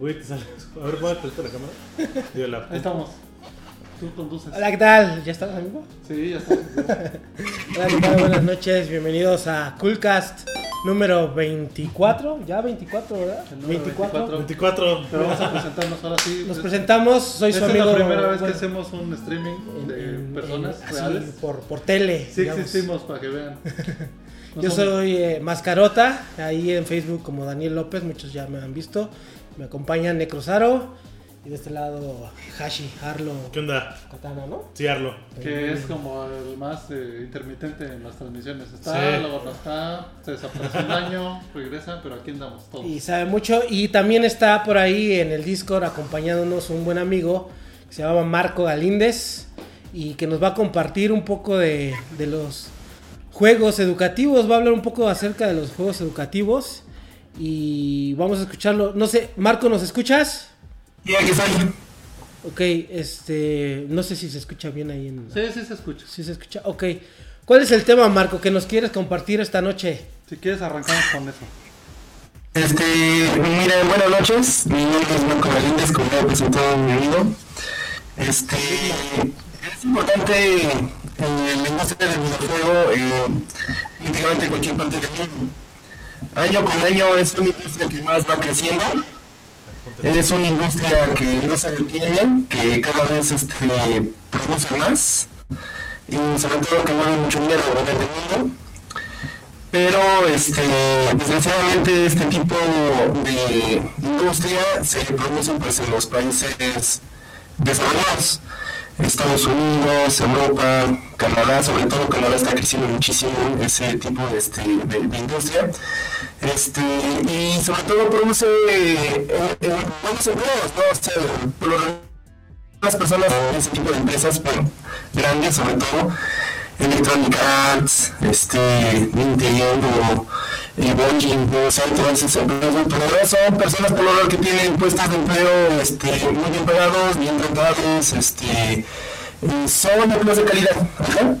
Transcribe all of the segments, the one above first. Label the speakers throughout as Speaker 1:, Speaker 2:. Speaker 1: Uy, te sales. A ver, voy a traer la cámara. Digo, la
Speaker 2: Ahí estamos. Tú conduces.
Speaker 3: Hola, ¿qué tal? ¿Ya estás, amigo?
Speaker 2: Sí, ya está.
Speaker 3: Hola, ¿qué tal? Buenas noches, bienvenidos a Coolcast número 24. Ya 24, ¿verdad?
Speaker 2: El número
Speaker 3: 24.
Speaker 1: 24.
Speaker 2: Pero vamos a presentarnos ahora sí.
Speaker 3: Nos presentamos, soy su
Speaker 2: Esta
Speaker 3: amigo.
Speaker 2: es la primera vez
Speaker 3: bueno,
Speaker 2: que hacemos un streaming
Speaker 3: en-
Speaker 2: de
Speaker 3: en-
Speaker 2: personas
Speaker 3: en- así,
Speaker 2: reales.
Speaker 3: por, por tele.
Speaker 2: Sí
Speaker 3: digamos.
Speaker 2: existimos, para que vean. No
Speaker 3: Yo
Speaker 2: somos-
Speaker 3: soy eh, Mascarota, ahí en Facebook como Daniel López, muchos ya me han visto. Me acompaña Necrozaro y de este lado Hashi, Arlo,
Speaker 1: ¿Qué onda?
Speaker 3: Katana, ¿no?
Speaker 1: Sí, Arlo.
Speaker 2: Que es como el más eh, intermitente en las transmisiones. Está,
Speaker 1: Sí.
Speaker 2: luego no está, se desaparece un año, regresa, pero aquí andamos todos.
Speaker 3: Y sabe mucho. Y también está por ahí en el Discord acompañándonos un buen amigo que se llama Marco Galíndez y que nos va a compartir un poco de, de los juegos educativos. Va a hablar un poco acerca de los juegos educativos y vamos a escucharlo. No sé, Marco, ¿nos escuchas?
Speaker 4: Y aquí estoy.
Speaker 3: Ok, este, no sé si se escucha bien ahí en...
Speaker 2: Sí, sí se escucha.
Speaker 3: Sí se escucha, ok. ¿Cuál es el tema, Marco, que nos quieres compartir esta noche?
Speaker 2: Si quieres, arrancamos con eso.
Speaker 4: Este, mira, buenas noches. Mi nombre es Marco Galíndez, como ya presentado mi amigo. Este, es importante eh, en la industria del videojuego, eh, prácticamente en cualquier parte del mundo. Año con año es una industria que más va creciendo. Es una industria que no se detiene, que cada vez este, produce más. Y sobre todo que mueve mucho dinero alrededor del mundo. Pero este, desgraciadamente este tipo de industria se produce pues, en los países desarrollados. Estados Unidos, Europa, Canadá, sobre todo Canadá está creciendo muchísimo ese tipo de, este, de- de industria. Este, y sobre todo produce eh, eh, buenos empleos, ¿no? O sea, lo- las personas en ese tipo de empresas, pero grandes sobre todo, Electronic Arts, este, Nintendo, eh, Bungie, o sea, todas esas empresas muy poderosas, son personas por lo general que tienen puestos de empleo este, muy bien pagados, bien tratados, este, eh, son empleos de calidad. ajá.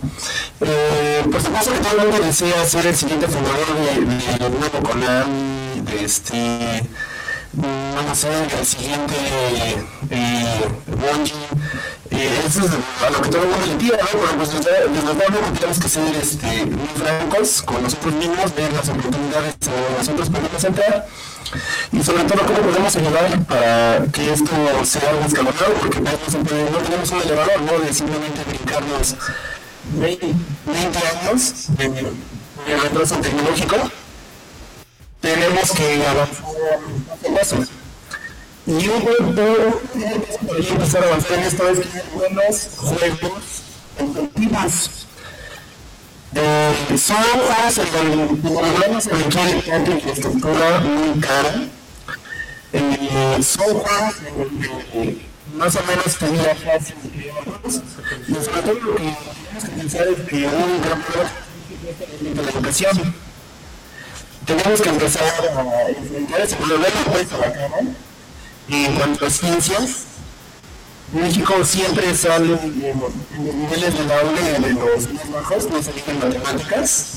Speaker 4: Eh, por supuesto que todo el mundo desea ser el siguiente fundador de, de, nuevo Konami, de este vamos a ser el siguiente eh, eh, Bungie. Eh, eso es a lo que todo el mundo le tira, ¿no? Pero pues desgraciadamente tenemos que ser este, muy francos con nosotros mismos, ver las oportunidades que nosotros podemos entrar y sobre todo cómo podemos ayudar para que esto sea algo escalonado, porque pues, no siempre- no tenemos un elevador, ¿no? De simplemente brincarnos 20, 20 años de, de retraso tecnológico tenemos que avanzar paso a paso. Y un buen juego que empezar a avanzar en esto es que hay buenos juegos educativos. Eh, son juegos en donde por lo menos se requiere tanta infraestructura muy cara. Eh, son juegos en donde más o menos tenía fácil de juegos. Y sobre todo lo que tenemos que pensar es que un gran problema es la educación tenemos que empezar a enfrentar ese problema pues a la cara. En cuanto a ciencias, México siempre sale en los niveles de la de los más bajos, no se en matemáticas.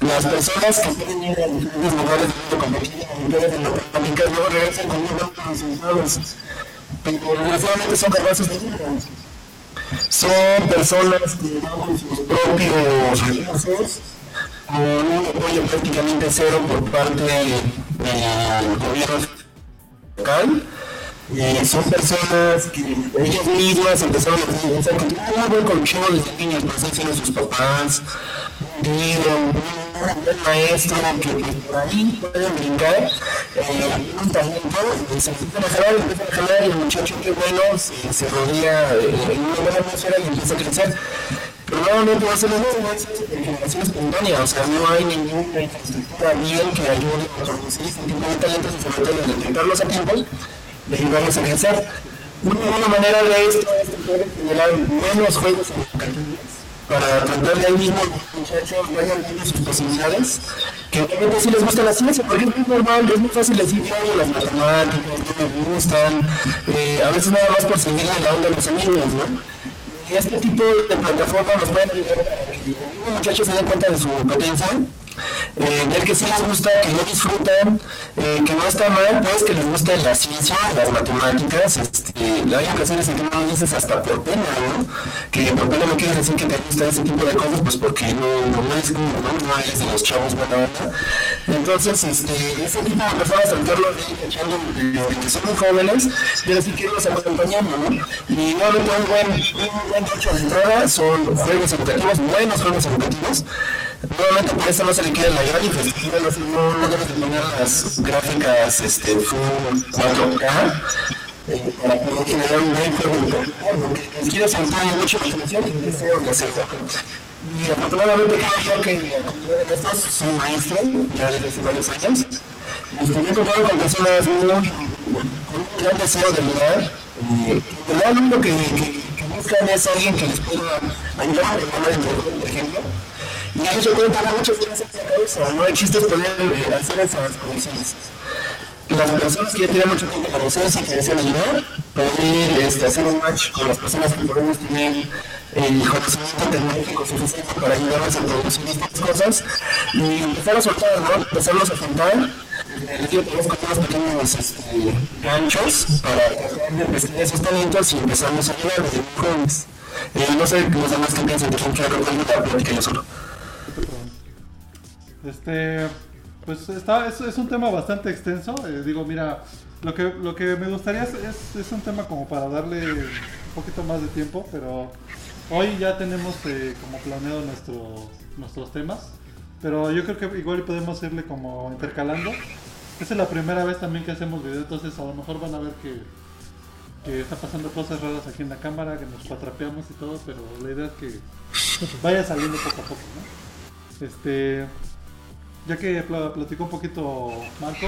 Speaker 4: Las personas que pueden ir a diferentes lugares de competir en lugares de matemáticas luego regresan con muy buenos resultados, pero desgraciadamente son capaces de irnos. Son personas que van con sus propios recursos con un apoyo prácticamente cero por parte del gobierno local. Eh, son personas que ellas mismas empezaron a pensar que tuvo un buen colchón desde niños, pues han sido sus papás, un libro, un buen maestro, que pues, por ahí pueden brincar, eh, un talento, y se empiezan a jalar, empiezan a jalar, y el muchacho que bueno se, se rodea eh, en una buena atmósfera y empieza a crecer. Pero nuevamente va a ser lo mismo, es generación espontánea, o sea, no hay ninguna infraestructura bien que ayude a producir este tipo de talentos y sobre todo de detectarlos a tiempo de ayudarlos a crecer. Una buena manera de esto es poder generar menos juegos educativos para tratar de ahí mismo que los muchachos vayan viendo sus posibilidades, que obviamente sí les gusta la ciencia, porque es muy normal, es muy fácil decir, no, las matemáticas no me gustan, eh, a veces nada más por seguir la onda de los amigos, ¿no? Y este tipo de plataformas nos pueden ayudar a que un muchacho se dé cuenta de su potencia eh, ver que sí les gusta, que lo disfrutan, eh, que no está mal, pues que les gusta la ciencia, las matemáticas, este, la hay ocasiones en que no lo dices hasta por pena, ¿no? Que por pena no quieres decir que te gusta ese tipo de cosas, pues porque no, no, no es como, ¿no? No eres de los chavos buena onda. Entonces, este, ese tipo de personas al verlo eh, echando, eh, que son muy jóvenes, pero sí que los acompañando, ¿no? Y nuevamente un buen, un buen derecho de entrada son juegos educativos, buenos juegos educativos. Nuevamente por eso no se le queda la gran infraestructura, no, no, no deben de poner las gráficas este, full 4K. eh, Para poder generar un buen juego educativo, ¿no? Que les quiera sentar mucho la atención y que sea un acervo. Y afortunadamente creo yo que eh, estos son maestros, ya desde hace varios años. Nos también encontrado con personas muy, con un gran deseo de lograr. eh, que lo único que, que, que buscan es alguien que les pueda ayudar a mejorar el mercado, por ejemplo. Y a ellos cuenta muchas gracias a cabeza, no existe poder eh, hacer esas condiciones las personas que ya tienen mucho tiempo para ustedes y que desean ayudar, poder este, hacer un match con las personas que podemos tener eh, el conocimiento tecnológico suficiente para ayudarnos a producir estas cosas y empezar a soltar, ¿no? Empezarlos a juntar. Eh, Les digo, tenemos como unos pequeños este, ganchos para tratar de investigar esos talentos y empezarnos a ayudar desde muy jóvenes. Eh, no sé los demás que piensan de quién quiero contar, pero que yo solo.
Speaker 2: Este, pues está, es, es un tema bastante extenso. eh, digo, mira, lo que, lo que me gustaría es, es, es un tema como para darle un poquito más de tiempo, pero hoy ya tenemos eh, como planeado nuestro, nuestros temas. Pero yo creo que igual podemos irle como intercalando. Esa es la primera vez también que hacemos video, entonces a lo mejor van a ver que, que está pasando cosas raras aquí en la cámara, que nos cuatrapeamos y todo, pero la idea es que vaya saliendo poco a poco, ¿no? Este, ya que pla- platicó un poquito Marco,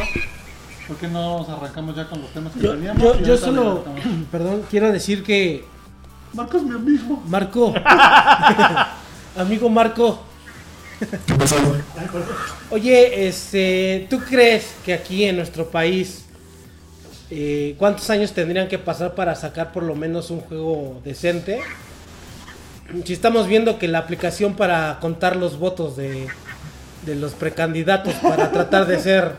Speaker 2: ¿por qué no nos arrancamos ya con los temas que
Speaker 3: Yo,
Speaker 2: teníamos?
Speaker 3: yo-
Speaker 2: Y
Speaker 3: yo
Speaker 2: ahorita
Speaker 3: solo,
Speaker 2: le arrancamos.
Speaker 3: perdón, quiero decir que
Speaker 2: Marco es mi amigo.
Speaker 3: Marco, amigo Marco,
Speaker 4: ¿Qué pasó?
Speaker 3: oye, este, ¿tú crees que aquí en nuestro país eh, cuántos años tendrían que pasar para sacar por lo menos un juego decente? Si estamos viendo que la aplicación para contar los votos de, de los precandidatos para tratar de ser,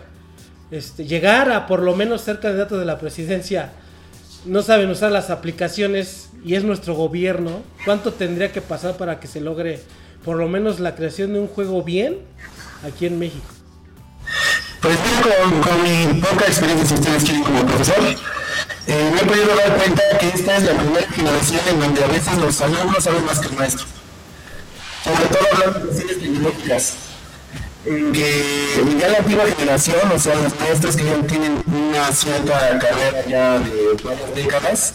Speaker 3: este, llegar a por lo menos ser candidato de la presidencia, no saben usar las aplicaciones y es nuestro gobierno, ¿cuánto tendría que pasar para que se logre por lo menos la creación de un juego bien aquí en México?
Speaker 4: Pues mira, con, con mi poca experiencia, si ustedes quieren, como profesor, eh, me he podido dar cuenta que esta es la primera generación en donde a veces los alumnos saben más que el maestro. Sobre todo hablando de cuestiones tecnológicas. en Que ya la antigua generación, o sea, los maestros que ya tienen una cierta carrera ya de varias décadas,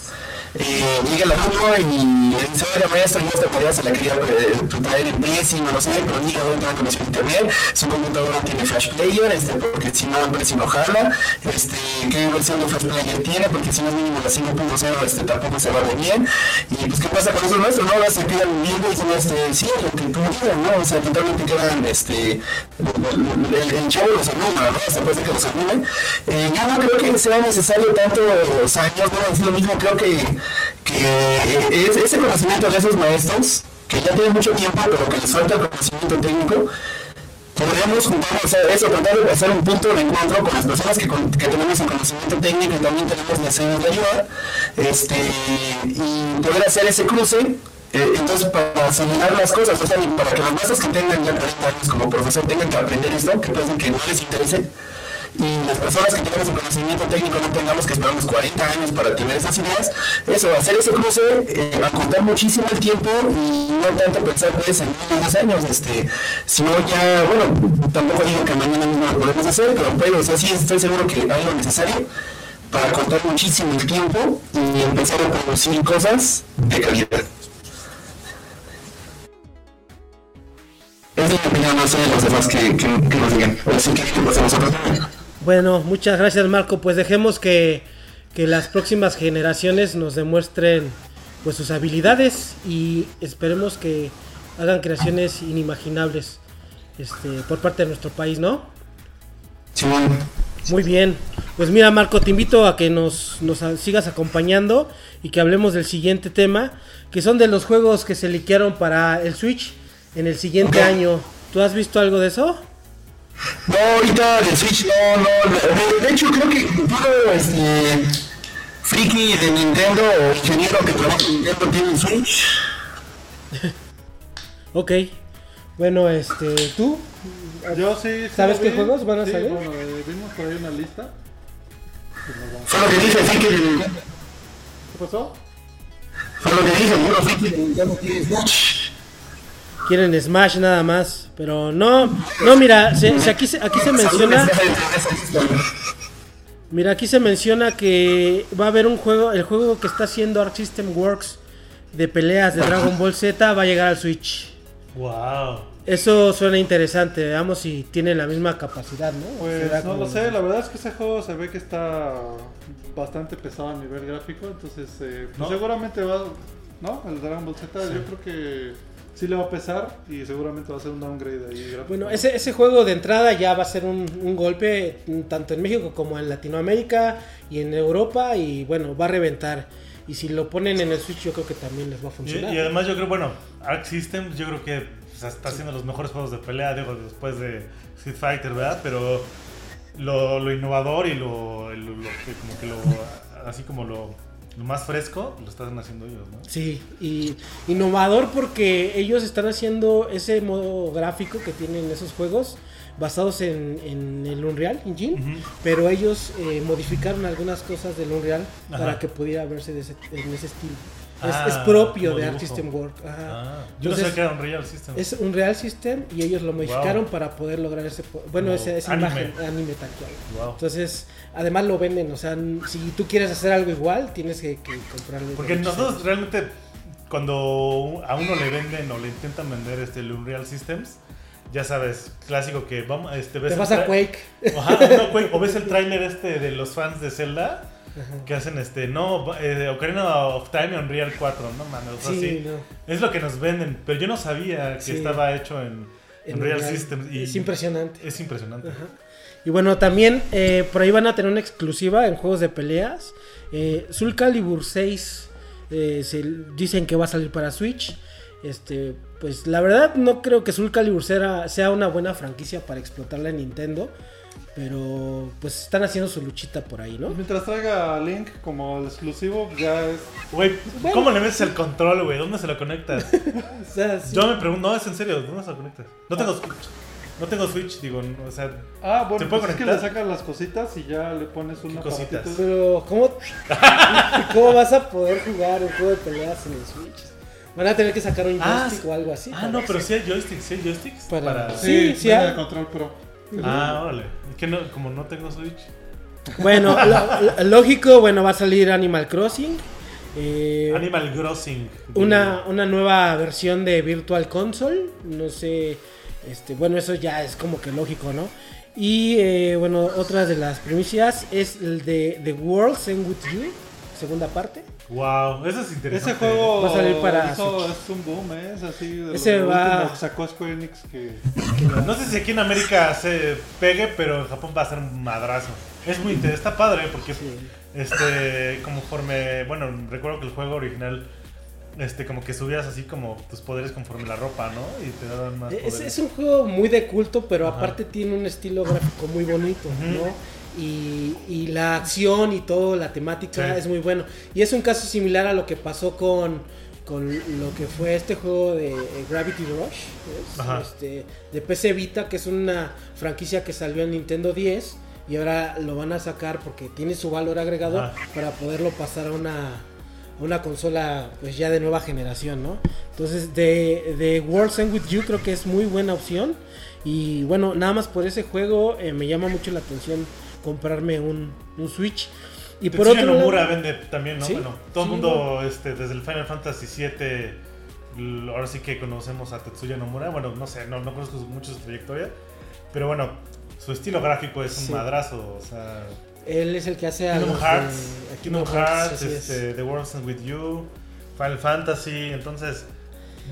Speaker 4: eh, llega el alumno y le dice, oiga maestro, yo esta tarea se la quería eh, traer en Messi, no lo sé, pero diga dónde va con su internet, su computadora tiene flash player, este, porque si no, pues si no jala, este, qué versión de flash player tiene, porque si no mínimo la 5.0 este, tampoco se va muy bien, y pues qué pasa con esos maestros, no, ahora se quedan bien y son este, sí, lo que tú quieras, ¿no? O sea, totalmente quedan, este, el, el- el chavo los anima, ¿no? Se parece que los anima, eh, yo no creo que sea necesario tantos años, bueno, es lo mismo, creo que, que es- ese conocimiento de esos maestros, que ya tienen mucho tiempo, pero que les falta el conocimiento técnico, podríamos juntar, o sea, eso, tratar de hacer un punto de encuentro con las personas que, con- que tenemos el conocimiento técnico y también tenemos deseos de ayudar, este, y poder hacer ese cruce, eh, entonces para acelerar las cosas, o sea, y para que los maestros que tengan ya 40 años como profesor tengan que aprender esto, que piensen que no les interese, y las personas que tenemos el conocimiento técnico no tengamos que esperarnos 40 años para tener esas ideas, eso, hacer ese cruce, eh, acortar muchísimo el tiempo y no tanto pensar pues en uno o dos años, este, sino ya, bueno, tampoco digo que mañana mismo lo podemos hacer, pero, pero o sea, sí estoy seguro que hay lo necesario para acortar muchísimo el tiempo y empezar a producir cosas de calidad. Esa es mi opinión, no sé de los demás que, que, que nos digan. Así que, ¿qué pasamos nosotros?
Speaker 3: Bueno, muchas gracias Marco. Pues dejemos que, que las próximas generaciones nos demuestren pues sus habilidades y esperemos que hagan creaciones inimaginables este, por parte de nuestro país, ¿no?
Speaker 4: Simón.
Speaker 3: Muy bien. Pues mira Marco, te invito a que nos, nos a- sigas acompañando y que hablemos del siguiente tema, que son de los juegos que se liquearon para el Switch en el siguiente
Speaker 4: Ok.
Speaker 3: año. ¿Tú has visto algo de eso?
Speaker 4: No, ahorita del Switch no, no. De, de hecho, creo que todo este friki de Nintendo o ingeniero que trabaja en Nintendo tiene un Switch.
Speaker 3: Ok. Bueno, este, tú.
Speaker 2: Yo sí. sí
Speaker 3: ¿Sabes
Speaker 2: lo
Speaker 3: qué
Speaker 2: vi.
Speaker 3: juegos van a
Speaker 2: Sí,
Speaker 3: salir?
Speaker 2: Bueno, eh, vimos por ahí una lista. Pues nos vamos.
Speaker 4: Fue lo que dije, friki de Nintendo.
Speaker 2: ¿Qué pasó?
Speaker 4: Fue lo que dije, puro friki de Nintendo tiene Switch.
Speaker 3: Quieren Smash nada más. Pero no. No, mira, se- se- aquí, se- aquí se menciona.
Speaker 4: Salúdense de esa lista.
Speaker 3: Mira, aquí se menciona que va a haber un juego, el juego que está haciendo Arc System Works de peleas de Dragon Ball Z va a llegar al Switch.
Speaker 1: Wow.
Speaker 3: Eso suena interesante, veamos si tiene la misma capacidad, ¿no? Será
Speaker 2: Pues no
Speaker 3: como-
Speaker 2: lo sé, la verdad es que ese juego se ve que está bastante pesado a nivel gráfico, entonces eh, pues
Speaker 1: ¿No?
Speaker 2: seguramente va, ¿no? El Dragon Ball Z yo creo que sí le va a pesar y seguramente va a ser un downgrade ahí gráfico.
Speaker 3: Bueno, ese, ese juego de entrada ya va a ser un, un golpe mm, tanto en México como en Latinoamérica y en Europa y bueno, va a reventar. Y si lo ponen en el Switch yo creo que también les va a
Speaker 1: Y,
Speaker 3: funcionar.
Speaker 1: y además yo creo, bueno, Arc Systems yo creo que pues, está haciendo los mejores juegos de pelea, digo, después de Street Fighter, ¿verdad? Pero lo, lo innovador y lo, lo- lo que como que lo, así como lo, lo más fresco, lo están haciendo ellos, ¿no?
Speaker 3: Sí, y innovador porque ellos están haciendo ese modo gráfico que tienen esos juegos basados en, en el Unreal Engine,
Speaker 1: Ujú.
Speaker 3: pero ellos eh, modificaron algunas cosas del Unreal
Speaker 1: Ajá.
Speaker 3: para que pudiera verse de ese, en ese estilo. Es,
Speaker 1: Ah,
Speaker 3: es propio
Speaker 1: como
Speaker 3: de
Speaker 1: dibujo.
Speaker 3: Art System Work. ajá.
Speaker 1: Ah, yo no
Speaker 3: Entonces,
Speaker 1: sé que era un Real System.
Speaker 3: Es Unreal System y ellos lo modificaron para poder lograr ese, po- bueno,
Speaker 1: Como
Speaker 3: ese- esa
Speaker 1: anime.
Speaker 3: imagen anime tal cual.
Speaker 1: Wow.
Speaker 3: Entonces, además lo venden, o sea, n- si tú quieres hacer algo igual, tienes que, que comprarlo.
Speaker 1: Porque
Speaker 3: Ese-
Speaker 1: nosotros realmente, cuando a uno le venden o le intentan vender este, el Unreal Systems, ya sabes, clásico que vamos, este, ves
Speaker 3: Te
Speaker 1: el
Speaker 3: vas
Speaker 1: tra-
Speaker 3: a Quake.
Speaker 1: Ajá, no, Quake, o ves el tráiler este de los fans de Zelda que hacen este, no, eh, Ocarina of Time y Unreal 4, no mames, o sea,
Speaker 3: Sí,
Speaker 1: sí.
Speaker 3: no.
Speaker 1: Es lo que nos venden, pero yo no sabía que
Speaker 3: Sí.
Speaker 1: estaba hecho en,
Speaker 3: en
Speaker 1: Unreal
Speaker 3: Unreal.
Speaker 1: Systems. Y
Speaker 3: Es impresionante.
Speaker 1: Es impresionante.
Speaker 3: Y bueno, también eh, por ahí van a tener una exclusiva en juegos de peleas. Eh, Soul Calibur 6 eh, se dicen que va a salir para Switch. Este, pues la verdad no creo que Soul Calibur sea, sea una buena franquicia para explotarla en Nintendo. Pero pues están haciendo su luchita por ahí, ¿no?
Speaker 2: Pues Mientras traiga a Link como el exclusivo, ya es...
Speaker 1: Güey,
Speaker 3: Pues
Speaker 1: ¿cómo le metes el control, güey? ¿Dónde se lo conectas?
Speaker 3: O sea, sí.
Speaker 1: Yo me pregunto, no, es en serio, ¿dónde se lo conectas? No tengo Switch. No tengo Switch, digo, no, o sea,
Speaker 2: Ah, bueno,
Speaker 1: ¿Se puede
Speaker 2: pues es que le
Speaker 1: conectar?
Speaker 2: sacas las cositas y ya le pones un
Speaker 1: ¿Qué
Speaker 2: aparatito.
Speaker 1: cositas?
Speaker 3: Pero ¿cómo, ¿cómo vas a poder jugar un juego de peleas en el Switch? Van a tener que sacar un
Speaker 1: Ah,
Speaker 3: joystick o algo así.
Speaker 1: ah,
Speaker 3: para
Speaker 1: no,
Speaker 3: que
Speaker 1: pero
Speaker 3: se-
Speaker 1: sí hay joysticks, sí hay joysticks
Speaker 3: Para-
Speaker 1: para...
Speaker 3: Sí,
Speaker 2: Sí,
Speaker 3: sí
Speaker 2: sí,
Speaker 3: hay.
Speaker 2: el control pro.
Speaker 1: Ah, órale. Es que no, como no tengo Switch.
Speaker 3: Bueno, lo- lo- lógico, bueno, va a salir Animal Crossing. eh,
Speaker 1: Animal Crossing.
Speaker 3: una, una nueva versión de Virtual Console. No sé. Este, bueno, eso ya es como que lógico, ¿no? Y eh, bueno, otra de las primicias es el de The World's End With You, segunda parte.
Speaker 1: Wow, eso es interesante.
Speaker 2: Ese juego
Speaker 3: Va a salir para
Speaker 2: eso
Speaker 3: Switch.
Speaker 2: es un boom, ¿eh? es así de
Speaker 3: Ese
Speaker 2: lo
Speaker 3: va-
Speaker 2: último que sacó Square Enix que
Speaker 1: No sé si aquí en América se pegue, pero en Japón va a ser un madrazo. Es muy interesante, está padre porque
Speaker 3: Sí.
Speaker 1: este conforme, bueno, recuerdo que el juego original este como que subías así como tus poderes conforme la ropa, ¿no? Y te daban más
Speaker 3: Es,
Speaker 1: poderes.
Speaker 3: es un juego muy de culto, pero
Speaker 1: Ajá.
Speaker 3: aparte tiene un estilo gráfico muy bonito,
Speaker 1: Ujú.
Speaker 3: ¿no? Y, y la acción y todo, la temática
Speaker 1: Sí.
Speaker 3: es muy bueno. Y es un caso similar a lo que pasó con, con lo que fue este juego de eh, Gravity Rush, ¿ves?
Speaker 1: Ajá.
Speaker 3: este, de PC Vita, que es una franquicia que salió en Nintendo 10 y ahora lo van a sacar porque tiene su valor agregado
Speaker 1: Ajá.
Speaker 3: para poderlo pasar a una a una consola pues ya de nueva generación, ¿no? Entonces de, de World's End With You creo que es muy buena opción y bueno, nada más por ese juego eh, me llama mucho la atención comprarme un, un Switch y por
Speaker 1: Tetsuya
Speaker 3: otro
Speaker 1: Nomura
Speaker 3: lado,
Speaker 1: vende también, ¿no?
Speaker 3: Sí,
Speaker 1: Bueno, todo el
Speaker 3: sí,
Speaker 1: mundo este, desde el Final Fantasy VII, l- ahora sí que conocemos a Tetsuya Nomura. Bueno, no sé, no, no conozco su- mucho su trayectoria, pero bueno, su estilo gráfico es un
Speaker 3: Sí.
Speaker 1: madrazo. O sea,
Speaker 3: él es el que hace a
Speaker 1: Kingdom
Speaker 3: los de-
Speaker 1: Hearts,
Speaker 3: a
Speaker 1: Kingdom Hearts,
Speaker 3: así es.
Speaker 1: este, The World's End With You, Final Fantasy, entonces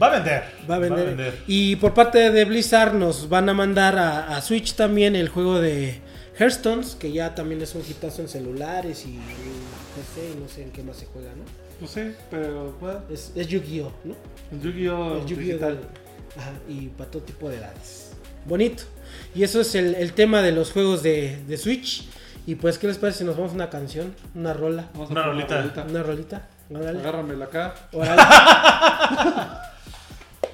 Speaker 1: va a vender.
Speaker 3: Va a vender. Y por parte de Blizzard nos van a mandar a, a Switch también el juego de Hearthstones, que ya también es un hitazo en celulares y en PC y no sé en qué más se juega, ¿no?
Speaker 2: pues sí, pero bueno,
Speaker 3: Es, es Yu-Gi-Oh, ¿no?
Speaker 2: el Yu-Gi-Oh
Speaker 3: Ah, Es Yu-Gi-Oh
Speaker 2: digital.
Speaker 3: de- ajá, y para todo tipo de edades. bonito. Y eso es el, el tema de los juegos de, de Switch. Y pues, ¿qué les parece si nos vamos a una canción? Una rola.
Speaker 2: Vamos
Speaker 1: Una
Speaker 2: poner la
Speaker 1: rolita.
Speaker 3: Una rolita. Órale.
Speaker 2: Agárramela acá.
Speaker 3: Órale.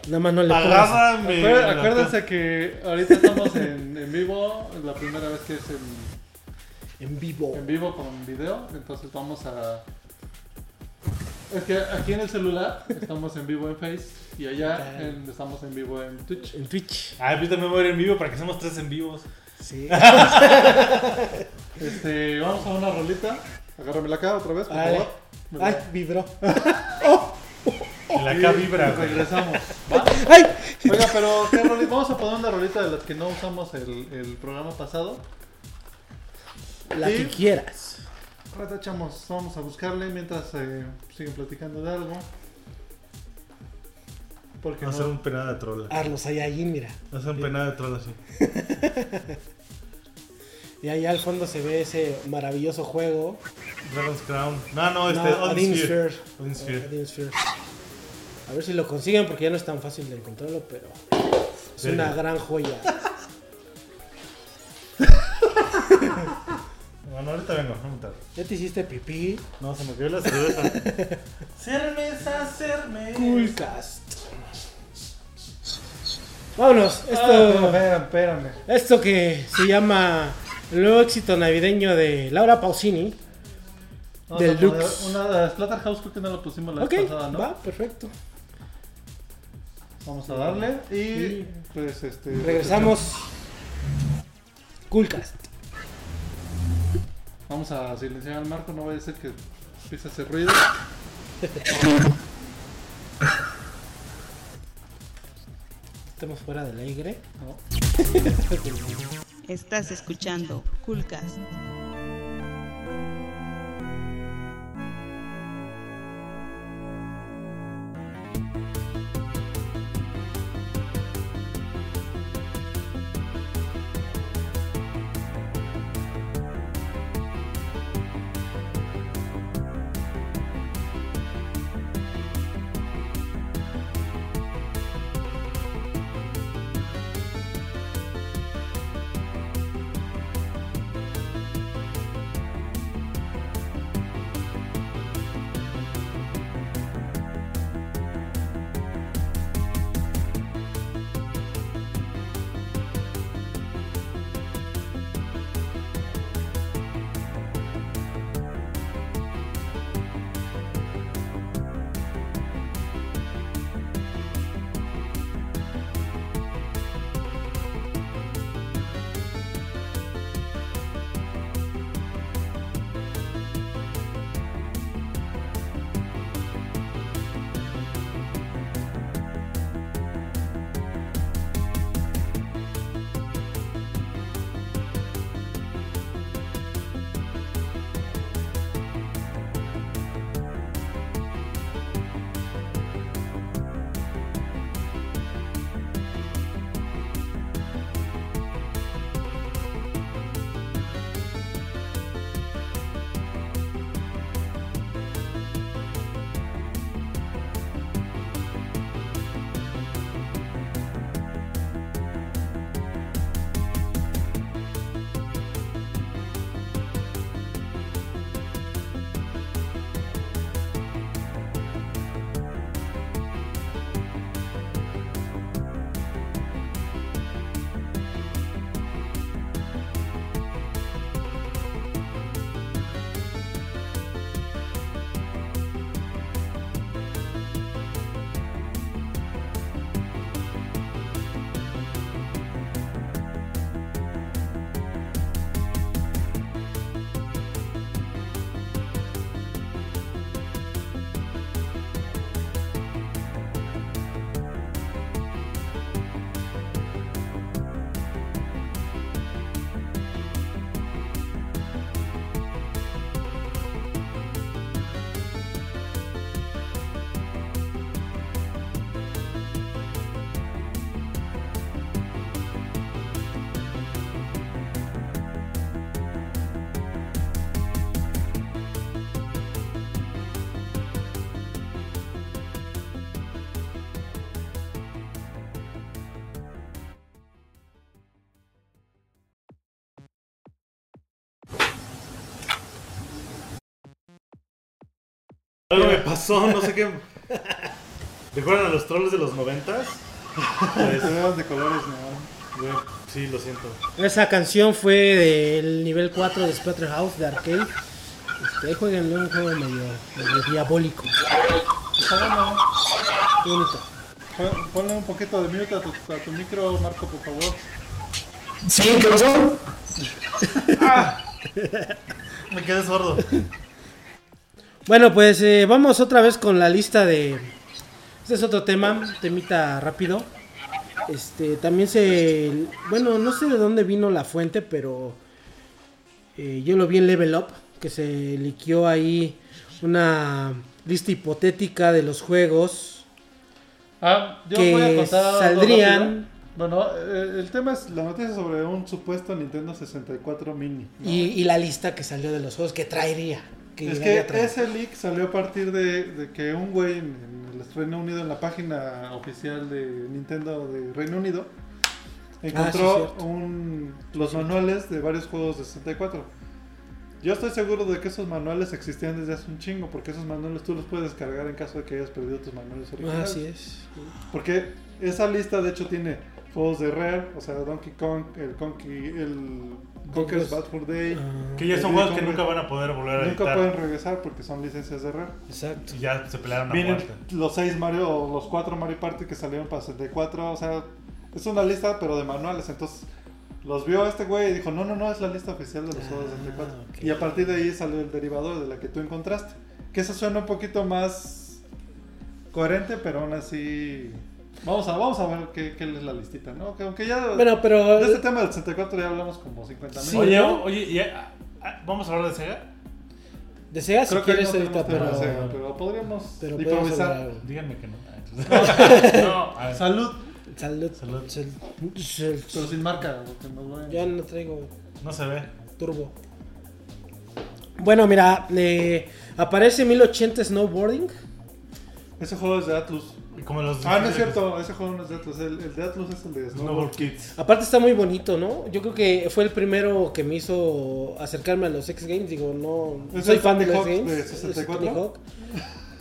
Speaker 3: Nada más no le pongas.
Speaker 1: Agárrame.
Speaker 2: Acuer- acuérdense que ahorita estamos en, en vivo, es la primera vez que es en,
Speaker 3: En vivo.
Speaker 2: en vivo con video, entonces vamos a... Es que aquí en el celular estamos en vivo en Face y allá en- estamos en vivo en Twitch.
Speaker 3: En Twitch.
Speaker 1: Ah, yo también voy a ir en vivo para que seamos tres en vivos.
Speaker 3: Sí. Ah,
Speaker 2: Este, vamos a una rolita, agárramela acá otra vez, por
Speaker 3: Órale.
Speaker 2: favor. Me la-
Speaker 3: Ay, vibró.
Speaker 1: En la acá
Speaker 2: y
Speaker 1: vibra, güey.
Speaker 2: Regresamos.
Speaker 3: Ay.
Speaker 2: Oiga, pero ¿qué rolita? vamos a poner una rolita de las que no usamos el, el programa pasado.
Speaker 3: La que
Speaker 2: Sí.
Speaker 3: quieras.
Speaker 2: Ahora chamos, vamos a buscarle mientras eh, siguen platicando de algo. Porque
Speaker 1: Vamos a hacer
Speaker 2: no.
Speaker 1: un penado de troll.
Speaker 3: Ah, los hay allí, mira.
Speaker 1: Vamos a hacer un penado de troll así.
Speaker 3: Y allá al fondo se ve ese maravilloso juego.
Speaker 1: Dragon's Crown. No, no, este.
Speaker 3: No,
Speaker 1: Odin
Speaker 3: Odin
Speaker 1: Sphere.
Speaker 3: Sphere.
Speaker 1: Odin Sphere.
Speaker 3: Odin Sphere. A ver si lo consiguen porque ya no es tan fácil de encontrarlo, pero es
Speaker 1: Verga.
Speaker 3: una gran joya.
Speaker 1: Bueno, ahorita vengo, no me tardo.
Speaker 3: ¿Ya te hiciste pipí?
Speaker 1: No, se me quedó la cerveza. cerveza, cerveza.
Speaker 3: Coolcast. Vámonos.
Speaker 1: Ah,
Speaker 3: Esto,
Speaker 2: espérame, espérame.
Speaker 3: esto que se llama el nuevo éxito navideño de Laura Pausini.
Speaker 2: Vamos a
Speaker 3: Deluxe.
Speaker 2: poner Una de Splatterhouse creo que no la pusimos la
Speaker 3: Ok,
Speaker 2: vez pasada, ¿no?
Speaker 3: va, perfecto.
Speaker 2: Vamos a darle y
Speaker 3: Sí.
Speaker 2: pues este.
Speaker 3: Regresamos. Coolcast.
Speaker 2: Vamos a silenciar al marco, no vaya a ser que empiece a hacer ruido.
Speaker 3: Estamos fuera del aire.
Speaker 2: No.
Speaker 5: Estás escuchando Coolcast.
Speaker 1: Algo me pasó, no sé qué. ¿Recuerdan a los trolls de los noventas? Pues,
Speaker 2: Problemas de colores, no.
Speaker 1: güey, sí, lo siento.
Speaker 3: Esa canción fue del nivel 4 de Splatterhouse de arcade. Este, jueguenlo, un juego medio, medio diabólico.
Speaker 2: Está bueno.
Speaker 3: Qué bonito.
Speaker 2: Pon- Ponle un poquito de mute a tu, a tu micro, Marco, por favor.
Speaker 4: Sí, ¿qué pasó?
Speaker 1: Me quedé sordo.
Speaker 3: Bueno, pues eh, vamos otra vez con la lista de. Este es otro tema, temita rápido. Este, también se. Bueno, no sé de dónde vino la fuente, pero. eh, yo lo vi en Level Up, que se liqueó ahí una lista hipotética de los juegos.
Speaker 2: Ah, yo
Speaker 3: que
Speaker 2: voy a contar algo
Speaker 3: saldrían-
Speaker 2: rápido. Bueno, eh, el tema es la noticia sobre un supuesto Nintendo 64 Mini. ¿no?
Speaker 3: Y, y la lista que salió de los juegos que traería. Que
Speaker 2: es
Speaker 3: llegaría
Speaker 2: que
Speaker 3: a traer.
Speaker 2: ese leak salió a partir de, de que un güey en, en el Reino Unido, en la página oficial de Nintendo de Reino Unido,
Speaker 3: Ah, sí,
Speaker 2: encontró
Speaker 3: cierto.
Speaker 2: un- los manuales de varios juegos de 64. Yo estoy seguro de que esos manuales existían desde hace un chingo, porque esos manuales tú los puedes descargar en caso de que hayas perdido tus
Speaker 3: Ah,
Speaker 2: manuales originales.
Speaker 3: Así es.
Speaker 2: Porque esa lista de hecho tiene juegos de Rare, o sea, Donkey Kong, el Conky, el Conker's Bad Fur Day.
Speaker 3: Ah,
Speaker 1: Que ya son
Speaker 2: Sí,
Speaker 1: juegos que
Speaker 2: hombre.
Speaker 1: nunca van a poder volver a
Speaker 2: Nunca
Speaker 1: editar.
Speaker 2: pueden regresar porque son licencias de Rare.
Speaker 3: exacto.
Speaker 1: Y Ya se pelearon a
Speaker 2: Vienen
Speaker 1: muerte.
Speaker 2: los seis Mario, o los cuatro Mario Party que salieron para 64, o sea, es una lista pero de manuales, entonces los vio este güey y dijo, no, no, no, es la lista oficial de los juegos de 64.
Speaker 3: Ah, ok.
Speaker 2: Y a partir de ahí salió el derivador de la que tú encontraste, que eso suena un poquito más coherente, pero aún así... Vamos a, vamos a ver qué, qué es la listita, ¿no? Que aunque ya...
Speaker 3: Bueno, pero. eh,
Speaker 2: de este tema del 64 ya hablamos como 50 mil.
Speaker 3: Sí,
Speaker 1: oye,
Speaker 3: ¿no?
Speaker 1: oye, y, ah, ah, ¿vamos a hablar de Sega?
Speaker 3: De Sega si
Speaker 2: Creo que
Speaker 3: quieres
Speaker 2: no tenemos
Speaker 3: ahorita,
Speaker 2: tema
Speaker 3: pero.
Speaker 2: de Sega, pero podríamos
Speaker 3: Pero podemos
Speaker 2: improvisar.
Speaker 3: hablar.
Speaker 1: Díganme que no. Ah, entonces- no, a ver.
Speaker 2: Salud,
Speaker 3: Salud.
Speaker 1: Salud.
Speaker 3: Sal- sal-
Speaker 2: pero sin marca, porque nos van-
Speaker 3: Ya no traigo
Speaker 1: No se ve.
Speaker 3: turbo. Bueno, mira, eh, aparece 1080 Snowboarding.
Speaker 2: Ese juego es de Atlus.
Speaker 1: Y Como los
Speaker 2: Ah, no es cierto, ese juego no es de Atlus. El, el de Atlus es el de
Speaker 1: Snowboard
Speaker 2: Snowboard.
Speaker 1: Kids.
Speaker 3: Aparte está muy bonito, ¿no? Yo creo que fue el primero que me hizo acercarme a los X Games. Digo, no, no
Speaker 2: Es
Speaker 3: soy
Speaker 2: el
Speaker 3: fan de
Speaker 2: Tony
Speaker 3: los X
Speaker 2: Hawk
Speaker 3: Games.
Speaker 2: de
Speaker 3: es
Speaker 2: 64.
Speaker 3: Tony Hawk.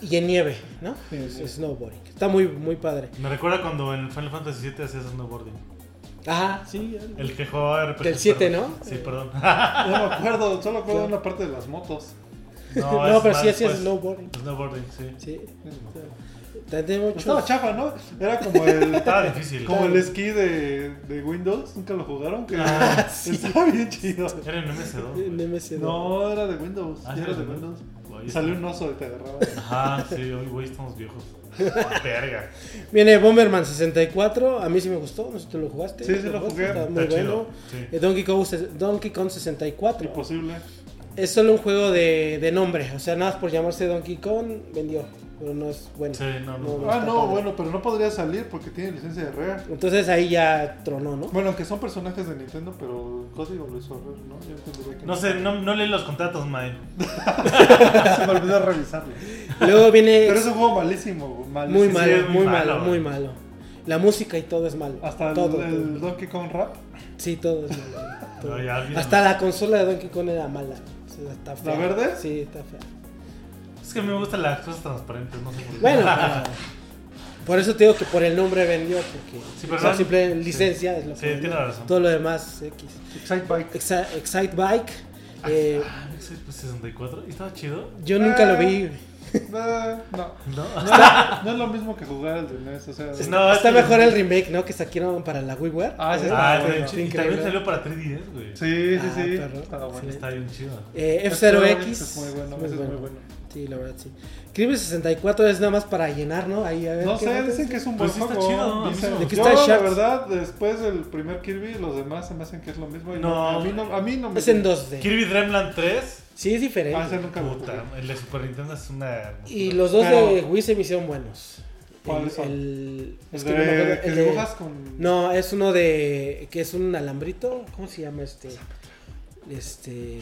Speaker 3: Y en nieve, ¿no?
Speaker 2: Sí, sí.
Speaker 3: Es Snowboarding. Está muy, muy padre.
Speaker 1: Me recuerda cuando en Final Fantasy VII hacías snowboarding.
Speaker 3: Ajá, sí. ya-
Speaker 1: El que jugaba RPG.
Speaker 3: Del siete,
Speaker 1: perdón.
Speaker 3: ¿no?
Speaker 1: Sí,
Speaker 3: Eh.
Speaker 1: perdón.
Speaker 2: No me acuerdo, solo acuerdo de
Speaker 3: Claro.
Speaker 2: una parte de las motos.
Speaker 1: No,
Speaker 3: No,
Speaker 1: es
Speaker 3: pero
Speaker 1: más,
Speaker 3: sí hacías
Speaker 1: pues,
Speaker 3: snowboarding.
Speaker 1: Snowboarding, sí.
Speaker 3: Sí. Tendré
Speaker 2: Pero Estaba
Speaker 3: muchos.
Speaker 2: chafa, ¿no? Era como el,
Speaker 1: Estaba difícil.
Speaker 2: como el esquí de, de Windows. Nunca lo jugaron. Que
Speaker 1: Ah,
Speaker 2: Estaba bien chido.
Speaker 1: Era en MS2.
Speaker 3: en
Speaker 1: güey.
Speaker 3: MC2.
Speaker 2: No, era de Windows.
Speaker 1: Ah,
Speaker 2: ya
Speaker 1: sí,
Speaker 2: era de
Speaker 1: ¿no?
Speaker 2: Windows.
Speaker 1: Oye,
Speaker 2: Salió
Speaker 1: sí.
Speaker 2: un oso y te agarraba.
Speaker 1: Ajá, sí, hoy, güey, estamos viejos. Verga.
Speaker 3: Viene Bomberman 64, a mí sí me gustó, no sé si tú lo jugaste.
Speaker 2: Sí, sí lo
Speaker 3: jugaste?
Speaker 2: jugué.
Speaker 3: Está muy
Speaker 1: Está chido,
Speaker 3: bueno.
Speaker 1: sí.
Speaker 3: Eh, Donkey, Kong, se- Donkey Kong 64.
Speaker 2: Imposible.
Speaker 3: Es solo un juego de, de nombre, o sea, nada más por llamarse Donkey Kong, vendió, pero no es bueno.
Speaker 1: Sí, no, no.
Speaker 2: Ah,
Speaker 3: está
Speaker 2: no,
Speaker 3: padre.
Speaker 2: bueno, pero no podría salir porque tiene licencia de Rare.
Speaker 3: Entonces ahí ya tronó, ¿no?
Speaker 2: Bueno, aunque son personajes de Nintendo, pero el código lo hizo Rare, ¿no? Yo entendería que
Speaker 1: No sé, no, no leí los contratos, Mae.
Speaker 2: Se me olvidó revisarlo.
Speaker 3: Luego viene
Speaker 2: Pero es un juego malísimo, güey, malísimo.
Speaker 3: muy
Speaker 1: sí,
Speaker 3: malo,
Speaker 1: es muy
Speaker 3: muy malo,
Speaker 1: malo, güey.
Speaker 3: muy malo. La música y todo es malo.
Speaker 2: Hasta el,
Speaker 3: todo,
Speaker 2: el
Speaker 3: todo.
Speaker 2: Donkey Kong Rap.
Speaker 3: Sí, todo es malo. todo.
Speaker 1: No, ya, olvídalo.
Speaker 3: Hasta la consola de Donkey Kong era mala. o sea, está fea.
Speaker 2: verde?
Speaker 3: Sí, está fea.
Speaker 1: Es que a mí me gustan las cosas transparentes, no sé por qué. Ah,
Speaker 3: Bueno, pero- por eso te digo que por el nombre vendió, porque
Speaker 1: Sí, pero
Speaker 3: o sea,
Speaker 1: no-
Speaker 3: simple
Speaker 1: sí.
Speaker 3: licencia es lo que
Speaker 1: Sí,
Speaker 3: vendió.
Speaker 1: tiene razón.
Speaker 3: Todo lo demás X.
Speaker 2: Excite Bike.
Speaker 3: Exa- Excite Bike, eh,
Speaker 1: Ah, ¿no es el 64? ¿Y estaba chido?
Speaker 3: yo nunca lo vi.
Speaker 2: Eh, no.
Speaker 1: No. Ah,
Speaker 2: No, no es lo mismo que jugar al de NES, o sea.
Speaker 1: No,
Speaker 3: Está
Speaker 1: este es que-
Speaker 3: mejor el remake, ¿no? Que saquieron para la WiiWare. ¿Eh?
Speaker 2: Ah, ese
Speaker 1: Ah,
Speaker 2: está
Speaker 1: está bien
Speaker 2: bueno.
Speaker 1: chido. Y
Speaker 3: Increíble.
Speaker 1: también salió para 3DS, güey.
Speaker 2: Sí, sí,
Speaker 3: Ah,
Speaker 2: sí.
Speaker 3: perro.
Speaker 2: Estaba bueno.
Speaker 3: Sí.
Speaker 1: Está bien chido.
Speaker 3: Eh,
Speaker 2: Ese Es muy
Speaker 3: F0X.
Speaker 2: bueno, ese es muy bueno.
Speaker 3: Sí, la verdad, sí. Crimen 64 es nada más para llenar, ¿no? Ahí, a ver,
Speaker 2: No
Speaker 3: ¿qué
Speaker 2: sé,
Speaker 3: más
Speaker 2: dicen
Speaker 3: es?
Speaker 2: que es un buen
Speaker 1: Pues sí está
Speaker 2: juego.
Speaker 1: chido, ¿no? A mí
Speaker 2: dicen.
Speaker 1: sí me
Speaker 3: gustó.
Speaker 2: Yo,
Speaker 3: Aquí está
Speaker 2: la
Speaker 3: Shaft.
Speaker 2: verdad, después del primer Kirby, los demás se me hacen que es lo mismo. y
Speaker 1: No.
Speaker 2: a mí no, a mí no me.
Speaker 3: Es en ¿eh? 2D.
Speaker 1: Kirby Dreamland 3.
Speaker 3: Sí, es diferente.
Speaker 2: Ah, ese nunca lo jugué.
Speaker 1: Puta, el de Super Nintendo es una. hermosura.
Speaker 3: Y los dos
Speaker 2: Pero-
Speaker 3: de Wii se me hicieron buenos.
Speaker 2: ¿Cuáles son?
Speaker 3: el-
Speaker 2: El
Speaker 3: es que no me
Speaker 2: de
Speaker 3: acuerdo,
Speaker 2: que
Speaker 3: el de-
Speaker 2: dibujas con.
Speaker 3: No, es uno de. que es un alambrito. ¿Cómo se llama este? Este.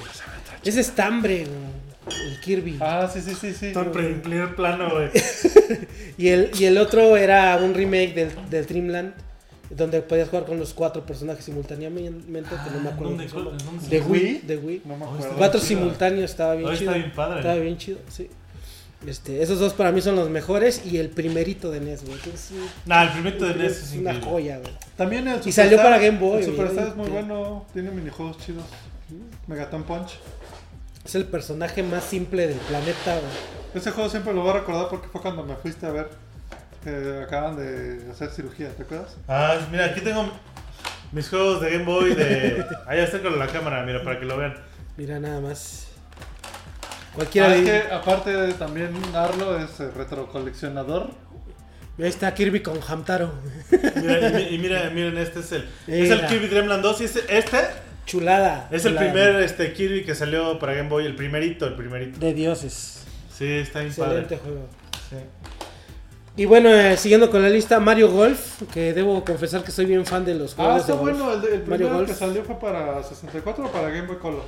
Speaker 3: Es estambre, güey, el Kirby.
Speaker 2: Ah, sí, sí, sí, sí.
Speaker 1: Todo en primer- primer plano, güey.
Speaker 3: Y el, y el otro era un remake del, del Dreamland. Donde podías jugar con los cuatro personajes simultáneamente. que no me acuerdo.
Speaker 1: Ah, ¿Dónde,
Speaker 3: cómo se llama.
Speaker 1: dónde se-
Speaker 3: De
Speaker 2: ¿En
Speaker 3: Wii.
Speaker 2: Wii?
Speaker 3: De Wii.
Speaker 2: No me
Speaker 1: Oh, está
Speaker 2: acuerdo.
Speaker 3: Cuatro
Speaker 1: chido.
Speaker 3: simultáneos, estaba bien
Speaker 1: Oh, está
Speaker 3: chido.
Speaker 1: bien padre.
Speaker 3: Estaba bien chido, sí. Este, esos dos para mí son los mejores y el primerito de NES, güey. que es un-
Speaker 1: Nah, el primerito de NES es
Speaker 3: es una
Speaker 1: increíble.
Speaker 3: joya, güey.
Speaker 2: También el
Speaker 3: Y salió para Game Boy,
Speaker 2: El
Speaker 3: güey.
Speaker 2: Superstar es muy
Speaker 3: Sí.
Speaker 2: bueno, tiene minijuegos chidos. Megaton Punch.
Speaker 3: Es el personaje más simple del planeta, güey.
Speaker 2: Ese juego siempre lo voy a recordar porque fue cuando me fuiste a ver. que acaban de hacer cirugía, ¿te acuerdas?
Speaker 1: Ah, mira, aquí tengo mis juegos de Game Boy de. Ahí acércalo a la cámara, mira, para que lo vean.
Speaker 3: Mira nada más. Cualquiera
Speaker 2: Ah,
Speaker 3: de
Speaker 2: es que aparte también Arlo es eh, retrocoleccionador.
Speaker 3: Ahí está Kirby con Hamtaro.
Speaker 1: Mira, y, mi- y mira, miren, este es el. Es el
Speaker 3: Mira.
Speaker 1: Kirby Dreamland 2 y este, este
Speaker 3: Chulada.
Speaker 1: es el
Speaker 3: chulada.
Speaker 1: primer este, Kirby que salió para Game Boy, el primerito, el primerito.
Speaker 3: De dioses.
Speaker 1: Sí, está bien
Speaker 3: Excelente
Speaker 1: padre.
Speaker 3: juego.
Speaker 1: Sí.
Speaker 3: Y bueno, eh, siguiendo con la lista, Mario Golf, que debo confesar que soy bien fan de los juegos
Speaker 2: Ah, está
Speaker 3: de golf.
Speaker 2: bueno. El, el
Speaker 3: Mario
Speaker 2: primero
Speaker 3: Golf.
Speaker 2: que salió fue para 64 o para Game Boy Color.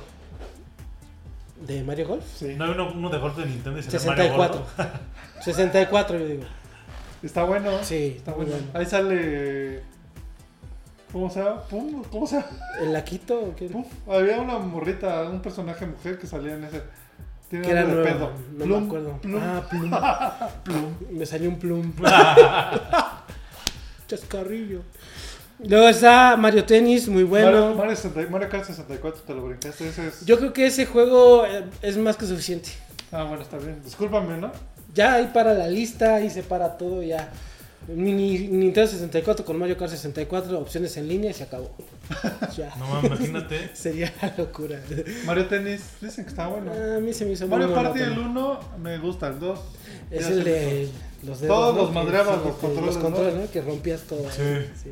Speaker 3: ¿De Mario Golf?
Speaker 2: Sí.
Speaker 1: No hay uno, uno de golf de Nintendo y se llama Mario
Speaker 3: 64.
Speaker 1: Golf.
Speaker 3: 64, yo digo.
Speaker 2: Está bueno.
Speaker 3: Sí,
Speaker 2: Está
Speaker 3: muy
Speaker 2: bueno.
Speaker 3: bueno.
Speaker 2: Ahí sale. ¿Cómo se llama? Pum, ¿Cómo se llama?
Speaker 3: ¿El Laquito? o qué?
Speaker 2: Puf, había una morrita, un personaje mujer que salía en ese. Tiene
Speaker 3: Que era
Speaker 2: nombre de pedo.
Speaker 3: nuevo. No
Speaker 2: Plum,
Speaker 3: me acuerdo.
Speaker 2: plum.
Speaker 3: Ah, Plum. Me salió un Plum. Chascarrillo. Luego está Mario Tennis, muy bueno.
Speaker 2: Mario, Mario 60 Mario Kart 64, te lo brincaste. Ese es.
Speaker 3: Yo creo que ese juego eh, es más que suficiente.
Speaker 2: Ah, bueno, está bien. Discúlpame, ¿no?
Speaker 3: Ya ahí para la lista, ahí se para todo ya. Mini Nintendo 64 con Mario Kart 64, opciones en línea y se acabó. Ya.
Speaker 1: No mames, imagínate.
Speaker 3: Sería la locura.
Speaker 2: Mario Tennis, dicen que está bueno.
Speaker 3: A mí se me hizo muy
Speaker 2: Mario Party
Speaker 3: monótono.
Speaker 2: el 1 me gusta, el 2.
Speaker 3: Es el de los dedos.
Speaker 2: Todos los
Speaker 3: Que-
Speaker 2: madreabas,
Speaker 3: sí,
Speaker 2: los
Speaker 3: que-
Speaker 2: controles,
Speaker 3: Los
Speaker 2: ¿no?
Speaker 3: controles, ¿no? Que rompías todo.
Speaker 1: Sí.
Speaker 3: ¿eh? Sí.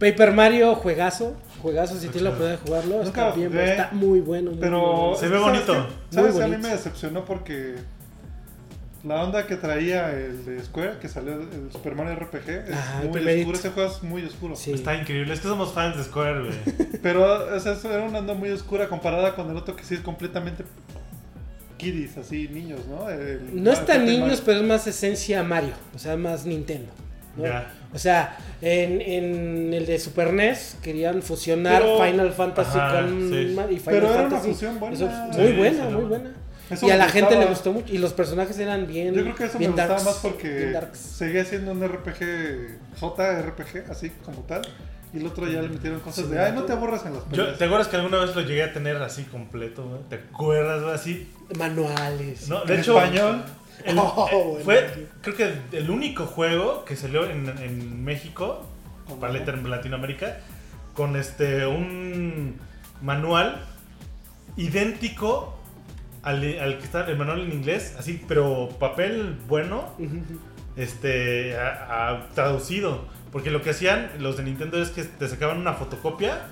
Speaker 3: Paper Mario, juegazo. Juegazo, si tienes la oportunidad de jugarlo.
Speaker 2: Nunca
Speaker 3: Está,
Speaker 2: lo
Speaker 3: bien,
Speaker 2: jugué,
Speaker 3: está muy bueno. muy
Speaker 2: Pero.
Speaker 3: bueno.
Speaker 1: Se ve
Speaker 2: ¿sabes
Speaker 1: bonito.
Speaker 2: qué?
Speaker 3: Muy
Speaker 2: ¿Sabes? A mí
Speaker 3: bonito.
Speaker 2: me decepcionó porque. La onda que traía el de Square, que salió el Super Mario RPG, es
Speaker 3: Ajá, el
Speaker 2: muy
Speaker 3: primerito.
Speaker 2: oscuro. Ese juego es muy oscuro.
Speaker 3: Sí.
Speaker 1: Está increíble. Es que somos fans de Square, güey.
Speaker 2: Pero o sea, eso era una onda muy oscura comparada con el otro que sí es completamente kiddies, así, niños, ¿no? El-
Speaker 3: No es tan
Speaker 2: el-
Speaker 3: niños, pero es más esencia Mario. O sea, más Nintendo. ¿no?
Speaker 1: Ya.
Speaker 3: O sea, en, en el de Super NES querían fusionar
Speaker 2: Pero-
Speaker 3: Final Fantasy
Speaker 1: Ajá,
Speaker 3: con
Speaker 1: sí.
Speaker 3: Mario. y Final
Speaker 2: Pero era una
Speaker 3: Fantasy-
Speaker 2: fusión buena.
Speaker 3: Eso-
Speaker 2: Sí,
Speaker 3: muy buena,
Speaker 1: sí,
Speaker 3: muy
Speaker 1: no.
Speaker 3: buena.
Speaker 2: Eso
Speaker 3: y a
Speaker 2: me
Speaker 3: la gente le
Speaker 2: gustaba.
Speaker 3: gustó mucho. Y los personajes eran bien.
Speaker 2: Yo creo que eso me
Speaker 3: bien
Speaker 2: gustaba
Speaker 3: darks,
Speaker 2: más
Speaker 3: bien
Speaker 2: porque
Speaker 3: darks.
Speaker 2: seguía siendo un RPG, JRPG, así como tal. Y el otro ya le metieron cosas
Speaker 3: Sí,
Speaker 2: de, ay, no te aburras en las
Speaker 1: Yo,
Speaker 3: Pues,
Speaker 2: peleas.
Speaker 1: ¿Te acuerdas que alguna vez lo llegué a tener así completo, güey? ¿Te acuerdas, güey? Así.
Speaker 3: Manuales.
Speaker 1: No, de
Speaker 2: En
Speaker 1: hecho.
Speaker 2: español,
Speaker 1: el-
Speaker 3: Oh,
Speaker 1: eh,
Speaker 3: bueno.
Speaker 1: fue, creo que el único juego que salió en, en México,
Speaker 3: Oh,
Speaker 2: Ojo.
Speaker 1: para en Latinoamérica, con este un manual idéntico al, al que está el manual en inglés, así, pero papel bueno, este, a- a- traducido. Porque lo que hacían los de Nintendo es que te sacaban una fotocopia.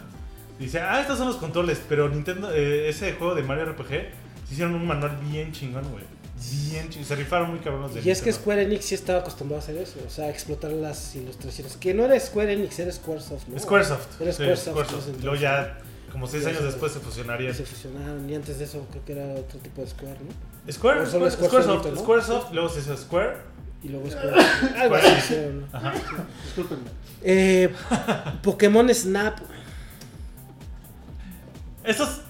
Speaker 1: y Dice, ah, estos son los controles. Pero Nintendo, eh, ese juego de Mario RPG, se hicieron un manual bien chingón, güey. Bien chingón. Se rifaron muy cabrones de
Speaker 3: Y es que
Speaker 1: Nintendo.
Speaker 3: Square Enix sí estaba acostumbrado a hacer eso, o sea, a explotar las ilustraciones. Que no era Square Enix, era Squaresoft, ¿no?
Speaker 1: Squaresoft.
Speaker 3: Era
Speaker 1: sí,
Speaker 3: Squaresoft.
Speaker 1: Squaresoft.
Speaker 3: entonces,
Speaker 1: Luego ya, como seis
Speaker 3: Ya
Speaker 1: años
Speaker 3: se-
Speaker 1: después, se fusionaría.
Speaker 3: Se fusionaron y antes de eso creo que era otro tipo de Square, ¿no?
Speaker 1: Square,
Speaker 3: O solo
Speaker 1: Square-
Speaker 3: Square
Speaker 1: Squaresoft,
Speaker 3: solito, ¿no?
Speaker 1: Squaresoft, luego se hizo Square.
Speaker 3: Y luego Square. Algo así hicieron, ¿no?
Speaker 1: Ajá.
Speaker 2: discúlpenme.
Speaker 3: Eh, Pokémon Snap.
Speaker 1: Esos,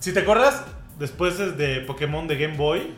Speaker 1: si te acuerdas, después es de Pokémon de Game Boy,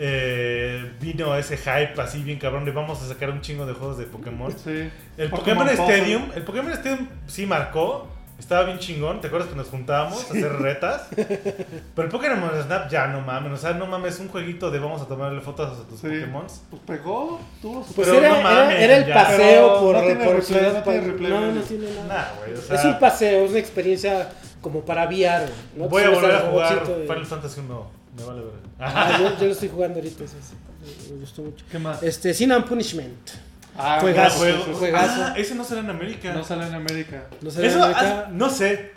Speaker 1: eh, vino ese hype así bien cabrón de vamos a sacar un chingo de juegos de Pokémon.
Speaker 2: Sí.
Speaker 1: El Pokémon,
Speaker 2: Puzzle.
Speaker 1: Stadium, el Pokémon Stadium sí marcó, estaba bien chingón, ¿te acuerdas que nos juntábamos a hacer retas? Pero el Pokémon Snap ya no mames, o sea, no mames, un jueguito de vamos a tomarle fotos a tus
Speaker 2: Sí.
Speaker 1: Pokémon.
Speaker 2: Pues pegó, tuvo su-
Speaker 3: Pues
Speaker 1: Pero
Speaker 3: era,
Speaker 1: no mames,
Speaker 3: era- era el
Speaker 1: ya.
Speaker 3: paseo
Speaker 2: Pero
Speaker 3: por,
Speaker 2: no tiene
Speaker 3: por
Speaker 2: replay,
Speaker 3: ciudad
Speaker 2: no
Speaker 3: pa-
Speaker 2: tiene replay.
Speaker 3: No, no tiene nada.
Speaker 1: Nah, güey, o sea,
Speaker 3: es un paseo, es una experiencia como para VR. güey, ¿no?
Speaker 1: voy a
Speaker 3: Tú subes
Speaker 1: volver a
Speaker 3: al
Speaker 1: jugar
Speaker 3: robotcito y-
Speaker 1: Final Fantasy 1, me vale ver.
Speaker 3: Ah, yo, yo lo estoy jugando ahorita, sí, sí. Me gustó mucho.
Speaker 2: ¿Qué más?
Speaker 3: Este, Sin and Punishment.
Speaker 2: Ah,
Speaker 3: Juegazo,
Speaker 2: bueno,
Speaker 3: juego.
Speaker 2: pues,
Speaker 3: juegazo.
Speaker 1: Ah, ese no será en América.
Speaker 2: No sale en América.
Speaker 3: No sé,
Speaker 1: Eso,
Speaker 3: la neta,
Speaker 1: hace- no sé.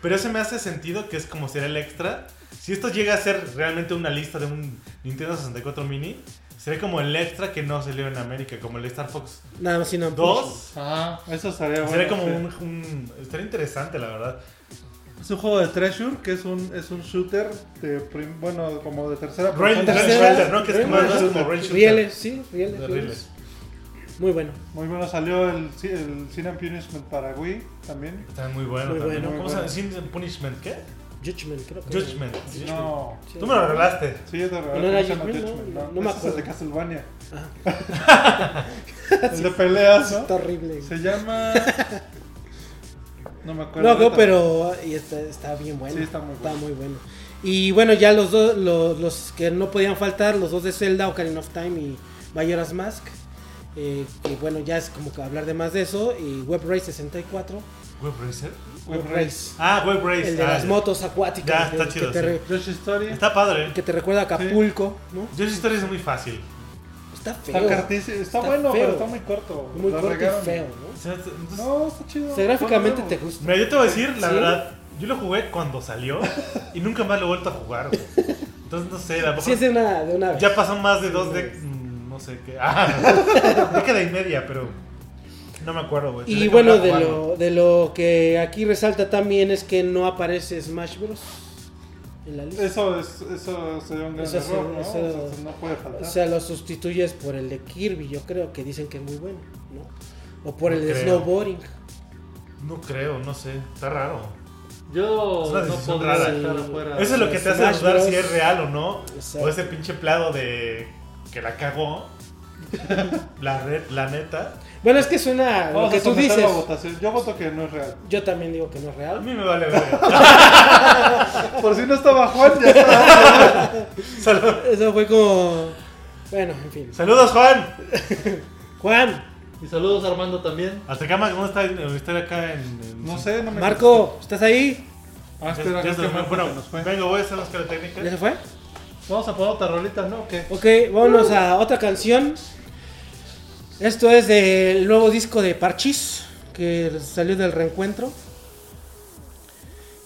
Speaker 1: Pero eso me hace sentido que es como será el extra. Si esto llega a ser realmente una lista de un Nintendo 64 Mini, sería como el extra que no salió en América, como el Star Fox
Speaker 3: nada más Sin and Punishment.
Speaker 1: 2.
Speaker 2: Ah, eso estaría bueno.
Speaker 1: Sería como
Speaker 2: sí.
Speaker 1: un, un- Estaría interesante, la verdad.
Speaker 2: Es un juego de Treasure, que es un, es un shooter de prim- bueno, como de tercera
Speaker 1: Rail-
Speaker 2: persona.
Speaker 1: Rail
Speaker 3: tercera,
Speaker 1: Shooter, ¿no? Que es como,
Speaker 3: Rail
Speaker 1: es como
Speaker 2: Shooter.
Speaker 1: Rail Shooter.
Speaker 3: Rieles, sí, rieles,
Speaker 1: De
Speaker 3: rieles.
Speaker 1: rieles.
Speaker 3: Muy bueno.
Speaker 2: Muy bueno, salió el, sí, el Sin and Punishment para Wii también.
Speaker 1: Está muy bueno.
Speaker 3: Muy
Speaker 1: también, ¿no?
Speaker 3: bueno.
Speaker 2: Muy
Speaker 1: ¿Cómo se llama?
Speaker 2: bueno.
Speaker 1: Sin Punishment, ¿qué?
Speaker 3: Judgment, creo que.
Speaker 1: Judgment.
Speaker 2: No.
Speaker 3: Sí.
Speaker 1: Tú me lo regalaste.
Speaker 2: Sí, es de
Speaker 3: ¿No era
Speaker 2: ¿cómo se llama
Speaker 3: Judgment? No,
Speaker 2: Judgment?
Speaker 3: no me
Speaker 2: Ese Es el
Speaker 3: acuerdo. Ah.
Speaker 2: de Castlevania. el de peleas,
Speaker 3: Está
Speaker 2: ¿no?
Speaker 3: horrible.
Speaker 2: Se llama. No me acuerdo.
Speaker 3: No, no,
Speaker 2: ahorita.
Speaker 3: pero y está, está bien bueno.
Speaker 2: Sí, está muy bueno.
Speaker 3: bueno. Y bueno, ya los dos, lo- los, que no podían faltar, los dos de Zelda, Ocarina of Time y Majora's Mask. Eh, que bueno, ya es como que hablar de más de eso. Y Web Race 64.
Speaker 1: ¿Web Racer?
Speaker 2: Web
Speaker 3: Web
Speaker 2: Race.
Speaker 1: Ah, Web Race.
Speaker 3: El de
Speaker 1: ah,
Speaker 3: las
Speaker 1: ya.
Speaker 3: motos
Speaker 1: Ya,
Speaker 3: acuáticas.
Speaker 1: está
Speaker 3: de-
Speaker 1: chido,
Speaker 3: que, te
Speaker 1: sí.
Speaker 3: re-
Speaker 2: Yoshi Story.
Speaker 1: Está padre.
Speaker 3: que te recuerda a Acapulco, ¿no?
Speaker 1: Yo esa historia es muy fácil.
Speaker 3: Está feo.
Speaker 2: Está cartísimo. Está,
Speaker 3: Está
Speaker 2: bueno,
Speaker 3: feo.
Speaker 2: pero está muy corto.
Speaker 3: Muy
Speaker 2: Lo
Speaker 3: corto
Speaker 2: regaron.
Speaker 3: y feo,
Speaker 1: O
Speaker 3: ¿no?
Speaker 1: sea, entonces-
Speaker 2: No, está chido.
Speaker 3: O sea, gráficamente
Speaker 2: Bueno,
Speaker 3: te gusta.
Speaker 1: Mira, yo te voy a decir, la
Speaker 3: ¿Sí?
Speaker 1: verdad, yo lo jugué cuando salió y nunca más lo he vuelto a jugar, güey. Entonces, no sé, a lo
Speaker 3: Sí,
Speaker 1: mejor
Speaker 3: es de una, de una vez.
Speaker 1: ya pasó más de dos de... mm, No sé qué. Ah, década y media, pero no me acuerdo, güey. Tendré
Speaker 3: Y
Speaker 1: que
Speaker 3: bueno,
Speaker 1: volver a
Speaker 3: de
Speaker 1: jugarlo.
Speaker 3: lo, de lo que aquí resalta también es que no aparece Smash Bros. en la lista.
Speaker 2: Eso, es, eso sería un gran
Speaker 3: Eso sí,
Speaker 2: error, ¿no?
Speaker 3: eso-
Speaker 2: O sea, pues, no puede faltar.
Speaker 3: O sea, lo sustituyes por el de Kirby, yo creo, que dicen que es muy bueno, ¿no? O por el
Speaker 1: No
Speaker 3: de
Speaker 1: creo.
Speaker 3: Snowboarding.
Speaker 1: No creo, no sé. Está raro. Es
Speaker 2: Yo
Speaker 1: una
Speaker 2: no
Speaker 1: decisión
Speaker 2: podría
Speaker 1: rara.
Speaker 2: dejar afuera.
Speaker 1: Eso es lo que te hace
Speaker 3: Smash
Speaker 1: dudar
Speaker 3: Bros.
Speaker 1: si es real o no.
Speaker 3: Exacto.
Speaker 1: O ese pinche plado de que la cagó. la red, la neta.
Speaker 3: Bueno, es que suena lo
Speaker 2: Vamos
Speaker 3: que
Speaker 2: a
Speaker 3: tú
Speaker 2: someterlo
Speaker 3: dices.
Speaker 2: a votación. Yo voto que no es real.
Speaker 3: Yo también digo que no es
Speaker 1: A
Speaker 3: real.
Speaker 1: mí me vale ver.
Speaker 2: Por si no estaba Juan, ya está.
Speaker 3: Eso fue como... Bueno, en fin.
Speaker 1: Saludos, Juan.
Speaker 3: Juan,
Speaker 6: Y saludos a Armando también.
Speaker 1: Hasta acá, ¿cómo está en- estar acá en, en-
Speaker 2: No sé, no me
Speaker 3: Marco, ¿estás ahí?
Speaker 2: Ah,
Speaker 1: Ya-
Speaker 2: espera,
Speaker 1: ya
Speaker 2: es
Speaker 1: se
Speaker 2: que
Speaker 1: nos fue.
Speaker 2: Marco se
Speaker 1: Bueno,
Speaker 2: nos fue.
Speaker 1: venga, voy a hacer las
Speaker 3: ¿Ya se
Speaker 1: técnicas.
Speaker 3: fue?
Speaker 6: Vamos a poner otra rolita, ¿no? ¿O qué?
Speaker 3: Ok, vámonos a otra canción. Esto es del nuevo disco de Parchis, que salió del reencuentro.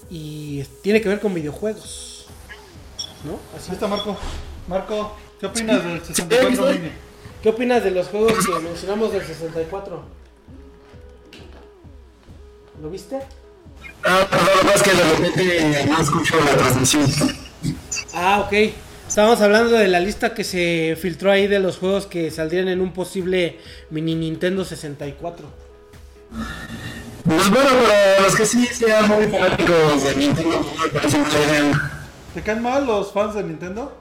Speaker 3: Y tiene que ver con videojuegos. ¿No?
Speaker 2: Ahí está Marco. Marco, ¿qué opinas del 64 mini?
Speaker 3: ¿Qué opinas de los juegos que mencionamos del 64? ¿Lo viste?
Speaker 4: Ah, perdón, lo que pasa es que de repente no escucho la transmisión.
Speaker 3: Ah, ok. Estábamos hablando de la lista que se filtró ahí de los juegos que saldrían en un posible mini Nintendo 64.
Speaker 4: Pues bueno, pero los que sí sean muy fanáticos de Nintendo, pues, me parece que lo hagan.
Speaker 2: ¿Te caen mal los fans de Nintendo?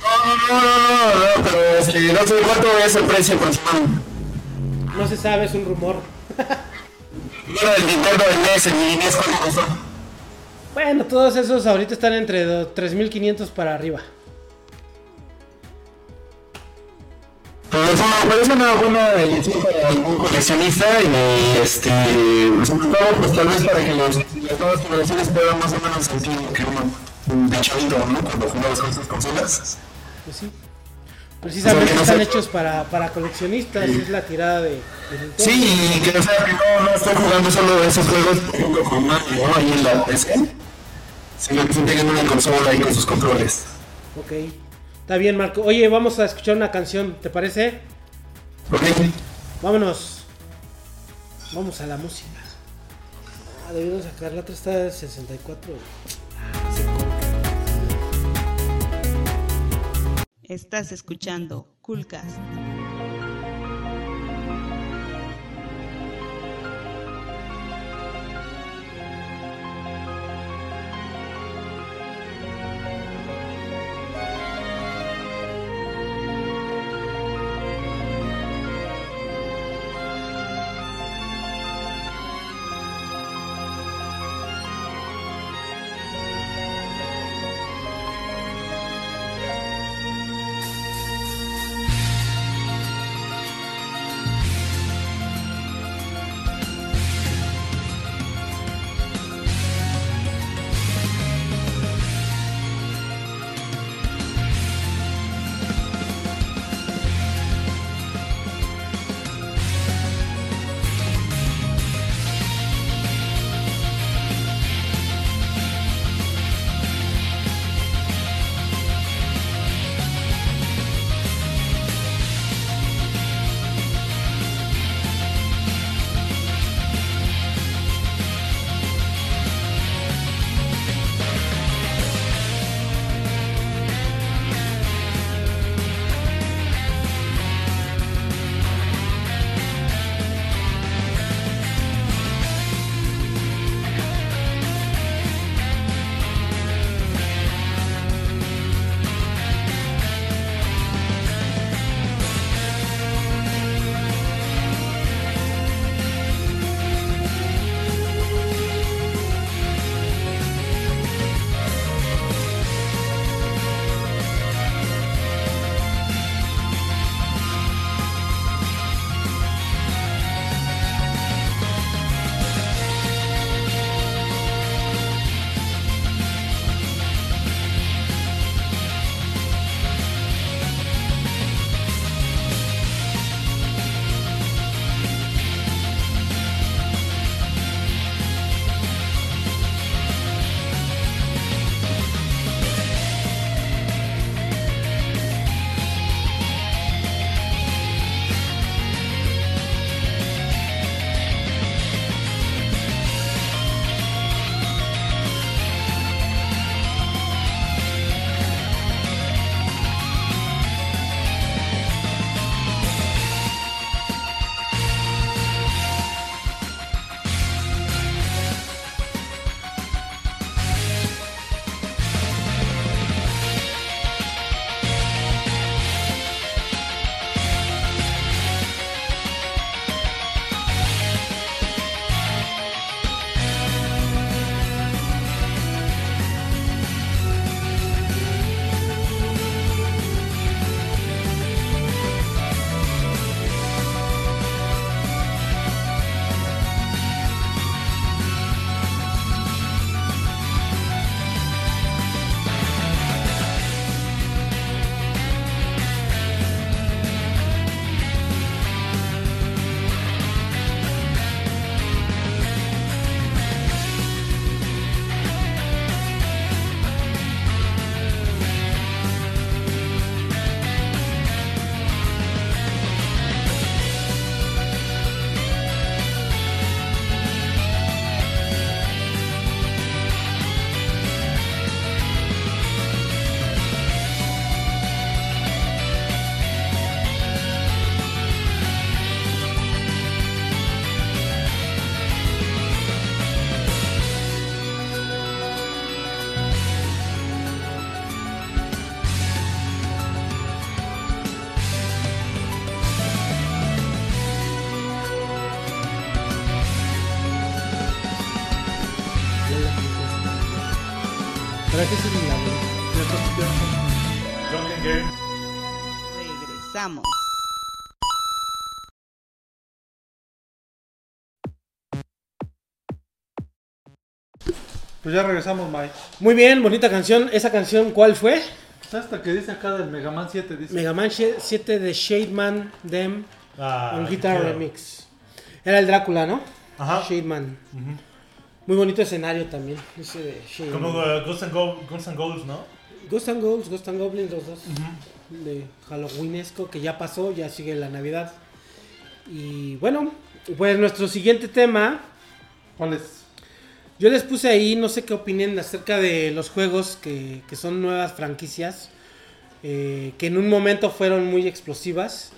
Speaker 4: No, no, no, no, no, pero este, no sé cuánto es el precio aproximado.
Speaker 3: No se sabe, es un rumor.
Speaker 4: Bueno, el Nintendo del NES, el mini NES, ¿cuánto costó?
Speaker 3: Bueno, todos esos ahorita están entre do- 3.500 para arriba.
Speaker 4: Pero es una, pero es una buena elección para algún coleccionista y este, sobre todo pues tal vez para que los, las nuevas generaciones puedan más o menos sentir lo que uno de chavito, ¿no? Cuando jugabas con esas consolas.
Speaker 3: Pues sí. Precisamente
Speaker 4: O sea, que no
Speaker 3: están
Speaker 4: se-
Speaker 3: hechos para, para coleccionistas, es la tirada de, de Nintendo.
Speaker 4: Sí, y que o sea que no, no estoy jugando solo esos juegos, por ejemplo, con Mario, ¿no? Ahí en la PC, sino que se tengan una consola ahí con sus controles.
Speaker 3: Ok. Está bien, Marco. Oye, vamos a escuchar una canción, ¿te parece?
Speaker 4: ¿Ok?
Speaker 3: Vámonos. Vamos a la música. Ah, debieron sacar la otra está de 64. Ah,
Speaker 5: Estás escuchando Coolcast.
Speaker 7: Thank
Speaker 3: ¿Verdad que esa es la
Speaker 1: Drunken Game.
Speaker 5: Regresamos.
Speaker 2: Pues ya regresamos, Mike.
Speaker 3: Muy bien, bonita canción. ¿Esa canción cuál fue?
Speaker 2: Pues hasta que dice acá del Mega Man 7, dice.
Speaker 3: Mega Man 7 de Shade Man Dem,
Speaker 1: Ah,
Speaker 3: un
Speaker 1: qué
Speaker 3: guitar
Speaker 1: chido.
Speaker 3: remix. Era el Drácula, ¿no?
Speaker 1: Ajá.
Speaker 3: Shade Man. Muy bonito escenario también, ese de Shade
Speaker 1: Como
Speaker 3: Man.
Speaker 1: uh, Guns, and Go- Guns N' Goals, ¿no?
Speaker 3: Ghost and Goblins, Ghost and Goblins, los dos. De Halloweenesco, que ya pasó, ya sigue la Navidad. Y bueno, pues nuestro siguiente tema.
Speaker 2: ¿Cuál es?
Speaker 3: Yo les puse ahí, no sé qué opinen acerca de los juegos que, que son nuevas franquicias, eh, que en un momento fueron muy explosivas.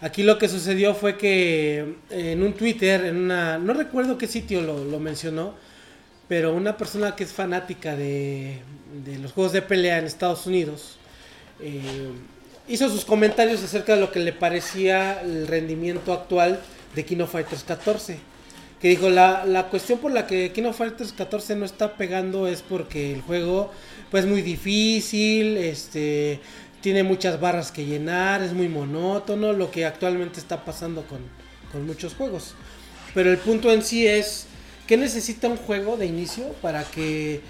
Speaker 3: Aquí lo que sucedió fue que eh, en un Twitter, en una, no recuerdo qué sitio lo, lo mencionó, pero una persona que es fanática de, de los juegos de pelea en Estados Unidos, eh, hizo sus comentarios acerca de lo que le parecía el rendimiento actual de Kino Fighters 14. Que dijo, la, la cuestión por la que Kino Fighters 14 no está pegando es porque el juego pues, es muy difícil, este, tiene muchas barras que llenar, es muy monótono, lo que actualmente está pasando con, con muchos juegos. Pero el punto en sí es, ¿qué necesita un juego de inicio para que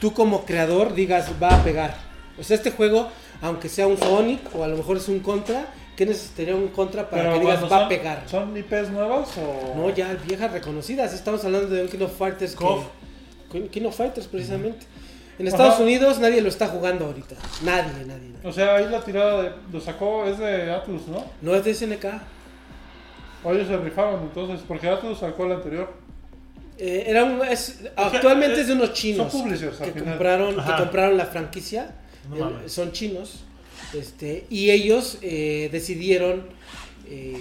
Speaker 3: tú como creador digas va a pegar? O sea, este juego, aunque sea un Sonic o a lo mejor es un Contra, ¿qué necesitaría un Contra para que digas
Speaker 2: cuando
Speaker 3: va
Speaker 2: son-
Speaker 3: a pegar?
Speaker 2: ¿Son IPs nuevas o.?
Speaker 3: No, ya viejas reconocidas. Estamos hablando de un King of Fighters. que-
Speaker 1: KOF.
Speaker 3: King- King of Fighters, precisamente. En
Speaker 2: Ajá.
Speaker 3: Estados Unidos nadie lo está jugando ahorita. Nadie, nadie. nadie.
Speaker 2: O sea, ahí la tirada de, lo sacó es de Atlus, ¿no?
Speaker 3: No es de SNK.
Speaker 2: O ellos se rifaron entonces, porque Atlus sacó la anterior.
Speaker 3: Eh, era un- es- actualmente
Speaker 1: eh,
Speaker 3: es de unos chinos
Speaker 2: son publishers, al
Speaker 3: que
Speaker 2: final.
Speaker 3: compraron, que
Speaker 1: Ajá.
Speaker 3: compraron la franquicia.
Speaker 1: No
Speaker 3: Eh,
Speaker 1: mames.
Speaker 3: son chinos. Este, y ellos eh, decidieron, eh,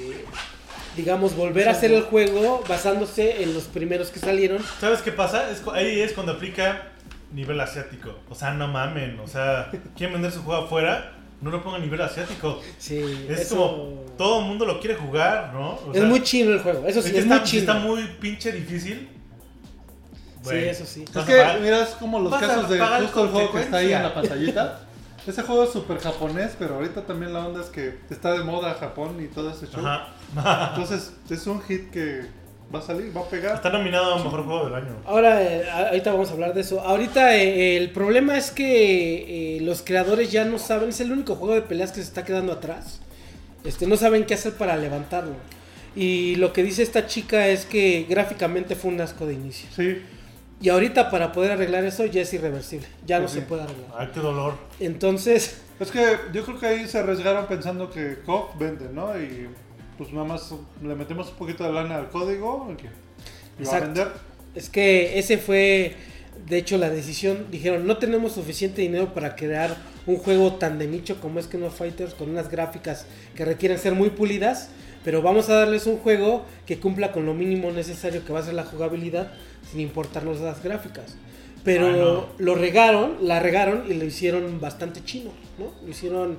Speaker 3: digamos, volver a hacer el juego basándose en los primeros que salieron.
Speaker 1: ¿Sabes qué pasa? Es cu- ahí es cuando aplica nivel asiático. O sea, no mamen. O sea, quieren vender su juego afuera, no lo pongan nivel asiático.
Speaker 3: Sí,
Speaker 1: Es
Speaker 3: eso-
Speaker 1: como todo el mundo lo quiere jugar, ¿no? O sea,
Speaker 3: es muy chino el juego. Eso
Speaker 1: si
Speaker 3: sí,
Speaker 1: está,
Speaker 3: es muy
Speaker 1: si
Speaker 3: chino.
Speaker 1: está muy pinche difícil. güey,
Speaker 3: eso sí.
Speaker 1: vas
Speaker 2: Es
Speaker 1: a
Speaker 2: que,
Speaker 1: pagar.
Speaker 2: mira, es como los
Speaker 1: Vas a
Speaker 2: casos de
Speaker 1: pagar
Speaker 2: justo el juego que está ahí en la
Speaker 1: consecuencia.
Speaker 2: pantallita. Ese juego es súper japonés, pero ahorita también la onda es que está de moda Japón y todo ese show.
Speaker 1: Ajá.
Speaker 2: Entonces, es un hit que va a salir, va a pegar.
Speaker 1: Está nominado a mejor juego del año.
Speaker 3: Ahora, eh, a- ahorita vamos a hablar de eso. Ahorita eh, el problema es que eh, los creadores ya no saben, es el único juego de peleas que se está quedando atrás. Este, no saben qué hacer para levantarlo. Y lo que dice esta chica es que gráficamente fue un asco de inicio.
Speaker 2: Sí,
Speaker 3: Y ahorita para poder arreglar eso ya es irreversible. Ya no
Speaker 2: Pues
Speaker 3: se
Speaker 2: sí.
Speaker 3: puede arreglar.
Speaker 1: Ay, qué dolor.
Speaker 3: Entonces,
Speaker 2: es que yo creo que ahí se arriesgaron pensando que COP vende, ¿no? Y pues nada más le metemos un poquito de lana al código y que- y va a
Speaker 3: Exacto.
Speaker 2: vender.
Speaker 3: es que ese fue, de hecho, la decisión. Dijeron, no tenemos suficiente dinero para crear un juego tan de nicho como es Kino Fighters, con unas gráficas que requieren ser muy pulidas, pero vamos a darles un juego que cumpla con lo mínimo necesario que va a ser la jugabilidad, sin importarnos las gráficas. Pero
Speaker 1: Ay, no.
Speaker 3: lo regaron, la regaron y lo hicieron bastante chino, ¿no? Lo hicieron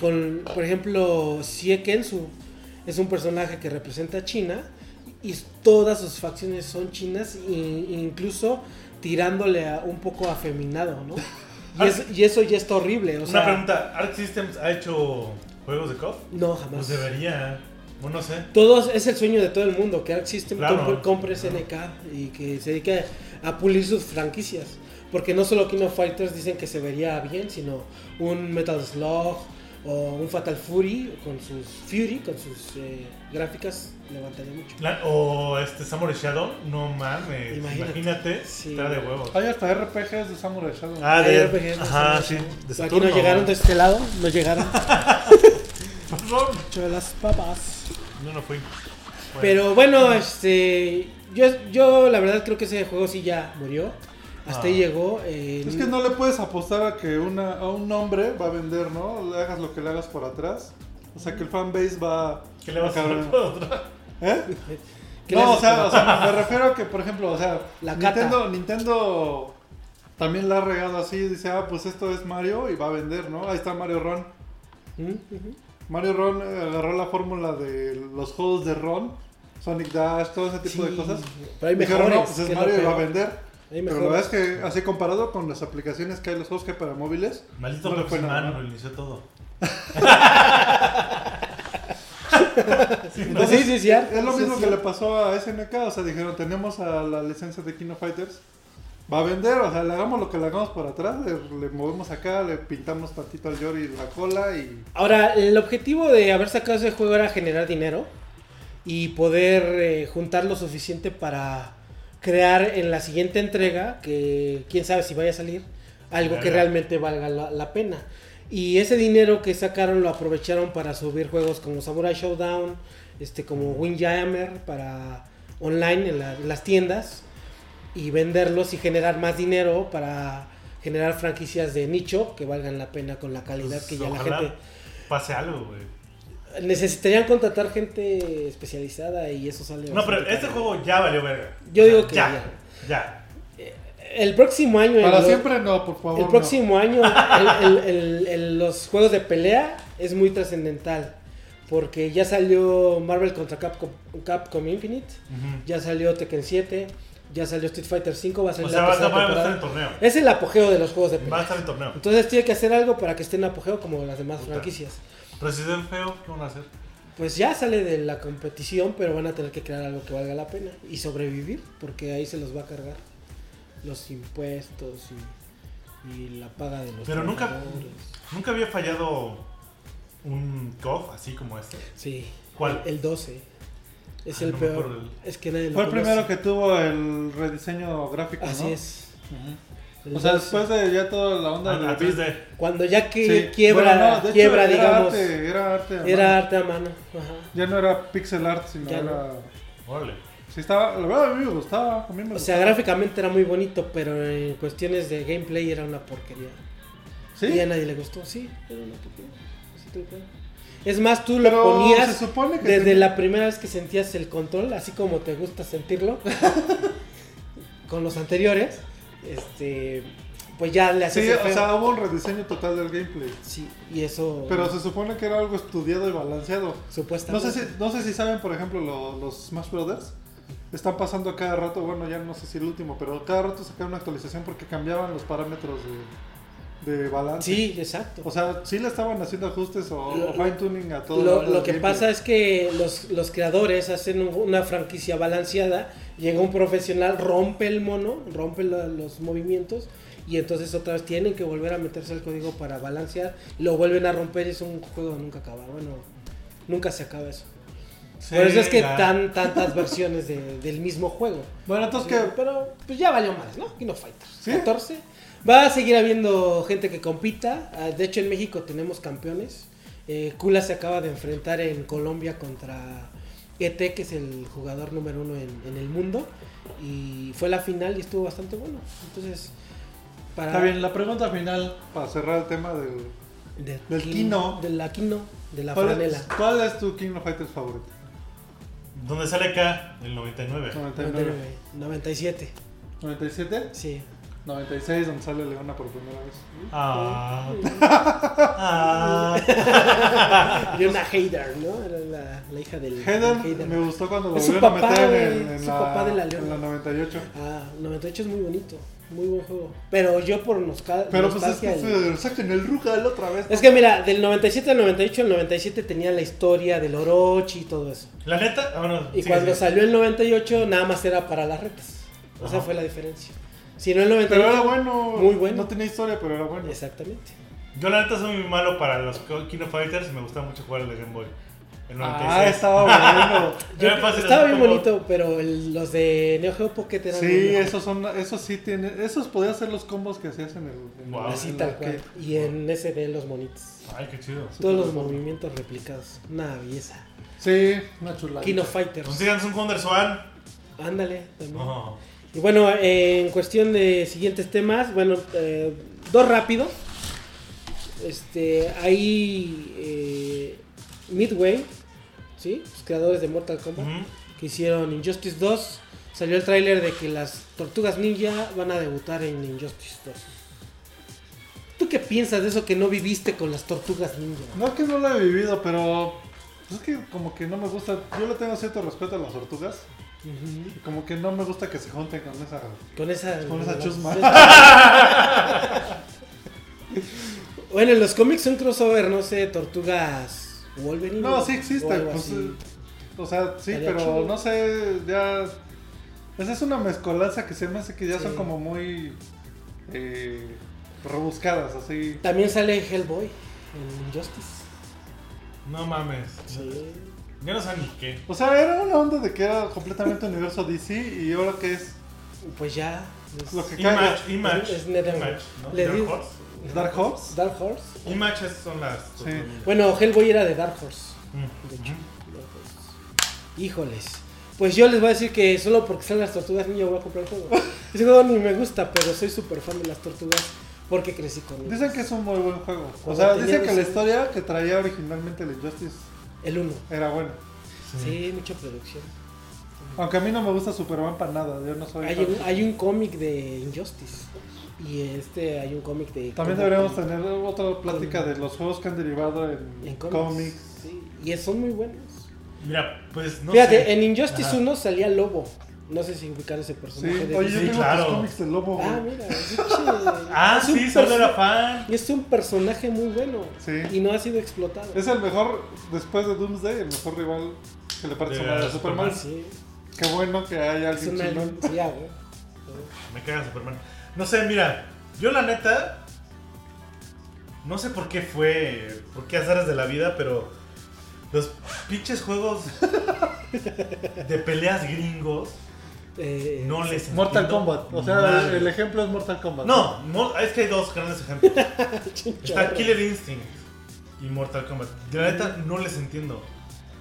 Speaker 3: con, por ejemplo, Sie Kensu. Es un personaje que representa a China y todas sus facciones son chinas, e incluso tirándole a- un poco afeminado, ¿no? Y, es- y eso ya está horrible, o
Speaker 1: Una
Speaker 3: sea,
Speaker 1: pregunta: ¿Arc Systems ha hecho juegos de KOF?
Speaker 3: No, jamás.
Speaker 1: Pues debería. O no sé.
Speaker 3: Todos, es el sueño de todo el mundo, que Arc System
Speaker 1: Claro.
Speaker 3: compre, compre SNK y que se dedique a pulir sus franquicias. Porque no solo King of Fighters dicen que se vería bien, sino un Metal Slug o un Fatal Fury con sus Fury, con sus eh, gráficas, levantaría mucho.
Speaker 1: La- o este Samurai Shadow, no mames.
Speaker 3: Imagínate.
Speaker 1: Imagínate,
Speaker 3: Sí.
Speaker 1: está de huevos.
Speaker 2: Hay hasta RPGs de Samurai Shadow.
Speaker 1: Ah,
Speaker 3: Hay
Speaker 1: de,
Speaker 3: RPGs de
Speaker 1: ajá, sí. de
Speaker 3: Samurai Pero aquí
Speaker 1: Saturno.
Speaker 3: no llegaron de este lado, no llegaron.
Speaker 1: Perdón,
Speaker 3: Mucho de las papas.
Speaker 1: Yo no fui. Bueno.
Speaker 3: Pero bueno, este. Yo, yo la verdad creo que ese juego sí ya murió. Hasta ahí
Speaker 1: Ah.
Speaker 3: llegó. eh,
Speaker 2: Es que no le puedes apostar a que una, a un hombre va a vender, ¿no? Le hagas lo que le hagas por atrás. O sea, que el fanbase va...
Speaker 1: ¿Qué le vas a
Speaker 2: cabrón.
Speaker 1: hacer por otra?
Speaker 2: ¿Eh?
Speaker 3: ¿qué le
Speaker 2: No, o
Speaker 3: haces
Speaker 2: sea,
Speaker 3: con-
Speaker 2: o sea, me refiero a que, por ejemplo, o sea,
Speaker 3: La cata.
Speaker 2: Nintendo, Nintendo también la ha regado así. Dice, ah, pues esto es Mario y va a vender, ¿no? Ahí está Mario Ron.
Speaker 3: ¿Mm? Ujú.
Speaker 2: Mario Ron eh, agarró la fórmula de los juegos de Ron, Sonic Dash, todo ese tipo
Speaker 3: Sí,
Speaker 2: de cosas.
Speaker 3: pero hay
Speaker 2: Dijeron,
Speaker 3: mejores,
Speaker 2: no, pues
Speaker 3: que
Speaker 2: es
Speaker 3: es lo
Speaker 2: Mario y va a
Speaker 3: peor".
Speaker 2: vender.
Speaker 3: Ahí
Speaker 2: Pero
Speaker 3: mejor.
Speaker 2: la verdad es que, así comparado con las aplicaciones que hay, los juegos que hay para móviles,
Speaker 1: Maldito
Speaker 2: No le fue nada
Speaker 1: Roximán
Speaker 2: mal.
Speaker 1: lo inició todo.
Speaker 3: Sí, sí, sí. ya.
Speaker 2: es lo
Speaker 3: Sí,
Speaker 2: mismo
Speaker 3: sí.
Speaker 2: que le pasó a SNK. O sea, dijeron, tenemos a la licencia de Kino Fighters. Va a vender, o sea, le hagamos lo que le hagamos por atrás, le, le movemos acá, le pintamos tantito al Yori la cola y...
Speaker 3: Ahora, el objetivo de haber sacado ese juego era generar dinero y poder eh, juntar lo suficiente para crear en la siguiente entrega, que quién sabe si vaya a salir, algo que
Speaker 1: Verga.
Speaker 3: realmente valga la, la pena. Y ese dinero que sacaron lo aprovecharon para subir juegos como Samurai Showdown, este, como Windjammer para online en, la- en las tiendas y venderlos y generar más dinero para generar franquicias de nicho que valgan la pena con la calidad que ya la
Speaker 1: Pues, Ojalá
Speaker 3: gente
Speaker 1: Pase algo, güey.
Speaker 3: Necesitarían contratar gente especializada y eso sale.
Speaker 1: No, pero
Speaker 3: bastante
Speaker 1: este
Speaker 3: caro.
Speaker 1: juego ya valió verga.
Speaker 3: Yo
Speaker 1: O sea,
Speaker 3: digo que
Speaker 1: ya. Ya.
Speaker 3: El próximo año.
Speaker 2: Para
Speaker 3: el,
Speaker 2: siempre no, por favor.
Speaker 3: El
Speaker 2: no.
Speaker 3: próximo año, el- el- el- el- los juegos de pelea es muy trascendental. Porque ya salió Marvel contra Capcom, Capcom Infinite,
Speaker 1: Ujú.
Speaker 3: ya salió Tekken 7, ya salió Street Fighter 5, va a ser
Speaker 1: O
Speaker 3: la
Speaker 1: sea, va a
Speaker 3: tercera
Speaker 1: estar- va a estar
Speaker 3: temporada.
Speaker 1: en torneo.
Speaker 3: Es el apogeo de los juegos de
Speaker 1: Va a
Speaker 3: pelea.
Speaker 1: estar en torneo.
Speaker 3: Entonces tiene que hacer algo para que esté en apogeo como las demás
Speaker 1: Puta.
Speaker 3: franquicias.
Speaker 1: Pero si es el feo, ¿qué van a hacer?
Speaker 3: Pues ya sale de la competición, pero van a tener que crear algo que valga la pena y sobrevivir, porque ahí se los va a cargar los impuestos y, y la paga de los
Speaker 1: Pero nunca-
Speaker 3: trabajadores.
Speaker 1: Nunca había fallado un KOF así como este.
Speaker 3: Sí.
Speaker 1: ¿Cuál?
Speaker 3: El 12. Es
Speaker 1: Ah,
Speaker 3: el
Speaker 1: no me
Speaker 3: peor.
Speaker 1: acuerdo
Speaker 3: Es que nadie lo
Speaker 2: Fue el
Speaker 3: conoce.
Speaker 2: primero que tuvo el rediseño gráfico,
Speaker 3: Así
Speaker 2: ¿no?
Speaker 3: es. El
Speaker 2: O sea,
Speaker 3: 12.
Speaker 2: después de ya toda la onda de...
Speaker 1: A- a 3D.
Speaker 3: Cuando ya que
Speaker 2: Sí.
Speaker 3: quiebra,
Speaker 2: Bueno, no, de hecho,
Speaker 3: quiebra
Speaker 2: era
Speaker 3: digamos,
Speaker 2: Arte, era arte. a
Speaker 3: era
Speaker 2: mano.
Speaker 3: arte a mano. Ajá.
Speaker 2: Ya no era pixel art, sino
Speaker 3: Ya no.
Speaker 2: era...
Speaker 1: Órale.
Speaker 2: Sí estaba... La verdad, a mí me gustaba. A mí me
Speaker 3: O sea,
Speaker 2: gustaba.
Speaker 3: gráficamente era muy bonito, pero en cuestiones de gameplay era una porquería.
Speaker 2: ¿Sí?
Speaker 3: Y a nadie le gustó, sí, era una porquería. Así tal cual. Es más, tú lo
Speaker 2: Pero
Speaker 3: ponías
Speaker 2: se supone que
Speaker 3: desde
Speaker 2: tenía-
Speaker 3: la primera vez que sentías el control, así como te gusta sentirlo, con los anteriores, este, pues ya le
Speaker 2: Sí,
Speaker 3: hacías el
Speaker 2: o
Speaker 3: feo.
Speaker 2: sea, hubo un rediseño total del gameplay.
Speaker 3: Sí, y eso
Speaker 2: Pero se supone que era algo estudiado y balanceado. No
Speaker 3: supuestamente.
Speaker 2: sé si, no sé si saben, por ejemplo, lo- los Smash Brothers. Están pasando a cada rato, bueno, ya no sé si el último, pero cada rato sacaban una actualización porque cambiaban los parámetros de, de balance.
Speaker 3: Sí, exacto.
Speaker 2: O sea, sí le estaban haciendo ajustes o,
Speaker 3: Lo-
Speaker 2: o fine tuning a todo.
Speaker 3: Lo, lo que pasa es que los, los creadores hacen un- una franquicia balanceada, llega un profesional, rompe el mono, rompe la- los movimientos y entonces otra vez tienen que volver a meterse al código para balancear, lo vuelven a romper y es un juego de nunca acabar, bueno, nunca se acaba eso. Por eso es que
Speaker 1: ya.
Speaker 3: tan, tantas versiones de- del mismo juego.
Speaker 2: Bueno, entonces que.
Speaker 3: Pero pues ya valió más, ¿no? Kino Fighters.
Speaker 2: Sí.
Speaker 3: 14. Va a seguir habiendo gente que compita. Ah, De hecho, en México tenemos campeones. Eh, Kula se acaba de enfrentar en Colombia contra ET, que es el jugador número uno en, en el mundo. Y fue la final y estuvo bastante bueno. Entonces, para.
Speaker 2: Está bien, la pregunta final para cerrar el tema del.
Speaker 3: del
Speaker 2: Del
Speaker 3: Kin-
Speaker 2: Kino.
Speaker 3: De la Kino, de la
Speaker 2: ¿Cuál es,
Speaker 3: franela.
Speaker 2: cuál es tu King of Fighters favorito?
Speaker 1: Donde sale acá el 99.
Speaker 2: 99.
Speaker 3: 97,
Speaker 2: 97,
Speaker 3: sí.
Speaker 2: 96, donde sale Leona por primera vez.
Speaker 1: Ah. Ah.
Speaker 3: Y una Hader, ¿no? Era la, la hija del. del
Speaker 2: Hayden me gustó cuando lo
Speaker 3: Es su
Speaker 2: volvieron a
Speaker 3: papá,
Speaker 2: meter
Speaker 3: güey,
Speaker 2: en, en
Speaker 3: su
Speaker 2: la,
Speaker 3: papá de la
Speaker 2: en
Speaker 3: Leona.
Speaker 2: la 98.
Speaker 3: Ah, 98 es muy bonito, muy buen juego. Pero yo por nostal-
Speaker 2: Pero pues es
Speaker 3: nostalgia.
Speaker 2: que
Speaker 3: el-
Speaker 2: se- saquen el Rugal otra vez.
Speaker 3: es que mira, del 97 al 98, el 97 tenía la historia del Orochi y todo eso.
Speaker 1: La neta, ah, bueno,
Speaker 3: Y
Speaker 1: sí,
Speaker 3: cuando
Speaker 1: sí.
Speaker 3: salió el 98, nada más era para las retas. Esa
Speaker 1: Ajá.
Speaker 3: fue la diferencia. Si no el 98.
Speaker 2: Pero era bueno.
Speaker 3: Muy bueno.
Speaker 2: No tenía historia, pero era bueno.
Speaker 3: Exactamente.
Speaker 1: Yo la neta soy muy malo para los Kino Fighters y me gusta mucho jugar el de Game Boy. El 96.
Speaker 2: Ah, estaba bueno.
Speaker 1: Yo
Speaker 3: Yo-
Speaker 1: me pasé
Speaker 3: estaba
Speaker 1: los
Speaker 3: bien
Speaker 1: como-
Speaker 3: bonito, pero el- los de Neo Geo Pocket eran. muy
Speaker 2: sí,
Speaker 3: buenos.
Speaker 2: esos son, esos sí tienen, esos podían ser los combos que hacías en el. en
Speaker 1: Wow.
Speaker 2: el-
Speaker 3: Así
Speaker 2: en
Speaker 3: tal
Speaker 2: la
Speaker 3: cual.
Speaker 2: que-
Speaker 3: Y en SD los monitos.
Speaker 1: Ay, qué chido.
Speaker 3: Todos los movimientos replicados. Una belleza.
Speaker 2: Sí, una chulada.
Speaker 3: Kino Fighters.
Speaker 1: Consíganse un Wonder Swan.
Speaker 3: Ándale, también.
Speaker 1: No.
Speaker 3: Y bueno, eh, en cuestión de siguientes temas, bueno, eh, dos rápidos. Este, ahí eh, Midway, ¿sí? Los creadores de Mortal Kombat,
Speaker 1: Ujú.
Speaker 3: que hicieron Injustice 2. Salió el tráiler de que las Tortugas Ninja van a debutar en Injustice 2. ¿Tú qué piensas de eso que no viviste con las Tortugas Ninja?
Speaker 2: No es que no lo he vivido, pero pues, es que como que no me gusta. Yo le tengo cierto respeto a las tortugas.
Speaker 3: Ujú.
Speaker 2: Como que no me gusta que se junten con esa.
Speaker 3: Con esa.
Speaker 2: Con esa chusma.
Speaker 3: Bueno, en los cómics un crossover, no sé, tortugas Wolverine.
Speaker 2: No,
Speaker 3: o-
Speaker 2: sí
Speaker 3: o
Speaker 2: existe.
Speaker 3: algo
Speaker 2: Pues,
Speaker 3: así.
Speaker 2: eh, o sea, sí,
Speaker 3: Estaría
Speaker 2: pero
Speaker 3: chido.
Speaker 2: no sé, ya. Esa es una mezcolanza que se me hace que ya son
Speaker 3: Sí.
Speaker 2: como muy. eh, rebuscadas, así.
Speaker 3: También sale Hellboy en Injustice.
Speaker 1: No mames.
Speaker 3: Sí.
Speaker 1: Ya no saben ni qué.
Speaker 2: O sea, era una onda de que era completamente universo DC y ahora que es
Speaker 3: Pues ya. es-
Speaker 2: lo que caiga.
Speaker 1: Image, Image.
Speaker 3: Es neta,
Speaker 1: Image, ¿no?
Speaker 3: le
Speaker 1: Dark
Speaker 3: digo-
Speaker 1: Horse.
Speaker 2: Dark Horse.
Speaker 3: Dark Horse.
Speaker 1: Image esas son las.
Speaker 2: Sí.
Speaker 3: Bueno, Hellboy era de Dark Horse.
Speaker 1: Mm.
Speaker 3: De hecho. Dark Horse. Híjoles. Pues yo les voy a decir que solo porque salen las tortugas niño voy a comprar el juego. Ese juego ni me gusta, pero soy súper fan de las tortugas porque crecí con ellas.
Speaker 2: Dicen que es un muy buen juego. O
Speaker 3: Cuando
Speaker 2: sea,
Speaker 3: tenía
Speaker 2: dicen que la
Speaker 3: 18.
Speaker 2: historia que traía originalmente el Injustice
Speaker 3: El 1.
Speaker 2: era buena.
Speaker 3: Sí. mucha producción.
Speaker 2: Aunque a mí no me gusta Superman para nada, yo no soy.
Speaker 3: Hay
Speaker 2: fan.
Speaker 3: un, hay un cómic de Injustice. Y este hay un cómic de.
Speaker 2: También deberíamos tener otra plática de los juegos que han derivado en,
Speaker 3: En cómics.
Speaker 2: cómics.
Speaker 3: Sí, y son muy buenos.
Speaker 1: Mira, pues no
Speaker 3: Fíjate,
Speaker 1: sé.
Speaker 3: en Injustice
Speaker 1: Ajá.
Speaker 3: 1 salía Lobo. No sé si ubicar ese
Speaker 2: Sí,
Speaker 3: personaje de
Speaker 2: oye, yo
Speaker 3: Disney.
Speaker 2: tengo
Speaker 1: claro.
Speaker 2: los cómics del lobo, güey.
Speaker 3: Ah, mira, es un che-
Speaker 1: Ah,
Speaker 3: es un
Speaker 1: sí, solo
Speaker 3: perso-
Speaker 1: era fan.
Speaker 3: Y es un personaje muy bueno.
Speaker 2: Sí.
Speaker 3: Y no ha sido explotado.
Speaker 2: Es el mejor, después de Doomsday, el mejor rival que le parte
Speaker 1: De
Speaker 2: su madre a Superman.
Speaker 1: Superman.
Speaker 3: Sí,
Speaker 2: Qué bueno que haya
Speaker 3: es
Speaker 2: alguien
Speaker 3: una
Speaker 2: chingón.
Speaker 3: sí, ah, güey.
Speaker 1: Me caga Superman. No sé, mira, yo la neta. No sé por qué fue. Por qué azares de la vida, pero. Los pinches juegos. de peleas gringos.
Speaker 3: Eh,
Speaker 1: No les.
Speaker 2: Mortal
Speaker 1: entiendo
Speaker 2: Kombat. O sea,
Speaker 1: nada.
Speaker 2: el ejemplo es Mortal Kombat.
Speaker 1: No, mo- es que hay dos grandes ejemplos. Está
Speaker 3: chicharra.
Speaker 1: Killer Instinct y Mortal Kombat. De la neta, no les entiendo.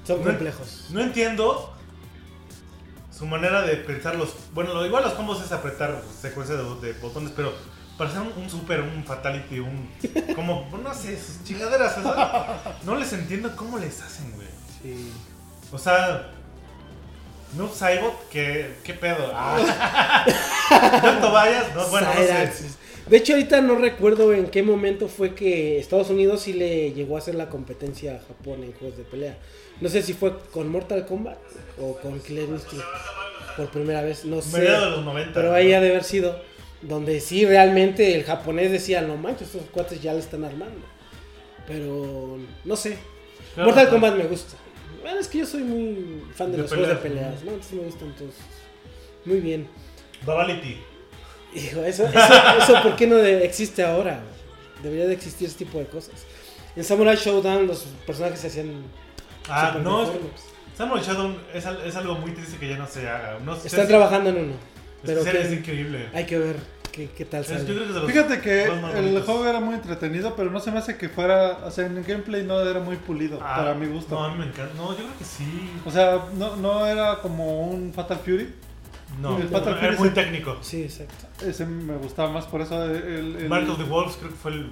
Speaker 3: Son
Speaker 1: No-
Speaker 3: complejos.
Speaker 1: No entiendo su manera de pensar los. Bueno, lo- igual los combos es apretar secuencia de, de botones, pero para hacer un, un super, un fatality, un. Como, no sé, sus chingaderas. o sea, no les entiendo cómo les hacen, güey.
Speaker 3: Sí.
Speaker 1: O sea. Noob Saibot, ¿qué, qué pedo? Ah. John Tobias, no, bueno, no sé.
Speaker 3: Cyrax. De hecho, ahorita no recuerdo en qué momento fue que Estados Unidos sí le llegó a hacer la competencia a Japón en juegos de pelea. No sé si fue con Mortal Kombat o con Killer Instinct por primera vez, no sé.
Speaker 1: Mediados de los 90.
Speaker 3: Pero ahí ha de haber sido donde sí realmente el japonés decía, no manches, estos cuates ya le están armando. Pero no sé.
Speaker 1: Claro,
Speaker 3: Mortal
Speaker 1: claro.
Speaker 3: Kombat me gusta. Bueno, es que yo soy muy fan de,
Speaker 1: De
Speaker 3: los juegos de
Speaker 1: peleas,
Speaker 3: peleas, ¿no? Entonces me gustan todos. Muy bien.
Speaker 1: Duality.
Speaker 3: Hijo, eso, eso, eso ¿por qué no de- existe ahora? Debería de existir ese tipo de cosas. En Samurai Showdown los personajes se hacían...
Speaker 1: Ah,
Speaker 3: súper
Speaker 1: no,
Speaker 3: deformes.
Speaker 1: Samurai Shodown es, al- es algo muy triste que ya no se haga. No sé,
Speaker 3: Están
Speaker 1: es-
Speaker 3: trabajando en uno.
Speaker 1: es que
Speaker 3: Pero
Speaker 1: sería- es
Speaker 3: que-
Speaker 1: increíble.
Speaker 3: hay que ver qué, qué tal
Speaker 1: Es- yo creo
Speaker 3: sale.
Speaker 1: que es de los
Speaker 2: Fíjate que
Speaker 1: juegos más
Speaker 2: el
Speaker 1: bonitos.
Speaker 2: juego era muy entretenido, pero no se me hace que fuera. O sea, en el gameplay no era muy pulido,
Speaker 1: Ah,
Speaker 2: para mi gusto.
Speaker 1: No, a mí me encanta. No, yo creo que sí.
Speaker 2: O sea, no, no era como un Fatal Fury.
Speaker 1: No,
Speaker 2: El Fatal
Speaker 1: era
Speaker 2: Fury
Speaker 1: muy
Speaker 2: se-
Speaker 1: técnico.
Speaker 3: Sí, exacto.
Speaker 2: Ese me gustaba más, por eso el. el-
Speaker 1: Mark of the Wolves creo que fue el.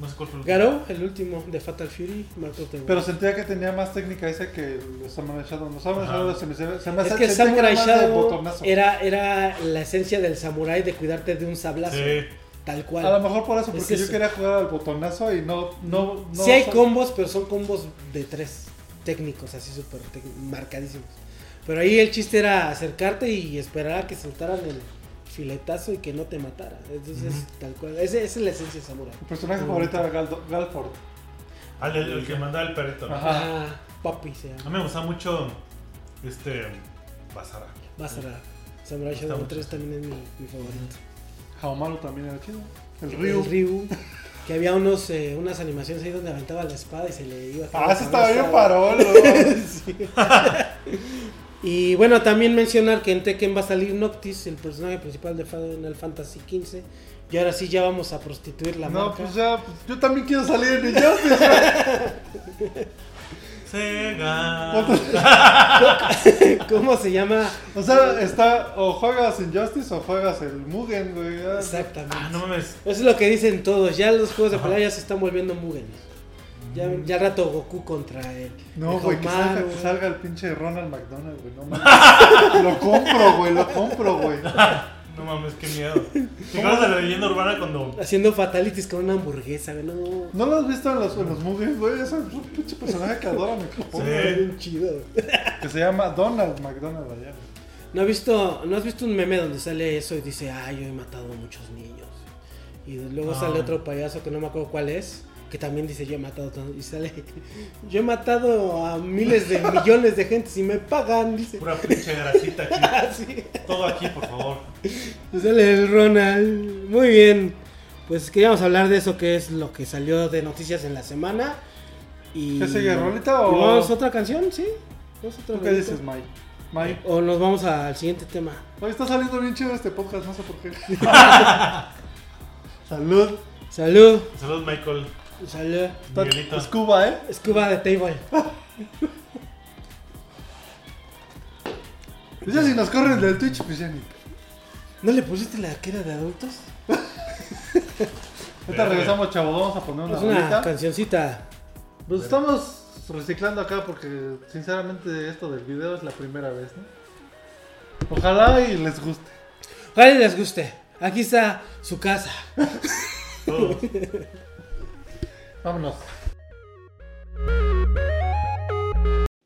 Speaker 1: No sé cuál fue el.
Speaker 3: Garou, el último de Fatal Fury, Marco Teo.
Speaker 2: Pero sentía que tenía más técnica ese que el Samurai Shadow. No, Samurai
Speaker 1: Ajá.
Speaker 2: Shadow se me, se, se me
Speaker 3: es
Speaker 2: hace-
Speaker 3: que
Speaker 2: sentía
Speaker 3: Samurai
Speaker 2: era más de
Speaker 3: Shadow
Speaker 2: botonazo.
Speaker 3: era, era la esencia del samurái de cuidarte de un sablazo.
Speaker 1: Sí.
Speaker 3: Tal cual.
Speaker 2: A lo mejor por eso,
Speaker 3: Es
Speaker 2: porque yo
Speaker 3: eso.
Speaker 2: quería jugar al botonazo y no. no, no
Speaker 3: sí hay
Speaker 2: so-
Speaker 3: combos, pero son combos de tres técnicos, así súper tec- marcadísimos. Pero ahí el chiste era acercarte y esperar a que soltaran el filetazo y que no te matara. Entonces, tal cual. Ese- Esa es la esencia de Samurai.
Speaker 2: Mi personaje
Speaker 3: Mm.
Speaker 2: favorito era Galdo- Galford.
Speaker 1: Al el, el que mandaba el perrito. ¿no?
Speaker 2: Ajá.
Speaker 3: Ah, Papi se
Speaker 1: A
Speaker 3: llama.
Speaker 1: mí me gustaba mucho. Este. Basara.
Speaker 3: Basara. Samurai
Speaker 1: Está
Speaker 3: Shadow
Speaker 1: mucho.
Speaker 3: 3 también es mi, mi favorito.
Speaker 2: Haomaru también era chido. El
Speaker 3: El
Speaker 2: Ryu.
Speaker 3: Ryu, Que había unos, eh, unas animaciones ahí donde aventaba la espada y se le iba a caer
Speaker 2: Ah,
Speaker 3: la
Speaker 2: ese estaba
Speaker 3: cabeza.
Speaker 2: bien parol.
Speaker 3: Y bueno, también mencionar que en Tekken va a salir Noctis, el personaje principal de Final Fantasy XV. Y ahora sí ya vamos a prostituir la
Speaker 2: No,
Speaker 3: marca.
Speaker 2: pues ya, pues, yo también quiero salir en Injustice. güey.
Speaker 1: Sega.
Speaker 2: eh,
Speaker 3: ¿Cómo se llama?
Speaker 2: O sea, está o juegas Injustice o juegas el Mugen, güey. ya.
Speaker 3: Exactamente.
Speaker 1: Ah, no mames.
Speaker 3: Eso es lo que dicen todos. Ya los juegos de pelea ya se están volviendo Mugen. Ya, ya al rato Goku contra él.
Speaker 2: No, güey, que salga, que salga el pinche Ronald McDonald, güey. No mames. lo compro, güey, lo compro, güey.
Speaker 1: No mames, qué miedo. ¿Te acuerdas de la leyenda urbana cuando
Speaker 3: Haciendo fatalities con una hamburguesa, güey. No,
Speaker 2: ¿No lo has visto en los, en los movies, güey? Es un pinche personaje que adora Microsoft.
Speaker 1: Sí.
Speaker 3: está bien chido.
Speaker 2: Que se llama Donald McDonald allá.
Speaker 3: ¿No has, visto, ¿No has visto un meme donde sale eso y dice, ah, yo he matado a muchos niños? Y luego
Speaker 1: Ah.
Speaker 3: sale otro payaso que no me acuerdo cuál es, que también dice, yo he matado tan-". Y sale, yo he matado a miles de millones de gente si me pagan, dice.
Speaker 1: pura pinche grasita aquí?
Speaker 3: Así.
Speaker 1: Todo aquí, por favor.
Speaker 3: Y sale el Ronald. Muy bien. Pues queríamos hablar de eso que es lo que salió de noticias en la semana. Y...
Speaker 2: ¿Qué sigue, rolita o-
Speaker 3: ¿Y vamos a otra canción? Sí. ¿Vamos a otra
Speaker 2: ¿Tú qué
Speaker 3: rolita?
Speaker 2: dices, Mike? Mike.
Speaker 3: O nos vamos al siguiente tema.
Speaker 2: Hoy está saliendo bien chido este podcast, no sé por qué. Salud.
Speaker 3: Salud.
Speaker 1: Saludos, Michael.
Speaker 3: Salud.
Speaker 2: Está-
Speaker 1: Miguelito.
Speaker 2: Es Cuba, ¿eh?
Speaker 3: Scuba de table.
Speaker 2: Pues ya si nos corren del Twitch, pues ya ni.
Speaker 3: ¿No le pusiste la arquera de adultos?
Speaker 2: Ahorita regresamos, chavos. Vamos a poner una
Speaker 3: Es Pues una
Speaker 2: rolita.
Speaker 3: cancioncita.
Speaker 2: Pues estamos reciclando acá porque, sinceramente, esto del video es la primera vez, ¿no? Ojalá y les guste.
Speaker 3: Ojalá y les guste. Aquí está su casa.
Speaker 1: Todos.
Speaker 2: Vámonos.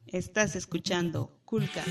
Speaker 5: Estás escuchando Culca.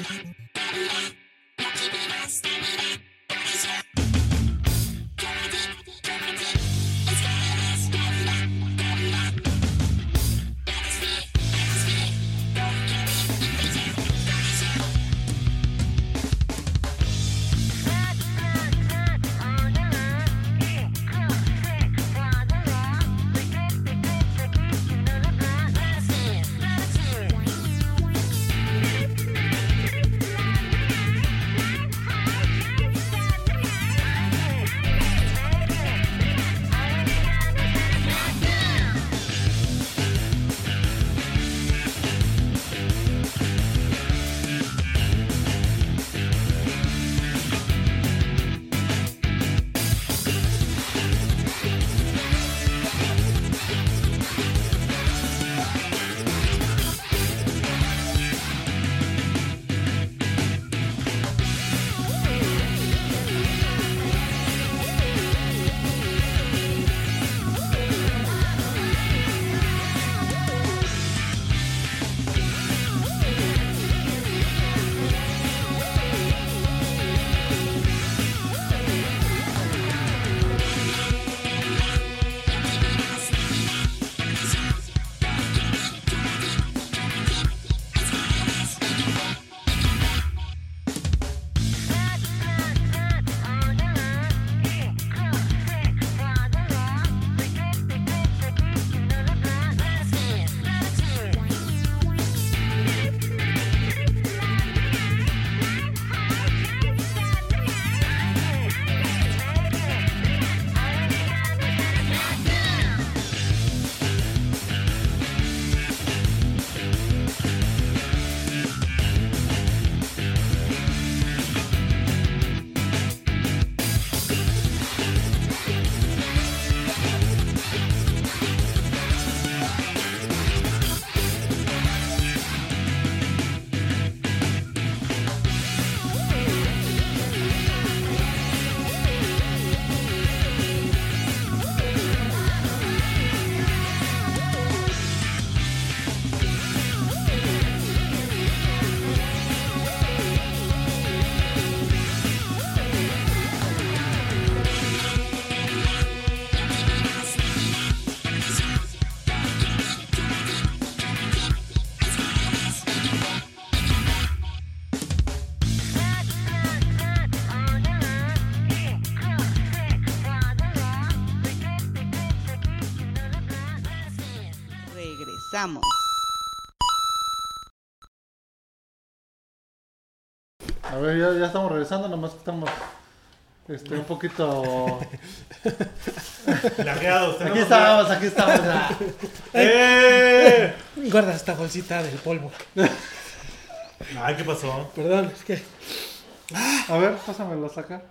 Speaker 5: Regresamos.
Speaker 2: A ver, ya, ya estamos regresando, nomás que estamos este, un poquito.
Speaker 1: Lagueados.
Speaker 2: Aquí
Speaker 1: tenemos
Speaker 2: estamos, aquí estamos. ya.
Speaker 1: lag. ¡Eh!
Speaker 3: Guarda esta bolsita del polvo.
Speaker 1: Ay, ¿qué pasó?
Speaker 3: Perdón, es que.
Speaker 2: A ver, pásamelo a sacar.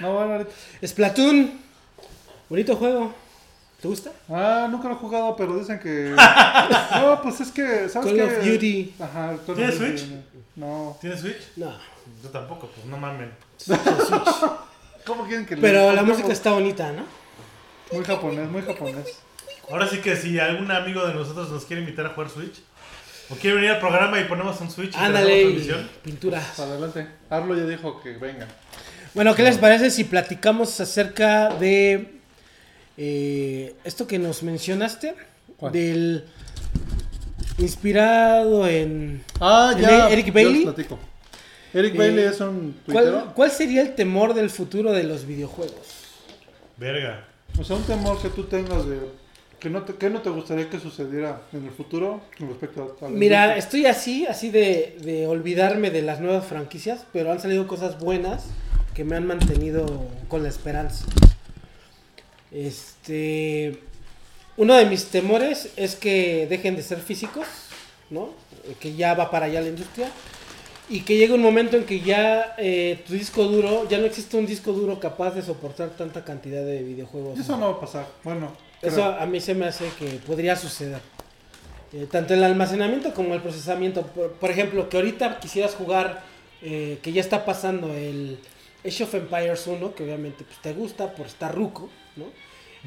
Speaker 2: No, bueno, ahorita.
Speaker 3: Splatoon. Bonito juego. ¿Te gusta?
Speaker 2: Ah, nunca lo he jugado, pero dicen que. No, pues es que. ¿sabes
Speaker 3: Call
Speaker 2: qué?
Speaker 3: of Duty.
Speaker 2: Ajá, Call of
Speaker 1: ¿Tienes
Speaker 2: Duty,
Speaker 1: Switch?
Speaker 2: No.
Speaker 1: ¿Tienes Switch?
Speaker 3: No.
Speaker 1: Yo tampoco, pues no mamen.
Speaker 2: ¿Cómo quieren que le-
Speaker 3: Pero la
Speaker 2: Muy
Speaker 3: música
Speaker 2: japo-
Speaker 3: está bonita, ¿no?
Speaker 2: Muy japonés, muy japonés.
Speaker 1: Ahora sí que si algún amigo de nosotros nos quiere invitar a jugar Switch, o quiere venir al programa y ponemos un Switch y
Speaker 3: Ándale,
Speaker 1: tenemos
Speaker 3: y
Speaker 1: transmisión.
Speaker 3: pinturas.
Speaker 2: Para adelante. Arlo ya dijo que venga.
Speaker 3: Bueno, ¿qué les parece si platicamos acerca de eh, esto que nos mencionaste?
Speaker 2: ¿Cuál?
Speaker 3: Del inspirado en...
Speaker 2: Ah,
Speaker 3: ¿El
Speaker 2: ya.
Speaker 3: de Eric
Speaker 2: ya
Speaker 3: Bailey?
Speaker 2: les platico. Eric
Speaker 3: Eh,
Speaker 2: Bailey es un tuitero.
Speaker 3: ¿Cuál, cuál sería el temor del futuro de los videojuegos?
Speaker 1: Verga.
Speaker 2: O sea, un temor que tú tengas de. Que no, te, que no te gustaría que sucediera en el futuro con respecto a. a la
Speaker 3: Mira,
Speaker 2: industria?
Speaker 3: estoy así, así de, de olvidarme de las nuevas franquicias, pero han salido cosas buenas que me han mantenido con la esperanza. Este, uno de mis temores es que dejen de ser físicos, ¿no? Que ya va para allá la industria. Y que llegue un momento en que ya eh, tu disco duro, ya no existe un disco duro capaz de soportar tanta cantidad de videojuegos.
Speaker 2: Eso no va a pasar. Bueno.
Speaker 3: Eso
Speaker 2: creo.
Speaker 3: a mí se me hace que podría suceder. Eh, tanto el almacenamiento como el procesamiento. Por, por ejemplo, que ahorita quisieras jugar, eh, que ya está pasando el Age of Empires 1, que obviamente pues, te gusta por estar ruco, ¿no?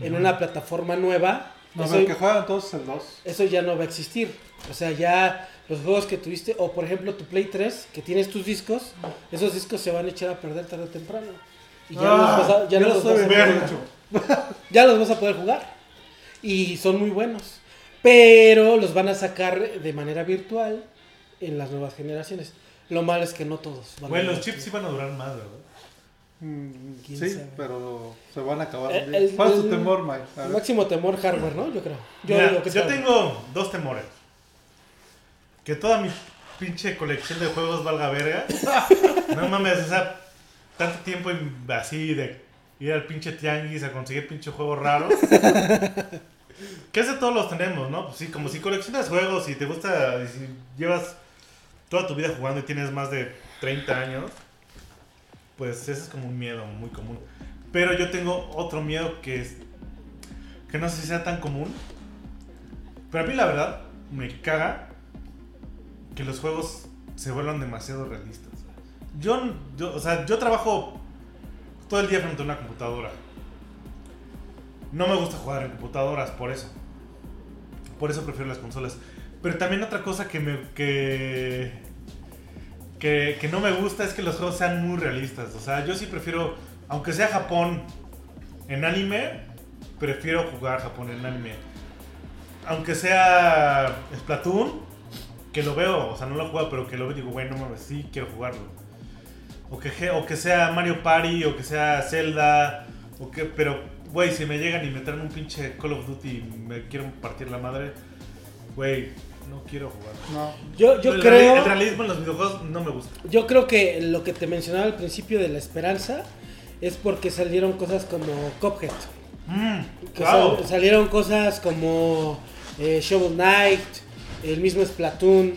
Speaker 3: En una plataforma nueva.
Speaker 2: No,
Speaker 3: eso-
Speaker 2: pero que juegan todos el 2.
Speaker 3: eso ya no va a existir. O sea, ya los juegos que tuviste, o por ejemplo tu Play 3, que tienes tus discos, esos discos se van a echar a perder tarde o temprano. Y ya, no
Speaker 2: Ah,
Speaker 3: los vas a- ya no los vas a poder
Speaker 1: vendiendo.
Speaker 3: jugar. Ya los vas a poder jugar. Y son muy buenos. Pero los van a sacar de manera virtual en las nuevas generaciones. Lo malo es que no todos. van a
Speaker 1: Güey, los
Speaker 3: llegar.
Speaker 1: chips iban a durar más, ¿verdad?
Speaker 2: Mm,
Speaker 3: ¿Quién
Speaker 2: sí,
Speaker 3: sabe?
Speaker 2: pero se van a acabar.
Speaker 3: El-
Speaker 2: El,
Speaker 3: el-
Speaker 2: ¿Cuál es tu
Speaker 3: el-
Speaker 2: temor, Mike? A
Speaker 3: El
Speaker 2: ver.
Speaker 3: máximo temor hardware, ¿no? Yo creo. Yo,
Speaker 1: Mira,
Speaker 3: digo que es
Speaker 1: yo
Speaker 3: hardware.
Speaker 1: tengo dos temores. Que toda mi pinche colección de juegos valga verga. no mames, o sea, tanto tiempo en- así de ir al pinche tianguis a conseguir pinche juegos raros. que ese todos los tenemos, ¿no? Pues sí, como si coleccionas juegos y te gusta, y si llevas toda tu vida jugando y tienes más de 30 años, pues ese es como un miedo muy común. Pero yo tengo otro miedo que es, que no sé si sea tan común, pero a mí la verdad me caga que los juegos se vuelvan demasiado realistas. Yo, yo- o sea, yo trabajo todo el día frente a una computadora. No me gusta jugar en computadoras, por eso. Por eso prefiero las consolas. Pero también otra cosa que me que, que, que no me gusta es que los juegos sean muy realistas. O sea, yo sí prefiero, aunque sea Japón en anime, prefiero jugar Japón en anime. Aunque sea Splatoon, que lo veo, o sea, no lo juego, pero que lo veo y digo, güey, no mames, sí quiero jugarlo. O que, je- o que sea Mario Party, o que sea Zelda, o que, pero, güey, si me llegan y me traen un pinche Call of Duty y me quieren partir la madre, güey, no quiero jugar.
Speaker 2: No.
Speaker 3: Yo, yo
Speaker 1: El
Speaker 3: creo.
Speaker 1: reali- El realismo en los videojuegos no me gusta.
Speaker 3: Yo creo que lo que te mencionaba al principio de la esperanza es porque salieron cosas como Cuphead.
Speaker 1: Mm,
Speaker 3: que
Speaker 1: wow.
Speaker 3: sal- salieron cosas como eh, Shovel Knight, el mismo Splatoon,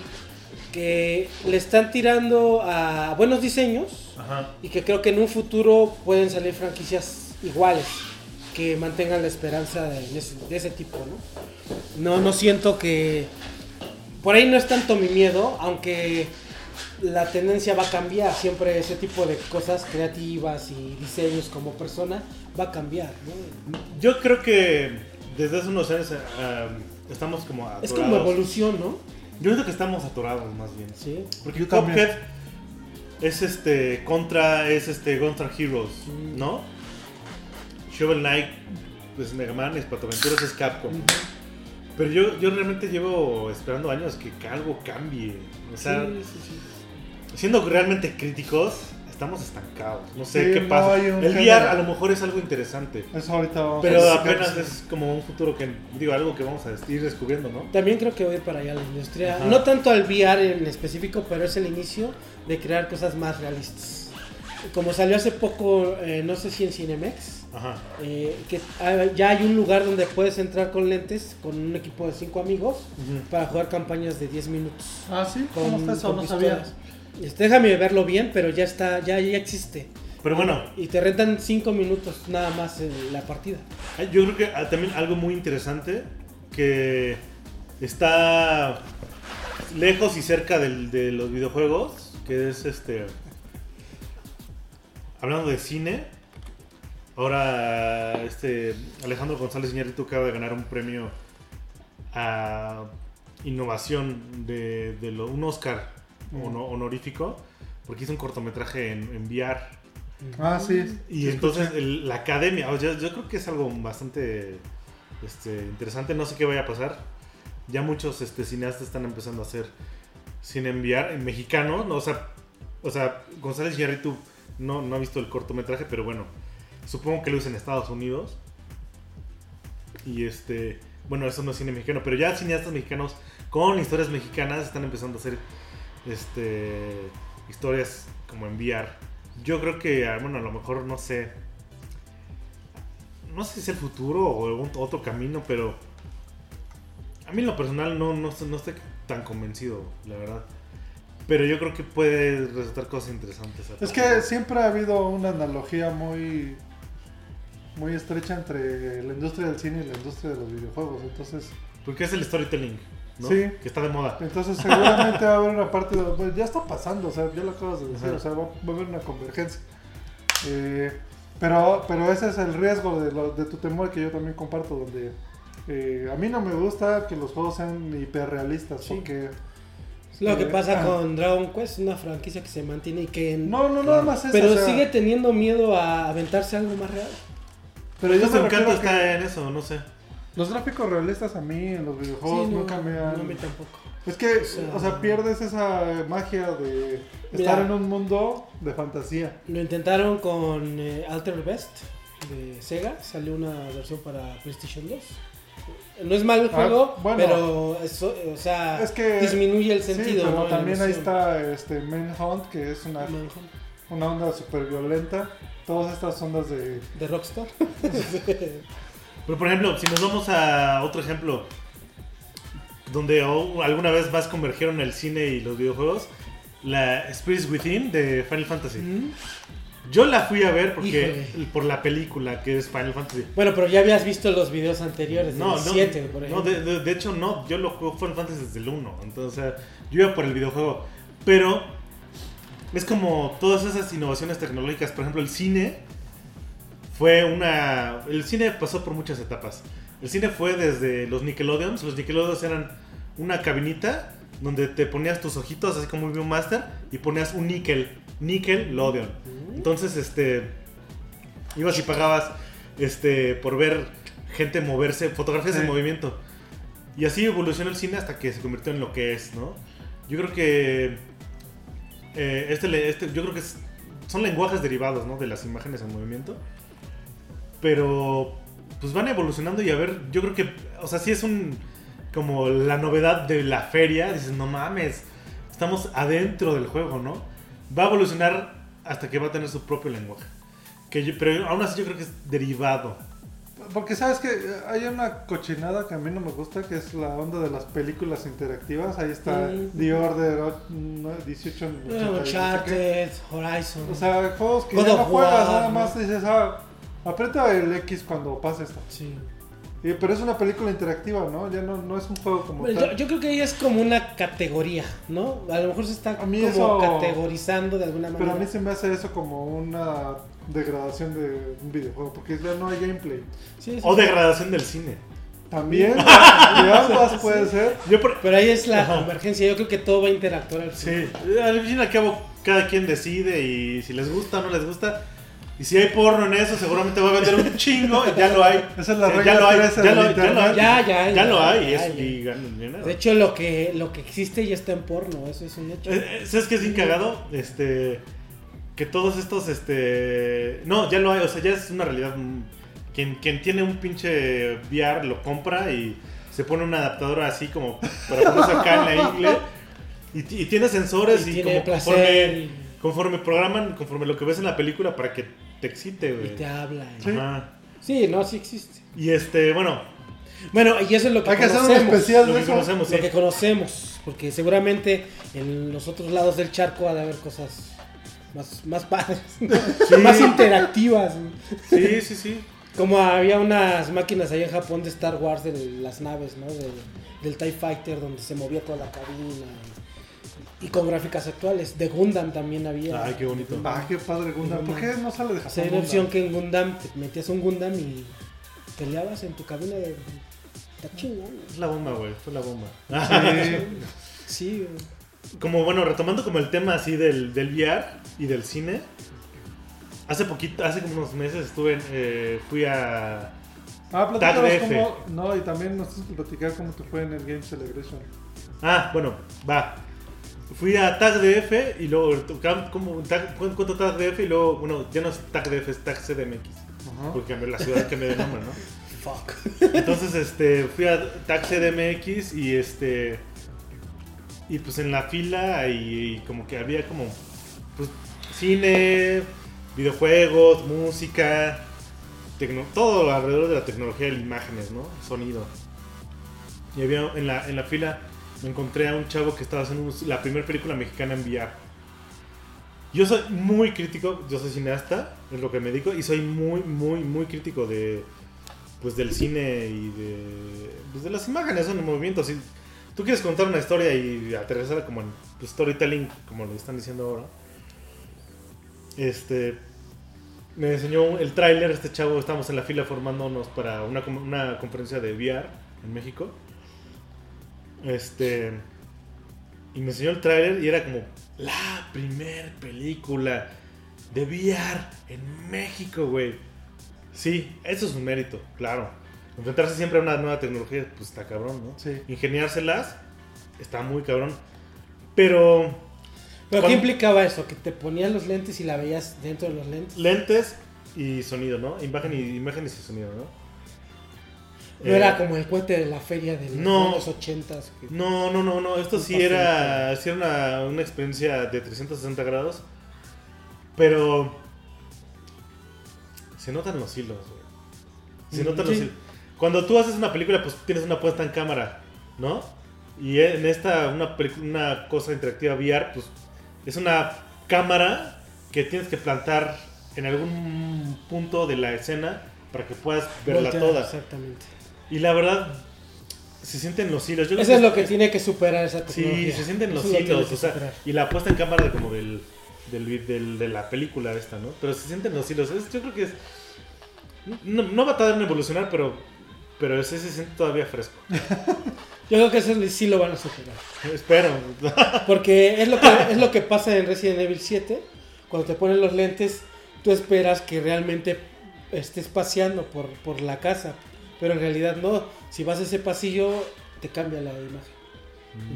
Speaker 3: que le están tirando a buenos diseños
Speaker 1: Ajá.
Speaker 3: y que creo que en un futuro pueden salir franquicias iguales que mantengan la esperanza de, de ese, de ese tipo, ¿no? No, no siento que por ahí no es tanto mi miedo, aunque la tendencia va a cambiar siempre ese tipo de cosas creativas y diseños como persona va a cambiar, ¿no?
Speaker 1: Yo creo que desde hace unos años eh, um, estamos como atorados.
Speaker 3: Es como evolución, ¿no?
Speaker 1: Yo creo que estamos atorados más bien.
Speaker 3: Sí.
Speaker 1: Porque
Speaker 2: Yo también.
Speaker 1: Cuphead es este contra es este Gunstar Heroes, ¿no? Shovel Knight pues Mega Man, es Patoaventuras es Capcom. Pero yo, yo realmente llevo esperando años que algo cambie. O sea,
Speaker 3: Sí, sí, sí.
Speaker 1: siendo realmente críticos, estamos estancados. No sé
Speaker 2: Sí,
Speaker 1: qué
Speaker 2: no
Speaker 1: pasa.
Speaker 2: hay un
Speaker 1: El VR
Speaker 2: género.
Speaker 1: a lo mejor es algo interesante.
Speaker 2: Eso ahorita vamos
Speaker 1: Pero
Speaker 2: a
Speaker 1: apenas es como un futuro que, digo, algo que vamos a ir descubriendo, ¿no?
Speaker 3: También creo que voy para allá la industria.
Speaker 1: Ajá.
Speaker 3: No tanto al VR en específico, pero es el inicio de crear cosas más realistas. Como salió hace poco, eh, no sé si en Cinemex,
Speaker 1: Ajá.
Speaker 3: eh, que ah, ya hay un lugar donde puedes entrar con lentes, con un equipo de cinco amigos,
Speaker 1: Ujú.
Speaker 3: para jugar campañas de 10 minutos.
Speaker 2: Ah, sí.
Speaker 3: Con,
Speaker 2: ¿Cómo está eso?
Speaker 3: con
Speaker 2: No sabía.
Speaker 3: pistolas. Este, déjame verlo bien, pero ya está, ya, ya existe.
Speaker 1: Pero bueno,
Speaker 3: Y te rentan 5 minutos nada más en la partida.
Speaker 1: Ay, Yo creo que ah, también algo muy interesante que está lejos y cerca del- de los videojuegos, que es este... Hablando de cine, Ahora, este Alejandro González Iñárritu acaba de ganar un premio a innovación de, de lo- un Oscar hono- honorífico, porque hizo un cortometraje en, en VR.
Speaker 2: Ah, sí.
Speaker 1: Y entonces el- la academia, o sea, yo, creo que es algo bastante este, interesante, no sé qué vaya a pasar. Ya muchos este, cineastas están empezando a hacer sin enviar en mexicanos, no, o sea, o sea, González Iñárritu no, no ha visto el cortometraje, pero bueno, supongo que lo hizo en Estados Unidos. Y este, bueno, eso no es cine mexicano, pero ya cineastas mexicanos con historias mexicanas están empezando a hacer este historias como enviar. Yo creo que, ah, bueno, a lo mejor no sé, no sé si es el futuro o algún otro camino, pero a mí en lo personal no, no, no estoy tan convencido, la verdad. Pero yo creo que puede resultar cosas interesantes.
Speaker 2: Es que siempre ha habido una analogía muy muy estrecha entre la industria del cine y la industria de los videojuegos. Entonces,
Speaker 1: Porque es el storytelling, ¿no?
Speaker 2: Sí.
Speaker 1: Que está de moda.
Speaker 2: entonces seguramente va a haber una parte de, pues, ya está pasando, o sea, ya lo acabas de decir,
Speaker 1: Ajá.
Speaker 2: o sea, va, va a haber una convergencia. Eh, pero, pero ese es el riesgo de, lo- de tu temor que yo también comparto, donde eh, a mí no me gusta que los juegos sean hiperrealistas,
Speaker 3: Sí.
Speaker 2: porque
Speaker 3: Es lo que
Speaker 2: eh,
Speaker 3: pasa
Speaker 2: ah,
Speaker 3: con Dragon Quest, una franquicia que se mantiene y que...
Speaker 2: no, no, nada más eso.
Speaker 3: pero
Speaker 2: o sea,
Speaker 3: sigue teniendo miedo a aventarse algo más real.
Speaker 2: pero yo
Speaker 1: Entonces
Speaker 2: me
Speaker 1: el
Speaker 2: refiero
Speaker 1: encanto
Speaker 2: a que-
Speaker 1: está en eso, no sé.
Speaker 2: Los gráficos realistas a mí en los videojuegos
Speaker 3: Sí, no,
Speaker 2: Pues, nunca me han...
Speaker 3: no, a mí tampoco.
Speaker 2: Es que,
Speaker 3: O sea,
Speaker 2: o sea, pierdes esa magia de
Speaker 3: Mira.
Speaker 2: estar en un mundo de fantasía.
Speaker 3: Lo intentaron con eh, Altered Best de Sega, salió una versión para PlayStation 2. No es mal el
Speaker 2: Ah,
Speaker 3: juego,
Speaker 2: bueno.
Speaker 3: pero eso, o sea,
Speaker 2: Es que-
Speaker 3: disminuye el
Speaker 2: Sí,
Speaker 3: sentido.
Speaker 2: pero
Speaker 3: ¿no? La
Speaker 2: también ahí
Speaker 3: emoción.
Speaker 2: está este Manhunt, que es una,
Speaker 3: Manhunt,
Speaker 2: una onda súper violenta. Todas estas ondas de...
Speaker 3: De Rockstar.
Speaker 1: Pero por ejemplo, si nos vamos a otro ejemplo, donde o- alguna vez más convergieron el cine y los videojuegos, la Spirits Within de Final Fantasy. Yo la fui a ver porque
Speaker 3: Híjole.
Speaker 1: por la película que es Final Fantasy.
Speaker 3: bueno, pero ya habías visto los videos anteriores,
Speaker 1: No,
Speaker 3: no,
Speaker 1: no,
Speaker 3: 7, por
Speaker 1: no
Speaker 3: ejemplo.
Speaker 1: de, de- de hecho no, yo lo juego Final Fantasy desde el 1, entonces o sea, yo iba por el videojuego, pero es como todas esas innovaciones tecnológicas, por ejemplo el cine fue una, el cine pasó por muchas etapas, el cine fue desde los Nickelodeons, los Nickelodeons eran una cabinita donde te ponías tus ojitos así como un Master y ponías un níquel, Nickelodeon, entonces este ibas y pagabas este por ver gente moverse, fotografías en
Speaker 2: Sí.
Speaker 1: movimiento. Y así evolucionó el cine hasta que se convirtió en lo que es, ¿no? Yo creo que eh, este, le- este- yo creo que es- son lenguajes derivados, ¿no? De las imágenes en movimiento. Pero pues van evolucionando y a ver, yo creo que, o sea, sí es un como la novedad de la feria, dices, no mames, estamos adentro del juego, ¿no? Va a evolucionar hasta que va a tener su propio lenguaje. Que yo- pero aún así yo creo que es derivado.
Speaker 2: Porque sabes que hay una cochinada que a mí no me gusta, que es la onda de las películas interactivas. Ahí está
Speaker 3: Mm.
Speaker 2: The Order o- no, 18...
Speaker 3: Eh,
Speaker 2: 80,
Speaker 3: Uncharted, Horizon.
Speaker 2: O sea, juegos que
Speaker 3: God
Speaker 2: ya
Speaker 3: of
Speaker 2: no juegas,
Speaker 3: War,
Speaker 2: nada
Speaker 3: ¿no?
Speaker 2: más dices, ah, aprieta el X cuando pasa esto.
Speaker 3: sí.
Speaker 2: Eh, pero es una película interactiva, ¿no? Ya no, no es un juego como
Speaker 3: Bueno, yo,
Speaker 2: tal.
Speaker 3: yo creo que ahí es como una categoría, ¿no? A lo mejor se está
Speaker 2: A mí
Speaker 3: como
Speaker 2: eso-
Speaker 3: categorizando de alguna
Speaker 2: Pero
Speaker 3: manera.
Speaker 2: a mí se me hace eso como una degradación de un videojuego, porque ya no hay gameplay.
Speaker 3: Sí, eso
Speaker 1: O
Speaker 3: sí.
Speaker 1: degradación del cine.
Speaker 2: También, de ambas puede ser.
Speaker 1: Yo por-
Speaker 3: Pero ahí es la
Speaker 1: Ajá.
Speaker 3: convergencia, yo creo que todo va a interactuar al
Speaker 1: sí,
Speaker 3: final.
Speaker 1: eh, al fin y al cabo cada quien decide y si les gusta o no les gusta. Y si hay porno en eso, seguramente va a vender un chingo. Ya lo hay.
Speaker 2: Esa es la
Speaker 1: Sí,
Speaker 2: regla
Speaker 1: ya lo hay,
Speaker 2: 13
Speaker 1: ya
Speaker 2: del
Speaker 1: lo, ya lo
Speaker 2: internet.
Speaker 1: hay.
Speaker 3: Ya, ya, ya,
Speaker 1: lo hay. y
Speaker 3: ya,
Speaker 1: es-
Speaker 3: ya.
Speaker 1: y ganan dinero.
Speaker 3: De hecho, lo que, lo que existe ya está en porno, eso es un hecho.
Speaker 1: Eh, eh, ¿Sabes qué es bien cagado? Este. Que todos estos, este. No, ya lo hay, o sea, ya es una realidad. mm, Quien, quien tiene un pinche VR lo compra y se pone un adaptador así como para ponerse acá en la ingle. Y, ti- y tiene sensores
Speaker 3: Y
Speaker 1: y,
Speaker 3: tiene
Speaker 1: como
Speaker 3: placer
Speaker 1: conforme,
Speaker 3: y-
Speaker 1: conforme programan, conforme lo que ves en la película para que te excite, güey.
Speaker 3: Y te habla. y-
Speaker 1: Ajá.
Speaker 3: Sí, no, sí existe.
Speaker 1: Y este, bueno,
Speaker 3: Bueno, y eso es lo que
Speaker 2: Hay que hacer un
Speaker 3: conocemos.
Speaker 2: especial
Speaker 1: lo
Speaker 2: de
Speaker 1: que
Speaker 2: eso.
Speaker 1: conocemos,
Speaker 3: Lo
Speaker 1: sí.
Speaker 3: que conocemos, porque seguramente en los otros lados del charco ha de haber cosas más, más padres, más interactivas.
Speaker 1: Sí, sí, sí.
Speaker 3: Como había unas máquinas allá en Japón de Star Wars, de las naves, ¿no? De- del TIE Fighter, donde se movía toda la cabina. y con gráficas actuales. De Gundam también había.
Speaker 1: Ay, qué bonito.
Speaker 2: Ah, qué padre Gundam. ¿Por qué no sale de
Speaker 3: O
Speaker 2: Japón?
Speaker 3: sea, era
Speaker 2: Gundam?
Speaker 3: opción que en Gundam te metías un Gundam y peleabas en tu cabina de. Está chingón.
Speaker 1: Es la bomba, güey. Fue la bomba.
Speaker 2: Sí.
Speaker 3: Sí, güey.
Speaker 1: Como bueno, retomando como el tema así del, del VR y del cine. Hace poquito, hace como unos meses estuve, en, eh, fui a...
Speaker 2: Ah, platícanos
Speaker 1: Tag DF.
Speaker 2: cómo. No, y también nos tienes que platicar cómo te fue en el Game Celebration.
Speaker 1: Ah, bueno, va. Fui a Tag DF y luego, tocam- como Tag- cu- cuento Tag DF y luego, bueno, ya no es Tag DF, es Tag CDMX.
Speaker 2: Ajá.
Speaker 1: Porque cambió la ciudad que me dio nombre, ¿no?
Speaker 3: Fuck.
Speaker 1: Entonces, este, fui a Taxi DMX y este. Y pues en la fila y, y como que había como. Pues cine, videojuegos, música, tecno- todo alrededor de la tecnología de las imágenes, ¿no? Sonido. Y había en la, en la fila me encontré a un chavo que estaba haciendo un- la primera película mexicana en VR. Yo soy muy crítico, yo soy cineasta, es lo que me dedico, y soy muy, muy, muy crítico de, pues del cine y de, pues de las imágenes, son el movimiento. Si tú quieres contar una historia y aterrizar como en pues, storytelling, como le están diciendo ahora, este, me enseñó el tráiler, este chavo, estamos en la fila formándonos para una, com- una conferencia de VR en México. Este, y me enseñó el tráiler y era como la primer película de VR en México, güey. Sí, eso es un mérito, claro. Enfrentarse siempre a una nueva tecnología, pues está cabrón, ¿no?
Speaker 2: Sí.
Speaker 1: Ingeniárselas, está muy cabrón. Pero
Speaker 3: ¿Pero
Speaker 1: Con-
Speaker 3: qué implicaba eso? Que te ponías los lentes y la veías dentro de los lentes.
Speaker 1: lentes y sonido, ¿no? Imagen y, imágenes y sonido, ¿no?
Speaker 3: No
Speaker 1: Eh,
Speaker 3: era como el cohete de la feria de los
Speaker 1: no.
Speaker 3: años 80. que-
Speaker 1: No, no, no, no. Esto sí era, sí era una, una experiencia de 360 grados. Pero. Se notan los hilos, güey. Se
Speaker 3: Mm,
Speaker 1: notan
Speaker 3: sí.
Speaker 1: los hilos. Cuando tú haces una película, pues tienes una puesta en cámara, ¿no? Y en esta, una, pelic- una cosa interactiva VR, pues es una cámara que tienes que plantar en algún punto de la escena para que puedas verla
Speaker 3: Voltear,
Speaker 1: toda.
Speaker 3: Exactamente.
Speaker 1: Y la verdad, se sienten los hilos. Yo creo
Speaker 3: Eso es lo que tiene que superar esa tecnología.
Speaker 1: Sí, se sienten los
Speaker 3: Eso lo tiene
Speaker 1: hilos,
Speaker 3: que
Speaker 1: o sea,
Speaker 3: superar.
Speaker 1: y la puesta en cámara de como del, del, vi- del- de la película esta, ¿no? Pero se sienten los hilos, es- yo creo que es... No, no va a tardar en evolucionar, pero, pero ese se siente todavía fresco.
Speaker 3: Yo creo que eso sí lo van a superar.
Speaker 1: Espero.
Speaker 3: Porque es lo, que, es lo que pasa en Resident Evil 7. Cuando te ponen los lentes, tú esperas que realmente estés paseando por, por la casa. Pero en realidad no. Si vas a ese pasillo, te cambia la imagen.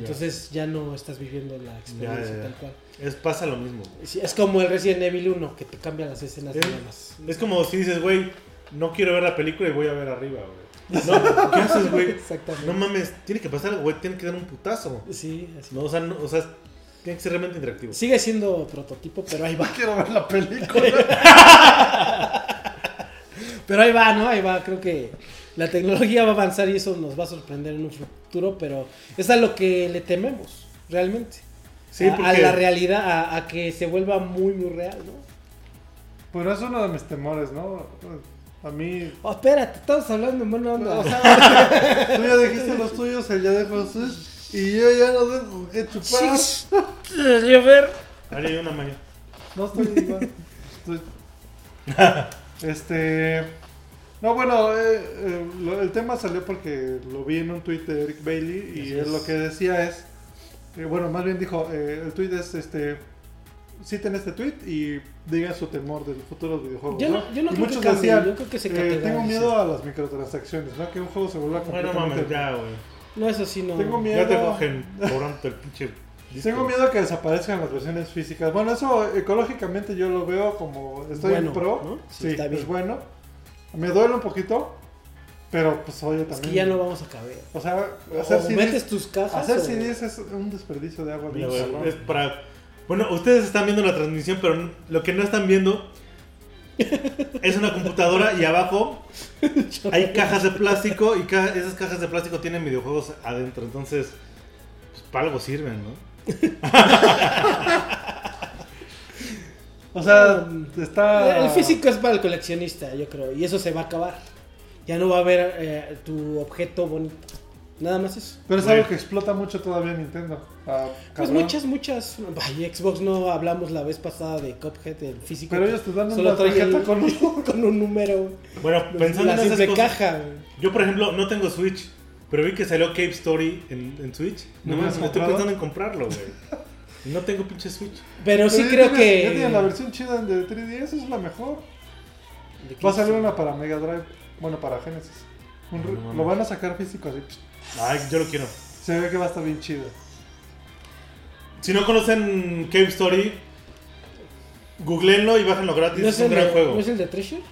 Speaker 3: Entonces ya no estás viviendo la experiencia
Speaker 1: Mm, ya, ya.
Speaker 3: tal cual.
Speaker 1: es, pasa lo mismo.
Speaker 3: Sí, es como el Resident Evil 1, que te cambian las escenas
Speaker 1: Es,
Speaker 3: nada más.
Speaker 1: es como si dices, güey, no quiero ver la película y voy a ver arriba, güey. No, ¿qué haces, güey?
Speaker 3: Exactamente.
Speaker 1: No mames, tiene que pasar, algo, güey, tiene que dar un putazo.
Speaker 3: Sí, así.
Speaker 1: No, o sea, no- o sea, tiene que ser realmente interactivo.
Speaker 3: Sigue siendo prototipo, pero ahí va.
Speaker 2: Quiero ver la película.
Speaker 3: Pero ahí va, ¿no? Ahí va, creo que la tecnología va a avanzar y eso nos va a sorprender en un futuro, pero es a lo que le tememos, realmente.
Speaker 1: Sí,
Speaker 3: a, a
Speaker 1: porque-
Speaker 3: la realidad, a, a que se vuelva muy, muy real, ¿no?
Speaker 2: Pero es uno de mis temores, ¿no? A mí.
Speaker 3: Oh, espérate, estamos hablando en buena onda.
Speaker 2: O sea, tú ya dijiste los tuyos, él ya dejó los suyos. Y yo ya no tengo que chupar.
Speaker 3: Sí. Yo ver.
Speaker 1: Ahí hay una mañana.
Speaker 2: No estoy igual. Estoy- Este. No, bueno, eh, eh, lo- el tema salió porque lo vi en un tweet de Eric Bailey y
Speaker 3: Así
Speaker 2: él
Speaker 3: es.
Speaker 2: lo que decía es. eh, bueno, más bien dijo: eh, el tweet es este. Citen este tweet y digan su temor del futuro de los videojuegos.
Speaker 3: Yo no- yo no
Speaker 2: Y
Speaker 3: creo que
Speaker 2: muchos
Speaker 3: cambie,
Speaker 2: decían,
Speaker 3: yo creo que se
Speaker 2: eh,
Speaker 3: categoriza.
Speaker 2: Tengo miedo a las microtransacciones, ¿no? Que un juego se vuelva
Speaker 1: Bueno,
Speaker 2: completamente.
Speaker 1: mames, ya, güey.
Speaker 3: No, eso sí no.
Speaker 2: Tengo miedo.
Speaker 1: Ya te cogen cobrando el pinche. disco.
Speaker 2: Tengo miedo que desaparezcan las versiones físicas. Bueno, eso ecológicamente yo lo veo como estoy
Speaker 3: Bueno,
Speaker 2: en pro.
Speaker 3: ¿no? Sí,
Speaker 2: Sí,
Speaker 3: está bien.
Speaker 2: es bueno. Me duele un poquito, pero pues oye
Speaker 3: Es
Speaker 2: también.
Speaker 3: que ya no vamos a caber.
Speaker 2: O sea, hacer
Speaker 3: O
Speaker 2: CDs,
Speaker 3: metes tus cajas.
Speaker 2: hacer
Speaker 3: o-
Speaker 2: CDs es un desperdicio de agua.
Speaker 1: Mira,
Speaker 2: bien
Speaker 1: güey,
Speaker 2: cabrón.
Speaker 1: es para. Bueno, ustedes están viendo la transmisión, pero n- lo que no están viendo es una computadora y abajo hay cajas de plástico y ca- esas cajas de plástico tienen videojuegos adentro. Entonces, pues, para algo sirven, ¿no?
Speaker 2: O sea,
Speaker 3: Mm.
Speaker 2: está.
Speaker 3: El físico es para el coleccionista, yo creo, y eso se va a acabar. Ya no va a haber eh, tu objeto bonito. Nada más eso.
Speaker 2: Pero es
Speaker 1: Güey.
Speaker 2: algo que explota mucho todavía Nintendo. Ah,
Speaker 3: Pues
Speaker 2: cabrón.
Speaker 3: muchas, muchas. Ay, Xbox no hablamos la vez pasada de Cuphead, el físico.
Speaker 2: Pero ellos te dan
Speaker 3: Solo
Speaker 2: una
Speaker 3: trae el-
Speaker 2: tarjeta con un...
Speaker 3: con un número.
Speaker 1: Bueno, pensando
Speaker 3: la
Speaker 1: en esas
Speaker 3: simple
Speaker 1: cosas,
Speaker 3: caja. güey.
Speaker 1: Yo, por ejemplo, no tengo Switch, pero vi que salió Cave Story en, en Switch. No,
Speaker 2: ¿No
Speaker 1: mames,
Speaker 2: lo has
Speaker 1: me estoy
Speaker 2: comprado?
Speaker 1: pensando en comprarlo, güey. Y No tengo pinche Switch.
Speaker 3: Pero sí
Speaker 2: ya
Speaker 3: creo
Speaker 2: tienes-
Speaker 3: que.
Speaker 2: Ya tienen la versión chida de 3DS, esa es la mejor.
Speaker 3: ¿De qué
Speaker 2: Va a salir
Speaker 3: es?
Speaker 2: una para Mega Drive. Bueno, para Genesis. Un re-
Speaker 1: No, no, no.
Speaker 2: Lo van a sacar físico así. psh.
Speaker 1: Ay, yo lo quiero.
Speaker 2: Se ve que va a estar bien chido.
Speaker 1: Si no conocen Cave Story, googleenlo y bájenlo gratis.
Speaker 3: ¿No
Speaker 1: es, un
Speaker 3: el
Speaker 1: gran
Speaker 3: de-
Speaker 1: juego.
Speaker 3: ¿No es el de Treasure?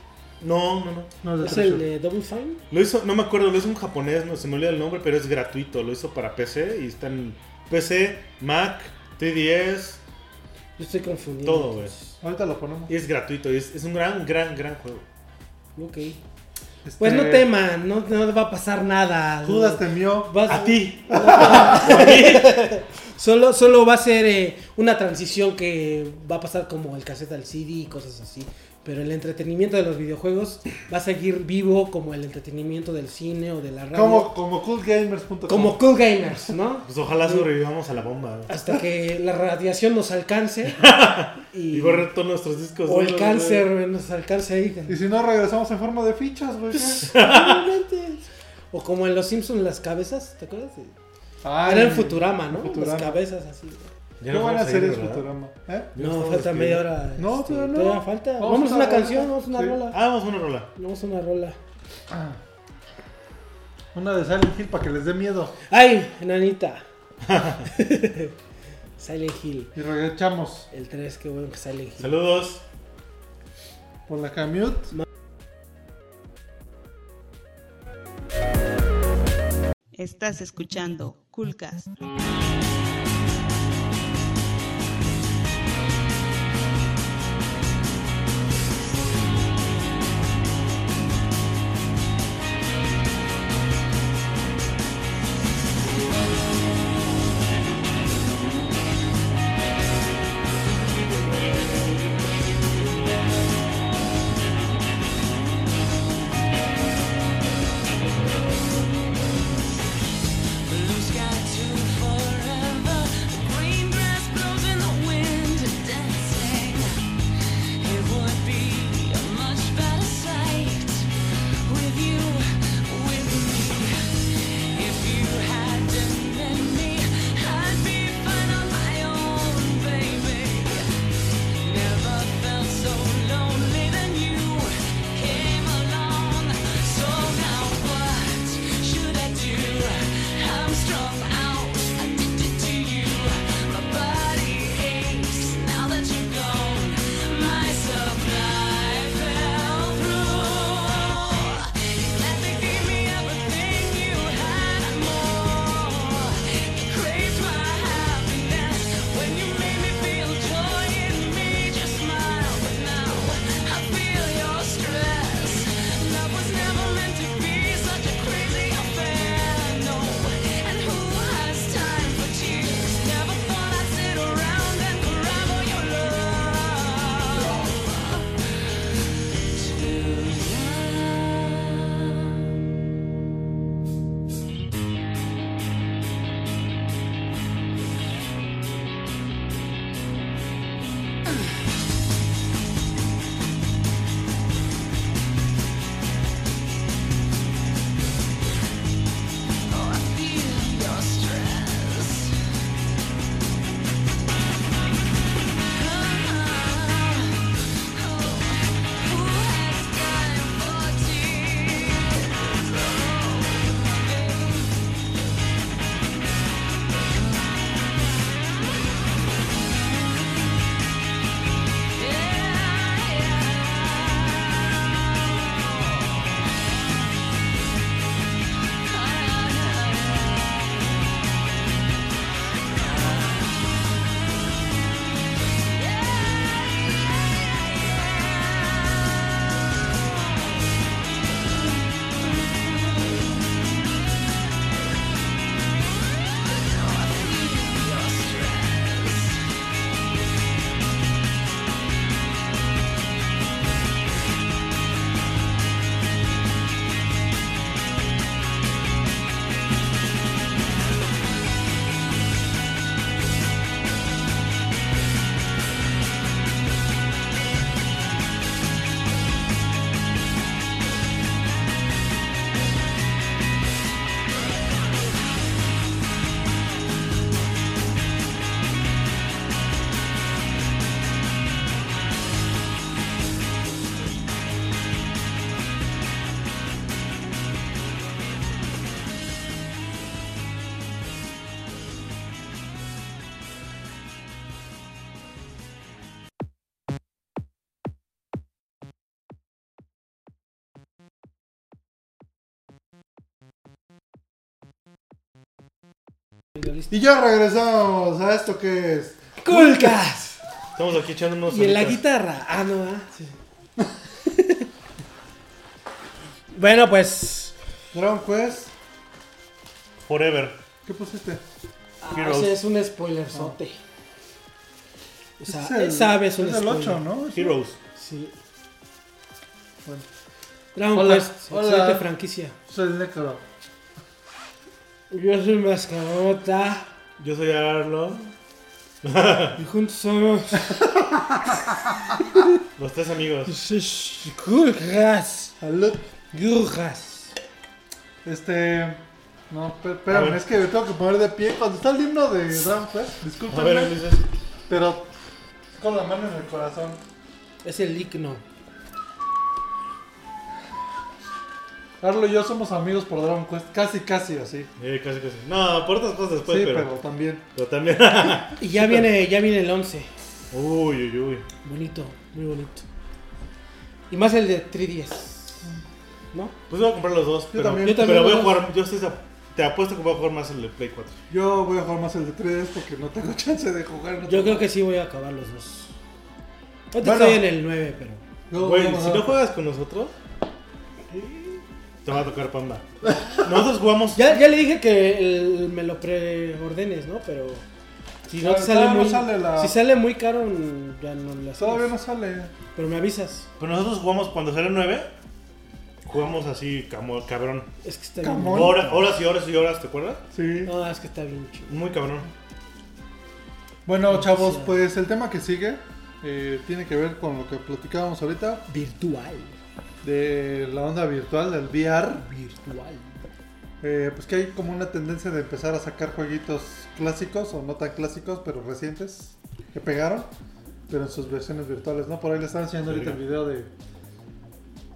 Speaker 1: No, no, no.
Speaker 2: No,
Speaker 3: ¿Es el de Double Fine?
Speaker 1: Lo hizo, no me acuerdo, lo hizo un japonés, no, se me olvida el nombre, pero es gratuito. Lo hizo para PC y está en PC, Mac, 3DS
Speaker 3: Yo estoy confundido.
Speaker 1: Todo, güey.
Speaker 3: entonces.
Speaker 2: Ahorita lo ponemos.
Speaker 1: y es gratuito. y es, es un gran, gran, gran juego.
Speaker 3: Ok. Pues no
Speaker 2: Este,
Speaker 3: teman, no, no va a pasar nada.
Speaker 2: Judas temió.
Speaker 3: Vas-
Speaker 1: A ti.
Speaker 3: Solo, solo va a ser eh, una transición que va a pasar como el cassette al CD y cosas así. Pero el entretenimiento de los videojuegos va a seguir vivo como el entretenimiento del cine o de la radio.
Speaker 2: Como, como coolgamers.com.
Speaker 3: Como cool gamers, ¿no?
Speaker 1: Pues ojalá sobrevivamos a la bomba. güey.
Speaker 3: Hasta que la radiación nos alcance. Y,
Speaker 1: Y borrar todos nuestros discos.
Speaker 3: o el
Speaker 1: duros,
Speaker 3: cáncer
Speaker 1: güey.
Speaker 3: güey, nos alcance ahí.
Speaker 2: Y si no, regresamos en forma de fichas, güey.
Speaker 3: Pues, Probablemente. O como en Los Simpsons las cabezas, ¿te acuerdas?
Speaker 2: Ah,
Speaker 3: Era en Futurama, ¿no?
Speaker 2: Futurama.
Speaker 3: Las cabezas así. güey.
Speaker 1: Ya
Speaker 2: Qué
Speaker 1: no
Speaker 2: buena
Speaker 1: vamos a ir,
Speaker 2: serie es
Speaker 1: ¿verdad?
Speaker 2: Futurama. ¿Eh?
Speaker 1: Ya
Speaker 3: No,
Speaker 1: estamos
Speaker 3: falta
Speaker 1: despidiendo.
Speaker 3: media hora.
Speaker 2: No,
Speaker 3: este,
Speaker 2: todavía no.
Speaker 3: todavía falta.
Speaker 2: Vamos a
Speaker 3: Vamos, a una
Speaker 2: una rola.
Speaker 3: canción, vamos a una
Speaker 2: Sí.
Speaker 3: rola.
Speaker 1: Ah, vamos a una rola.
Speaker 3: Vamos a una rola.
Speaker 2: Una de Silent Hill para que les dé miedo.
Speaker 3: ¡Ay, nanita! Silent Hill.
Speaker 2: Y regresamos.
Speaker 3: El 3, qué bueno que Silent Hill.
Speaker 1: Saludos.
Speaker 2: Por la Camute.
Speaker 5: Estás escuchando Coolcast.
Speaker 7: Blue's got to forever.
Speaker 2: Y ya regresamos a esto que es.
Speaker 3: ¡Culcas!
Speaker 6: Estamos aquí echando unos.
Speaker 3: Y en la
Speaker 6: solitas.
Speaker 3: guitarra. Ah, no, ah. bueno, pues.
Speaker 2: Dragon Quest.
Speaker 1: Forever.
Speaker 2: ¿Qué pusiste?
Speaker 3: ah,
Speaker 1: Heroes.
Speaker 3: ese es un spoilerzote. O sea,
Speaker 2: Ah. Es el-
Speaker 3: él sabe, es un
Speaker 2: Es el
Speaker 3: spoiler.
Speaker 2: 8, ¿no? Es-
Speaker 1: Heroes.
Speaker 3: Sí.
Speaker 2: Bueno.
Speaker 3: Dragon
Speaker 2: Hola,
Speaker 3: Quest,
Speaker 2: hola.
Speaker 3: excelente franquicia.
Speaker 2: Es el Necro.
Speaker 3: Yo soy Mascarota
Speaker 1: Yo soy Arlo.
Speaker 3: y juntos somos
Speaker 1: Los tres amigos.
Speaker 3: Gurjas.
Speaker 2: Salud.
Speaker 3: Gurjas.
Speaker 2: Este. No, pe-
Speaker 1: A ver.
Speaker 2: espérame, es que me tengo que poner de pie. Cuando está el himno de Dragon Quest,
Speaker 1: A ver,
Speaker 2: discúlpenme,
Speaker 1: Ulises.
Speaker 2: pero con la mano en el corazón.
Speaker 3: Es el igno.
Speaker 2: Carlos y yo somos amigos por Dragon Quest, casi, casi así.
Speaker 1: Eh, casi, casi. No, por otras cosas después,
Speaker 2: sí, pero,
Speaker 1: pero.
Speaker 2: también.
Speaker 1: Pero también.
Speaker 3: Y ya viene, ya viene el 11.
Speaker 1: uy, uy, uy.
Speaker 3: Bonito, muy bonito. Y más el de 3 ¿No?
Speaker 1: Pues voy a comprar los dos. Pero,
Speaker 2: también.
Speaker 3: Yo también
Speaker 1: pero voy a
Speaker 3: voy a-
Speaker 1: jugar. Yo estoy, te apuesto que voy a jugar más el de Play 4.
Speaker 2: Yo voy a jugar más el de 3 porque no tengo chance de jugar. no
Speaker 3: Yo
Speaker 2: tengo-
Speaker 3: creo que sí voy a acabar los dos. Ahorita
Speaker 2: Bueno.
Speaker 3: estoy en el 9, pero.
Speaker 2: Luego
Speaker 1: Güey,
Speaker 2: vamos
Speaker 1: si
Speaker 2: a-
Speaker 1: no juegas con nosotros, te va a tocar pamba. Nosotros jugamos.
Speaker 3: Ya, ya le dije que el- me lo preordenes, ¿no? Pero. Si no te
Speaker 2: Claro,
Speaker 3: sale
Speaker 2: todavía no
Speaker 3: muy.
Speaker 2: sale la-
Speaker 3: Si sale muy caro, mm, ya no lo
Speaker 2: Todavía no
Speaker 3: hacemos.
Speaker 2: sale.
Speaker 3: Pero me avisas.
Speaker 1: Pero nosotros jugamos cuando sale 9. Jugamos así, camo- cabrón.
Speaker 3: Es que está
Speaker 2: Camón.
Speaker 3: bien.
Speaker 1: Horas, horas y horas y horas, ¿te acuerdas?
Speaker 2: Sí.
Speaker 3: No, es que está bien chido.
Speaker 1: Muy cabrón.
Speaker 2: Bueno, chavos,
Speaker 3: sí.
Speaker 2: pues el tema que sigue eh, tiene que ver con lo que platicábamos ahorita
Speaker 3: Virtual.
Speaker 2: de la onda virtual, del VR.
Speaker 3: Virtual.
Speaker 2: Eh, pues que hay como una tendencia de empezar a sacar jueguitos clásicos o no tan clásicos, pero recientes, que pegaron, pero en sus versiones virtuales, ¿no? Por ahí le están enseñando ahorita el video de...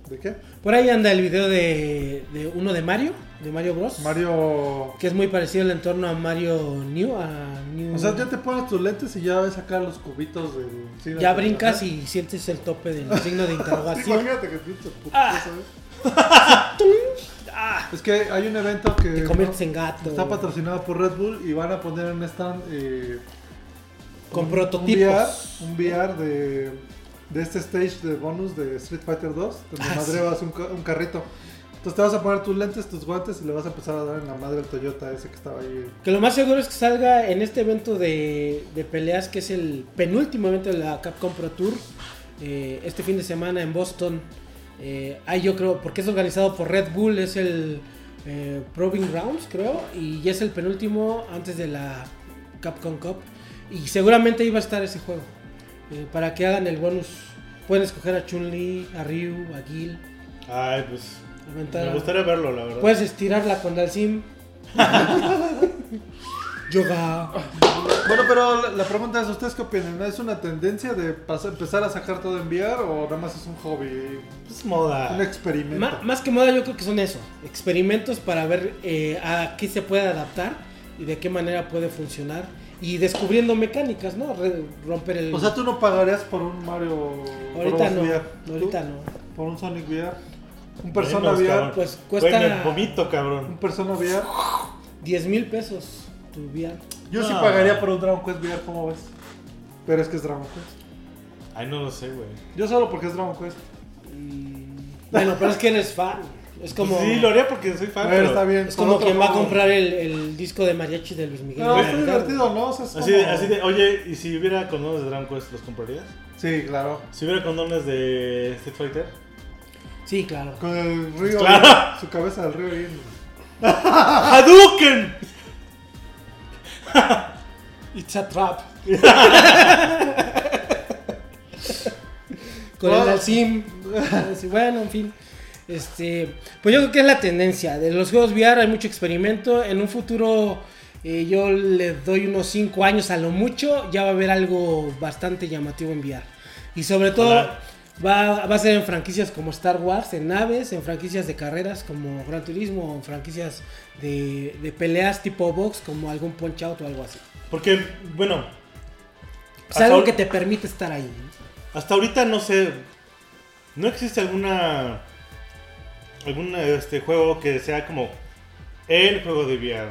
Speaker 2: ¿De qué?
Speaker 3: Por ahí anda el video de, de uno de Mario, de Mario Bros.
Speaker 2: Mario...
Speaker 3: Que es muy parecido el entorno a Mario New. A New...
Speaker 2: O sea, ya te pones tus lentes y ya ves acá los cubitos del... sí,
Speaker 3: Ya
Speaker 2: del-
Speaker 3: brincas y sientes el tope del signo de
Speaker 2: Sí,
Speaker 3: interrogación.
Speaker 2: imagínate que pinche putazo, ¿eh?
Speaker 3: Ah.
Speaker 2: Es que hay un evento que...
Speaker 3: Te conviertes Ah. en gato.
Speaker 2: Está patrocinado por Red Bull y van a poner en un stand... eh,
Speaker 3: Con
Speaker 2: un-
Speaker 3: prototipos.
Speaker 2: Un VR, un VR de, de este stage de bonus de Street Fighter 2, donde
Speaker 3: Ah,
Speaker 2: madreabas un, ca- un carrito. Entonces te vas a poner tus lentes, tus guantes y le vas a empezar a dar en la madre al Toyota ese que estaba ahí.
Speaker 3: Que lo más seguro es que salga en este evento de, de peleas, que es el penúltimo evento de la Capcom Pro Tour, eh, este fin de semana en Boston. Eh, ahí yo creo, porque es organizado por Red Bull, es el eh, Proving Rounds, creo, y ya es el penúltimo antes de la Capcom Cup. Y seguramente iba a estar ese juego. Eh, para que hagan el bonus, pueden escoger a Chun-Li, a Ryu, a Gil.
Speaker 1: Ay, pues.
Speaker 3: aventar
Speaker 1: Me
Speaker 3: a-
Speaker 1: gustaría verlo, la verdad.
Speaker 2: Pues,
Speaker 3: Puedes estirarla con Dalsim. Yoga.
Speaker 2: Bueno, pero la, la pregunta es, ¿ustedes qué opinan? ¿Es una tendencia de pas- empezar a sacar todo en VR o nada más es un hobby,
Speaker 1: es
Speaker 2: un
Speaker 1: moda.
Speaker 2: experimento?
Speaker 3: Ah. Ma- más que moda, yo creo que son eso: experimentos para ver eh, a qué se puede adaptar y de qué manera puede funcionar. Y descubriendo mecánicas, ¿no? Re- romper el.
Speaker 2: o sea, ¿tú no pagarías por un Mario
Speaker 3: ahorita
Speaker 2: Bros.
Speaker 3: no.
Speaker 2: VR?
Speaker 3: Ahorita
Speaker 2: ¿Tú?
Speaker 3: no.
Speaker 2: ¿Por un Sonic VR? ¿Un Persona
Speaker 1: Menos,
Speaker 2: VR?
Speaker 1: cabrón.
Speaker 3: Pues
Speaker 1: Güey,
Speaker 3: cuesta
Speaker 1: me vomito,
Speaker 2: ¿Un
Speaker 1: cabrón.
Speaker 2: Persona VR?
Speaker 3: 10 mil pesos tu VR.
Speaker 2: Yo sí
Speaker 1: No.
Speaker 2: pagaría por un Dragon Quest VR, ¿cómo ves? Pero es que es Dragon Quest.
Speaker 1: Ay, no lo sé, güey. Pues
Speaker 2: Yo solo porque es Dragon Quest.
Speaker 3: Mm, Bueno, pero es que eres fan. Es como.
Speaker 1: Sí, lo haría porque soy fan.
Speaker 2: A ver,
Speaker 1: pero-
Speaker 2: está bien.
Speaker 3: Es
Speaker 2: por
Speaker 3: como
Speaker 2: otro
Speaker 3: quien va a
Speaker 2: lado.
Speaker 3: comprar el, el disco de mariachi de Luis Miguel.
Speaker 2: No,
Speaker 1: Bueno,
Speaker 2: está divertido, ¿no? O sea, es
Speaker 1: Así de,
Speaker 2: como-
Speaker 1: así de, oye, ¿y si hubiera condones de Dragon Quest, los comprarías?
Speaker 2: Sí, claro.
Speaker 1: Si hubiera condones de Street Fighter.
Speaker 3: Sí, claro.
Speaker 2: Con el río.
Speaker 1: Claro.
Speaker 2: Su cabeza del río ahí.
Speaker 1: ¡Hadouken!
Speaker 3: It's a trap. Con el Alcim. Así, Bueno, en fin. Este, pues yo creo que es la tendencia. De los juegos VR hay mucho experimento. En un futuro, eh, yo le doy unos 5 años a lo mucho. Ya va a haber algo bastante llamativo en VR. Y sobre todo,
Speaker 1: Ojalá.
Speaker 3: va, va a ser en franquicias como Star Wars, en naves, en franquicias de carreras como Gran Turismo, o en franquicias de, de peleas tipo box, como algún Punch Out o algo así.
Speaker 1: Porque, bueno,
Speaker 3: Es Pues algo
Speaker 1: ahor-
Speaker 3: que te permite estar ahí. ¿no?
Speaker 1: hasta ahorita no sé. No existe alguna. Algún este, juego que sea como. El juego de VR.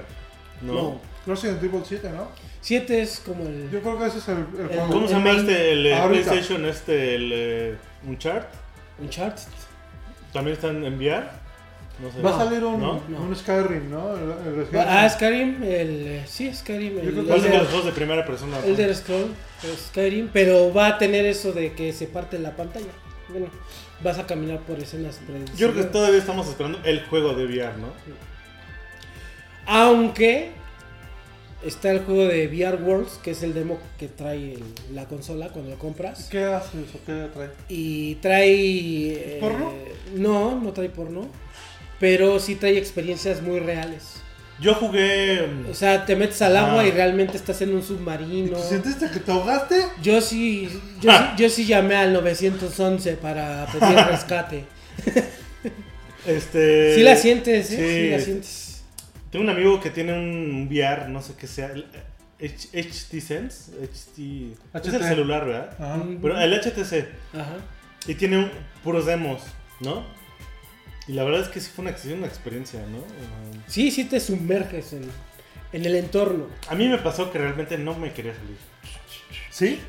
Speaker 1: No.
Speaker 3: No.
Speaker 8: Resident Evil 7, ¿no?
Speaker 3: 7 es como el.
Speaker 8: Yo creo que ese es el, el
Speaker 3: El-
Speaker 8: juego.
Speaker 1: Eh, ¿Cómo se llama
Speaker 3: main-
Speaker 1: este? El eh,
Speaker 8: ahorita.
Speaker 1: PlayStation, este, el eh, Uncharted.
Speaker 3: Uncharted.
Speaker 1: También están en VR. No sé.
Speaker 8: Va a salir un,
Speaker 1: ¿No?
Speaker 3: no.
Speaker 8: un Skyrim, ¿no? El, el Resident
Speaker 3: Ah,
Speaker 8: Evil.
Speaker 3: Skyrim. El, eh, sí, Skyrim. El,
Speaker 8: creo que
Speaker 1: ¿Cuál es de
Speaker 3: Elder-
Speaker 1: los dos de primera persona?
Speaker 3: Elder Scroll, eh, Skyrim, pero va a tener eso de que se parte la pantalla. Bueno, vas a caminar por escenas.
Speaker 1: Yo creo que
Speaker 3: predecibles.
Speaker 1: todavía estamos esperando el juego de VR, ¿no?
Speaker 3: Aunque está el juego de VR Worlds, que es el demo que trae el- la consola cuando lo compras.
Speaker 2: ¿Qué haces o qué traes?
Speaker 3: Y trae. eh,
Speaker 2: ¿Porno?
Speaker 3: No, no trae porno. Pero sí trae experiencias muy reales.
Speaker 1: Yo jugué. mm,
Speaker 3: O sea, te metes al agua
Speaker 1: Ah.
Speaker 3: y realmente estás en un submarino.
Speaker 8: ¿Te sentiste que te ahogaste?
Speaker 3: Yo sí, yo, sí, yo sí llamé al 911 para pedir rescate.
Speaker 1: Este.
Speaker 3: Sí la sientes, ¿eh? Sí,
Speaker 1: sí.
Speaker 3: la sientes.
Speaker 1: Tengo un amigo que tiene un VR, no sé qué sea. el, eh, H- HT Sense. HT. Es el
Speaker 2: HT.
Speaker 1: celular, ¿verdad?
Speaker 8: Ajá.
Speaker 1: Pero el HTC.
Speaker 3: Ajá.
Speaker 1: Y tiene un- puros demos, ¿no? Y la verdad es que sí fue una, sí fue una experiencia, ¿no? Um,
Speaker 3: Sí, sí te sumerges en, en el entorno.
Speaker 1: A mí me pasó que realmente no me quería salir.
Speaker 8: ¿Sí?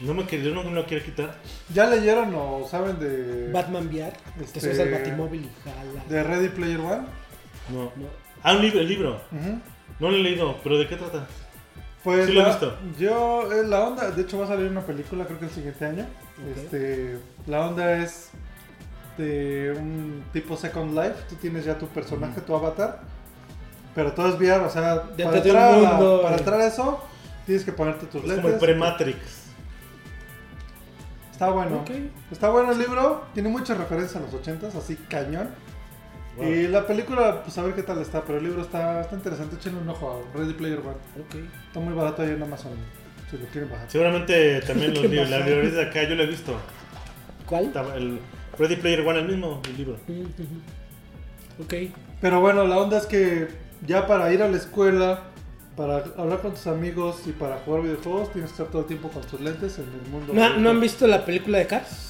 Speaker 1: No me quería, yo no me lo quiero quitar.
Speaker 2: ¿Ya leyeron o saben de,
Speaker 3: Batman VR, que
Speaker 2: Este-
Speaker 3: subes al Batimóvil y jala.
Speaker 2: de Ready Player One?
Speaker 1: No. Ah, un libro, el libro.
Speaker 2: Ujú.
Speaker 1: No lo he leído, pero ¿de qué trata?
Speaker 2: Pues
Speaker 1: Sí lo he
Speaker 2: la-
Speaker 1: visto.
Speaker 2: Yo, eh, la onda, de hecho va a salir una película creo que el siguiente año.
Speaker 3: Ok.
Speaker 2: Este, la onda es de un tipo Second Life. Tú tienes ya tu personaje, tu avatar. Pero todo es VR, o sea,
Speaker 3: Dentro
Speaker 2: para
Speaker 3: de un
Speaker 2: entrar, a la-
Speaker 3: mundo.
Speaker 2: para entrar a eso, tienes que ponerte
Speaker 1: Es
Speaker 2: tus
Speaker 1: como el
Speaker 2: lentes.
Speaker 1: pre-Matrix.
Speaker 2: Está bueno.
Speaker 3: Ok.
Speaker 2: Está bueno el libro, tiene muchas referencias a los 80s, así cañón.
Speaker 1: Wow.
Speaker 2: Y la película, pues a ver qué tal está, pero el libro está, está interesante, échenle un ojo a Ready Player One.
Speaker 3: Ok.
Speaker 2: Está muy barato ahí en Amazon, si lo quieren bajar.
Speaker 1: Seguramente también los
Speaker 3: ¿Qué
Speaker 1: libros,
Speaker 3: pasó?
Speaker 1: la librería de acá, yo lo he visto.
Speaker 3: ¿Cuál?
Speaker 1: Estaba El Ready Player One, el mismo el libro.
Speaker 3: Mm, ujú. Ok.
Speaker 2: Pero bueno, la onda es que ya para ir a la escuela, para hablar con tus amigos y para jugar videojuegos, tienes que estar todo el tiempo con tus lentes en el mundo.
Speaker 3: ¿No, no han visto la película de Cars?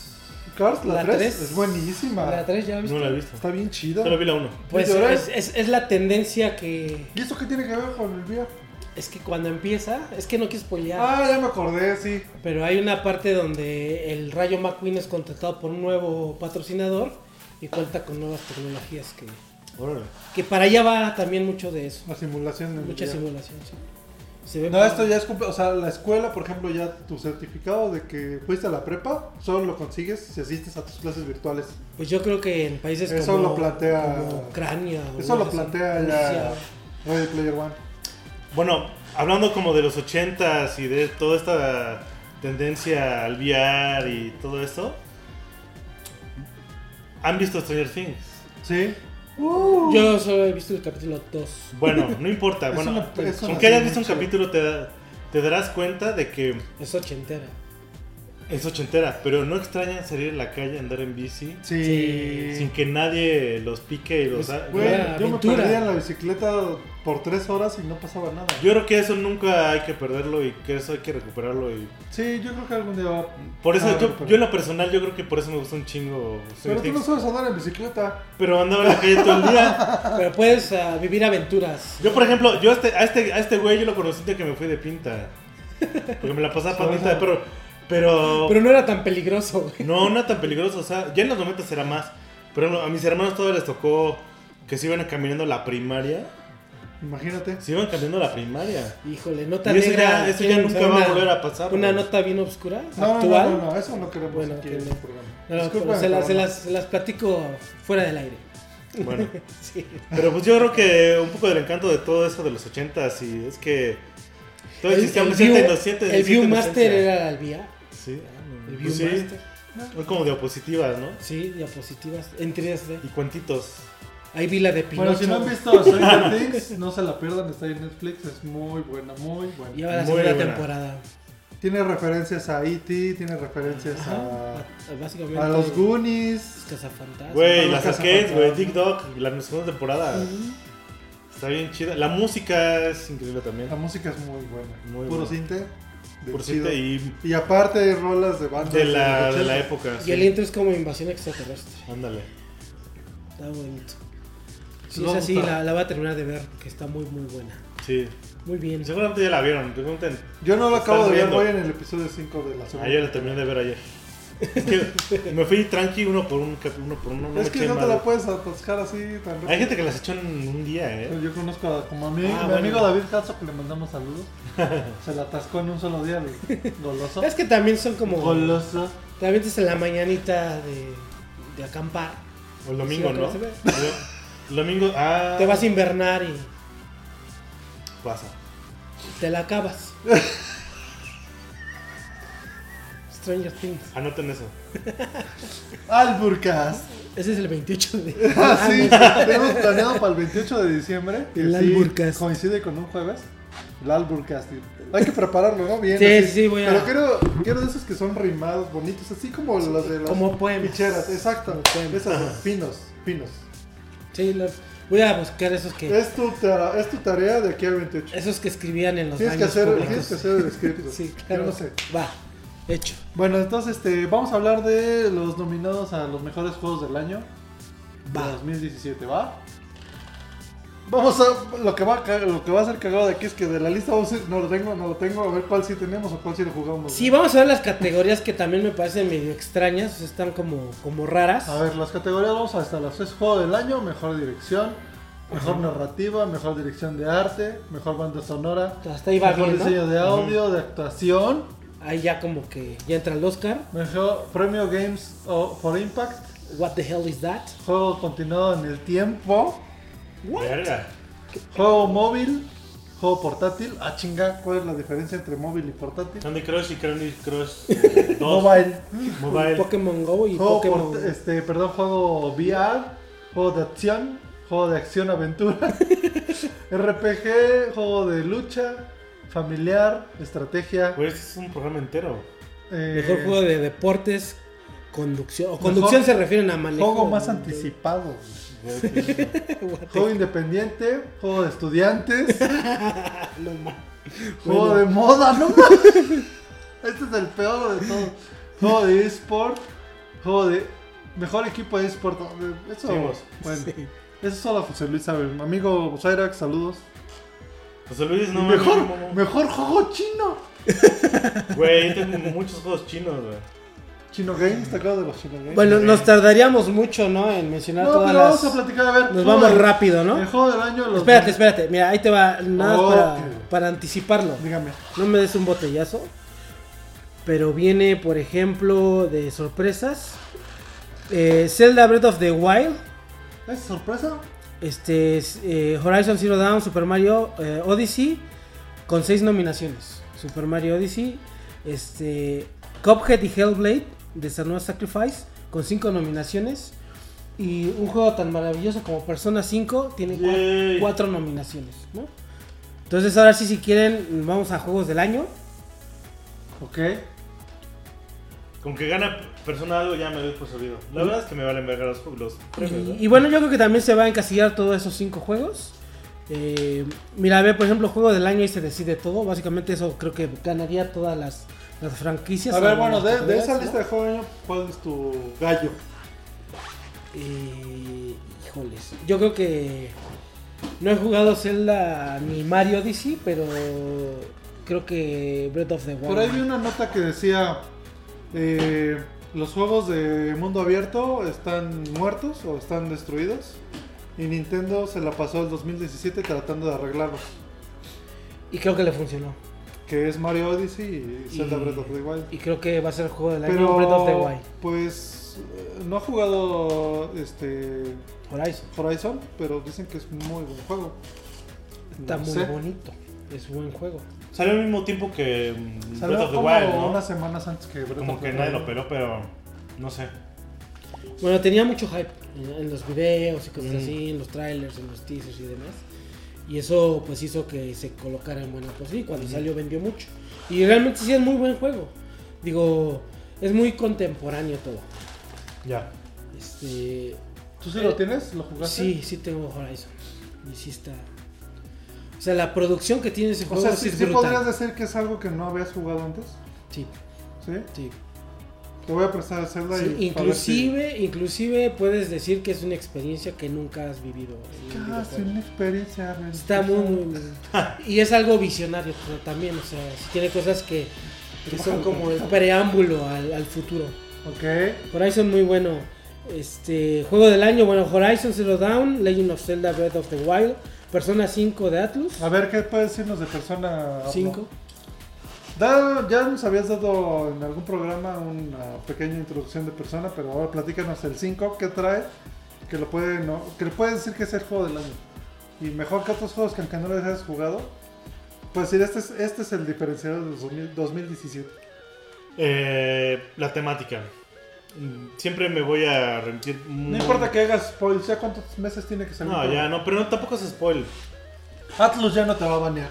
Speaker 2: Cars, la,
Speaker 3: la
Speaker 2: 3,
Speaker 3: tres?
Speaker 2: es buenísima.
Speaker 3: La 3 ya la
Speaker 1: No
Speaker 3: viste.
Speaker 1: lo he visto.
Speaker 2: Está bien chida.
Speaker 1: Solo vi la uno.
Speaker 3: Pues
Speaker 2: ¿Y llorar?
Speaker 3: es, es- es la tendencia que.
Speaker 2: ¿Y eso qué tiene que ver con el VR?
Speaker 3: Es que cuando empieza. Es que no quiero spoilear.
Speaker 2: Ah, ya me acordé, sí.
Speaker 3: Pero hay una parte donde el Rayo McQueen es contratado por un nuevo patrocinador y cuenta con nuevas tecnologías que,
Speaker 1: Órale.
Speaker 3: que para allá va también mucho de eso.
Speaker 2: La simulación en el
Speaker 3: Mucha
Speaker 2: VR.
Speaker 3: simulación, sí. Se ve
Speaker 2: No,
Speaker 3: padre.
Speaker 2: esto ya es comple- O sea, la escuela, por ejemplo, ya tu certificado de que fuiste a la prepa, solo lo consigues si asistes a tus clases virtuales.
Speaker 3: Pues yo creo que en países
Speaker 2: Eso
Speaker 3: como,
Speaker 2: lo plantea-
Speaker 3: como Ucrania. o
Speaker 2: Eso lo
Speaker 3: cosas así,
Speaker 2: plantea ya Ready Player One.
Speaker 1: Bueno, hablando como de los ochentas y de toda esta tendencia al VR y todo eso, ¿han visto Stranger Things?
Speaker 2: Sí.
Speaker 3: Rusia. Yo solo he visto el capítulo 2.
Speaker 1: Bueno, no importa.
Speaker 2: Es
Speaker 1: bueno,
Speaker 2: una- es una
Speaker 1: aunque hayas
Speaker 2: serie
Speaker 1: visto un
Speaker 2: chida.
Speaker 1: capítulo, te, da- te darás cuenta de que
Speaker 3: Es ochentera.
Speaker 1: es ochentera, pero no extrañan salir a la calle, andar en bici,
Speaker 2: Sí.
Speaker 3: Sí.
Speaker 1: sin que nadie los pique y los...
Speaker 3: Pues,
Speaker 1: ha-
Speaker 2: Güey,
Speaker 3: Era
Speaker 2: yo me
Speaker 3: aventura.
Speaker 2: perdía en la bicicleta por tres horas y no pasaba nada.
Speaker 1: Yo creo que eso nunca hay que perderlo y que eso hay que recuperarlo y...
Speaker 2: Sí, yo creo que algún día va.
Speaker 1: Por eso,
Speaker 2: Ah,
Speaker 1: yo,
Speaker 2: recuperarlo.
Speaker 1: yo en lo personal, yo creo que por eso me gusta un chingo
Speaker 2: Pero
Speaker 1: Stranger
Speaker 2: tú no
Speaker 1: Things.
Speaker 2: sabes andar en bicicleta.
Speaker 1: Pero andaba en la calle todo el día.
Speaker 3: Pero puedes ah, vivir aventuras.
Speaker 1: Yo, por ejemplo, yo a este, a este, a este güey yo lo conocí de que me fui de pinta. Porque me la pasaba para pinta de perro. Pero,
Speaker 3: Pero no era tan peligroso, güey.
Speaker 1: no, no tan peligroso. O sea, ya en los 90 era más. Pero a mis hermanos todavía les tocó que se iban caminando la primaria.
Speaker 2: Imagínate.
Speaker 1: Se iban caminando la primaria.
Speaker 3: Híjole, nota
Speaker 1: Y eso
Speaker 3: negra.
Speaker 1: ya- eso ya
Speaker 3: ¿quieren
Speaker 1: nunca
Speaker 3: usar
Speaker 1: va a volver a pasar, pues.
Speaker 3: Una
Speaker 1: güey.
Speaker 3: nota bien oscura,
Speaker 2: No, no,
Speaker 3: actual.
Speaker 2: no, no, no, eso no queremos
Speaker 3: Bueno,
Speaker 2: aquí
Speaker 3: que
Speaker 2: en
Speaker 3: no.
Speaker 2: el programa.
Speaker 3: No, no,
Speaker 2: Discúlpame,
Speaker 3: pero se, las, se,
Speaker 2: pero no.
Speaker 3: las, se las platico fuera del aire.
Speaker 1: Bueno.
Speaker 3: Sí.
Speaker 1: Pero pues yo creo que un poco del encanto de todo eso de los 80s y es que... Todo existía un
Speaker 3: View-
Speaker 1: 7 inocente,
Speaker 3: el
Speaker 1: siete
Speaker 3: Viewmaster
Speaker 1: inocencia.
Speaker 3: era el VR.
Speaker 1: Sí, ah, no,
Speaker 3: El
Speaker 1: pues sí.
Speaker 3: Viewmaster.
Speaker 1: Son como diapositivas, ¿no?
Speaker 3: Sí, diapositivas en 3D.
Speaker 1: Y cuentitos.
Speaker 3: Ahí vi la de Pinocho.
Speaker 2: Bueno, si no han visto Stranger Things, no se la pierdan, está ahí en Netflix, es muy buena, muy
Speaker 3: Y
Speaker 2: buena.
Speaker 3: ahora la
Speaker 1: Muy
Speaker 3: segunda
Speaker 1: buena.
Speaker 3: temporada.
Speaker 2: Tiene referencias a E.T., tiene referencias Pues a,
Speaker 3: Ajá, Básicamente.
Speaker 2: a los Goonies.
Speaker 3: los cazafantasmas.
Speaker 1: Güey,
Speaker 2: Son
Speaker 1: las
Speaker 2: los
Speaker 1: arcades, güey,
Speaker 2: cazafantasmas.
Speaker 1: Dick Dog, la segunda temporada. Está bien chida. La música es increíble también.
Speaker 3: Ah,
Speaker 2: La música es muy buena.
Speaker 1: Muy
Speaker 2: Puro
Speaker 1: buena.
Speaker 2: cinte. de
Speaker 1: Por
Speaker 2: chido.
Speaker 1: cierto, y
Speaker 2: Y aparte hay rolas de
Speaker 3: Ah,
Speaker 2: bandas
Speaker 1: de la,
Speaker 2: los
Speaker 1: de la
Speaker 2: 80s.
Speaker 1: época.
Speaker 3: Y
Speaker 1: sí.
Speaker 3: el intro es como invasión extraterrestre.
Speaker 1: Ándale.
Speaker 3: Está bonito.
Speaker 2: Les
Speaker 3: Sí,
Speaker 2: va a
Speaker 3: es así,
Speaker 2: gustar.
Speaker 3: la, la voy a terminar de ver, que está muy, muy buena.
Speaker 9: Sí.
Speaker 3: Muy bien.
Speaker 9: Seguramente ya la vieron. Pregunten.
Speaker 7: Yo no lo acabo
Speaker 9: Estás
Speaker 7: de ver,
Speaker 9: viendo.
Speaker 7: voy en el episodio 5 de la segunda.
Speaker 9: Ayer la terminé de ver ayer. Es que me fui tranqui uno por un cap- uno por uno. no me
Speaker 7: es que
Speaker 9: eché
Speaker 7: no te
Speaker 9: madre.
Speaker 7: la puedes atascar así tan rápido.
Speaker 9: Hay gente que las echó en un día, eh.
Speaker 2: Yo conozco a como a mi, mi
Speaker 9: Ah, bueno.
Speaker 2: amigo David Caso que le mandamos saludos. Se la atascó en un solo día, el goloso.
Speaker 3: Es que también son como.
Speaker 2: Goloso.
Speaker 3: Te avientas en la mañanita de, de acampar.
Speaker 9: O el domingo,
Speaker 3: Sí,
Speaker 9: ¿no?
Speaker 3: se ve.
Speaker 9: El domingo, ah.
Speaker 3: Te vas a invernar y
Speaker 9: Pasa.
Speaker 3: te la acabas. Stranger Things.
Speaker 9: Anoten eso.
Speaker 2: Alburcas.
Speaker 3: Ese es el 28 de.
Speaker 2: Ah, sí, tenemos planeado para el 28 de diciembre. que
Speaker 3: El
Speaker 2: sí
Speaker 3: Alburcast.
Speaker 2: Coincide con un jueves. El Alburcast. Hay que prepararlo, ¿no? Bien.
Speaker 3: Sí,
Speaker 2: así.
Speaker 3: sí, sí, voy a-
Speaker 2: Pero quiero, quiero de esos que son rimados, bonitos, así como los de las
Speaker 3: Como poemas.
Speaker 2: picheras. Exacto.
Speaker 3: Como poemas.
Speaker 2: Esas, pinos, pinos.
Speaker 3: Sí, los- voy a buscar esos que.
Speaker 2: Es tu, tara- es tu tarea de aquí al 28.
Speaker 3: Esos que escribían en los
Speaker 2: Tienes que,
Speaker 3: baños
Speaker 2: hacer,
Speaker 3: públicos.
Speaker 2: tienes que hacer el script.
Speaker 3: Sí, claro.
Speaker 2: Yo no sé.
Speaker 3: Va, hecho.
Speaker 2: Bueno, entonces este, vamos a hablar de los nominados a los mejores juegos del año.
Speaker 3: Va.
Speaker 2: de 2017, ¿va? Vamos a. Lo que, va a ca- lo que va a ser cagado de aquí es que de la lista vamos a ir, no lo tengo, no lo tengo, a ver cuál sí tenemos o cuál sí lo jugamos.
Speaker 3: Sí, vamos a ver las categorías que también me parecen medio extrañas, o sea, están como, como raras.
Speaker 2: A ver, las categorías vamos hasta las tres juego del año, mejor dirección, mejor narrativa, mejor dirección de arte, mejor banda sonora,
Speaker 3: Hasta ahí va
Speaker 2: mejor
Speaker 3: bien, ¿no?
Speaker 2: diseño de audio, de actuación,
Speaker 3: Ahí ya como que ya entra el Oscar.
Speaker 2: mejor premio Games o- for Impact,
Speaker 3: What the hell is that?
Speaker 2: juego continuado en el tiempo,
Speaker 9: Verga.
Speaker 2: juego móvil, juego portátil. Ah, chinga, ¿cuál es la diferencia entre móvil y
Speaker 3: Ah,
Speaker 2: portátil?
Speaker 9: Candy Crush y Candy Crush eh, dos.
Speaker 2: Mobile.
Speaker 9: Mobile.
Speaker 3: Pokémon Go y
Speaker 2: Juego
Speaker 3: Pokémon.
Speaker 2: port- este, perdón, juego VR, juego de acción, juego de acción aventura, RPG, juego de lucha, familiar, estrategia.
Speaker 9: Pues es un programa entero.
Speaker 2: eh,
Speaker 3: Mejor juego de deportes, conducción. O conducción se refieren a manejo.
Speaker 2: juego más
Speaker 3: ¿no?
Speaker 2: anticipado.
Speaker 3: What the-
Speaker 2: Juego independiente, juego de estudiantes,
Speaker 3: no ma-
Speaker 2: juego
Speaker 3: Bueno.
Speaker 2: de moda, no mames. Este es el peor de todos. Juego de eSport, juego de mejor equipo de eSport. Eso,
Speaker 9: Sí, vos.
Speaker 2: bueno, eso solo José Luis sabe. Amigo Cyrax, saludos.
Speaker 9: José Luis, no
Speaker 2: mejor,
Speaker 9: no, no, no.
Speaker 2: mejor juego chino.
Speaker 9: Güey, yo tengo muchos juegos chinos, güey.
Speaker 2: Chino Games, ¿te acuerdas de los Chino Games?
Speaker 3: Bueno, nos tardaríamos mucho, ¿no? En mencionar
Speaker 2: no,
Speaker 3: todas
Speaker 2: pero vamos a
Speaker 3: las.
Speaker 2: platicar, a ver.
Speaker 3: Nos
Speaker 2: juego
Speaker 3: vamos
Speaker 2: del-
Speaker 3: rápido, ¿no?
Speaker 2: El juego del año. Los
Speaker 3: Espérate, espérate. Mira, ahí te va. Nada más
Speaker 2: Ok.
Speaker 3: para, para anticiparlo.
Speaker 2: Dígame.
Speaker 3: No me des un botellazo. Pero viene, por ejemplo, de sorpresas. eh, Zelda Breath of the Wild.
Speaker 2: ¿Es sorpresa?
Speaker 3: Este, es, eh, Horizon Zero Dawn, Super Mario eh, Odyssey. Con seis nominaciones. Super Mario Odyssey. Este, Cuphead y Hellblade. De Sanua Sacrifice. Con cinco nominaciones. Y un juego tan maravilloso como Persona 5 tiene cua-
Speaker 9: Yay.
Speaker 3: cuatro nominaciones. ¿no? Entonces, ahora sí, si quieren, vamos a juegos del año.
Speaker 2: Ok.
Speaker 9: Con que gana persona algo ya me doy por servido. La verdad es que me valen verga los, los premios, ¿no?
Speaker 3: Y, y bueno, yo creo que también se va a encasillar todos esos cinco juegos. Eh, mira, ve, por ejemplo, juego del año y se decide todo. Básicamente eso creo que ganaría todas las, las franquicias.
Speaker 2: A ver,
Speaker 3: o
Speaker 2: bueno,
Speaker 3: las
Speaker 2: de, de
Speaker 3: categorías,
Speaker 2: esa
Speaker 3: ¿no?
Speaker 2: lista de juego del año, ¿cuál es tu gallo?
Speaker 3: Eh, híjoles, yo creo que no he jugado Zelda ni Mario Odyssey, pero creo que Breath of the Wild.
Speaker 2: Por ahí vi una nota que decía: eh, Los juegos de mundo abierto están muertos o están destruidos. Y Nintendo se la pasó el 2017 tratando de arreglarlos.
Speaker 3: Y creo que le funcionó.
Speaker 2: Que es Mario Odyssey y Zelda
Speaker 3: Y-
Speaker 2: Breath of the Wild.
Speaker 3: Y creo que va a ser el juego del año
Speaker 2: Pero,
Speaker 3: Breath of the Wild.
Speaker 2: pues, eh, no ha jugado este
Speaker 3: Horizon.
Speaker 2: Horizon, pero dicen que es muy buen juego.
Speaker 3: Está
Speaker 2: No
Speaker 3: muy
Speaker 2: sé.
Speaker 3: bonito. Es buen juego.
Speaker 9: Salió al mismo tiempo que mm,
Speaker 2: Salió
Speaker 9: Breath of the
Speaker 2: como
Speaker 9: Wild, ¿no?
Speaker 2: unas semanas antes que Breath
Speaker 9: Como
Speaker 2: of the
Speaker 9: que nadie
Speaker 2: Wild.
Speaker 9: lo peló, pero no sé.
Speaker 3: Bueno, tenía mucho hype en, en los videos y cosas
Speaker 9: Mm.
Speaker 3: así, en los trailers, en los teasers y demás. Y eso pues hizo que se colocara en buena posición. Y cuando
Speaker 2: Mm.
Speaker 3: salió vendió mucho. Y realmente sí es muy buen juego. Digo, es muy contemporáneo todo.
Speaker 9: Ya.
Speaker 3: Este,
Speaker 2: ¿Tú sí lo tienes? ¿Lo jugaste?
Speaker 3: sí, sí tengo Horizon. Y sí está... O sea, la producción que tiene ese
Speaker 2: O
Speaker 3: juego
Speaker 2: sea,
Speaker 3: sí
Speaker 2: sí,
Speaker 3: es
Speaker 2: sí
Speaker 3: brutal.
Speaker 2: podrías decir que es algo que no habías jugado antes.
Speaker 3: Sí,
Speaker 2: ¿Sí?
Speaker 3: sí.
Speaker 2: Te voy a prestar el Zelda
Speaker 3: Sí,
Speaker 2: y. para ver si-
Speaker 3: inclusive, inclusive puedes decir que es una experiencia que nunca has vivido. en
Speaker 2: Casi
Speaker 3: un videojuego.
Speaker 2: Ah, una experiencia. religiosa.
Speaker 3: Está muy, muy, muy- Y es algo visionario pero también, o sea, si tiene cosas que, que son como el preámbulo al, al futuro.
Speaker 2: Ok.
Speaker 3: Horizon muy bueno. Este juego del año, bueno, Horizon Zero Dawn, Legend of Zelda Breath of the Wild, Persona 5 de Atlus,
Speaker 2: A ver, ¿qué puedes decirnos de persona
Speaker 3: 5.
Speaker 2: Da- ya nos habías dado en algún programa una pequeña introducción de persona, pero ahora platícanos el 5 que trae, que lo puede, no, que le puede decir que es el juego del año. Y mejor que otros juegos que aunque no los hayas jugado, pues decir, este es, este es el diferenciador del 2000 2017.
Speaker 1: Eh, la temática. Mm, Siempre me voy a remitir.
Speaker 2: No importa que hagas spoil, ya cuántos meses tiene que salir.
Speaker 1: No, ya no, pero no, tampoco es spoil.
Speaker 2: Atlus ya no te va a banear.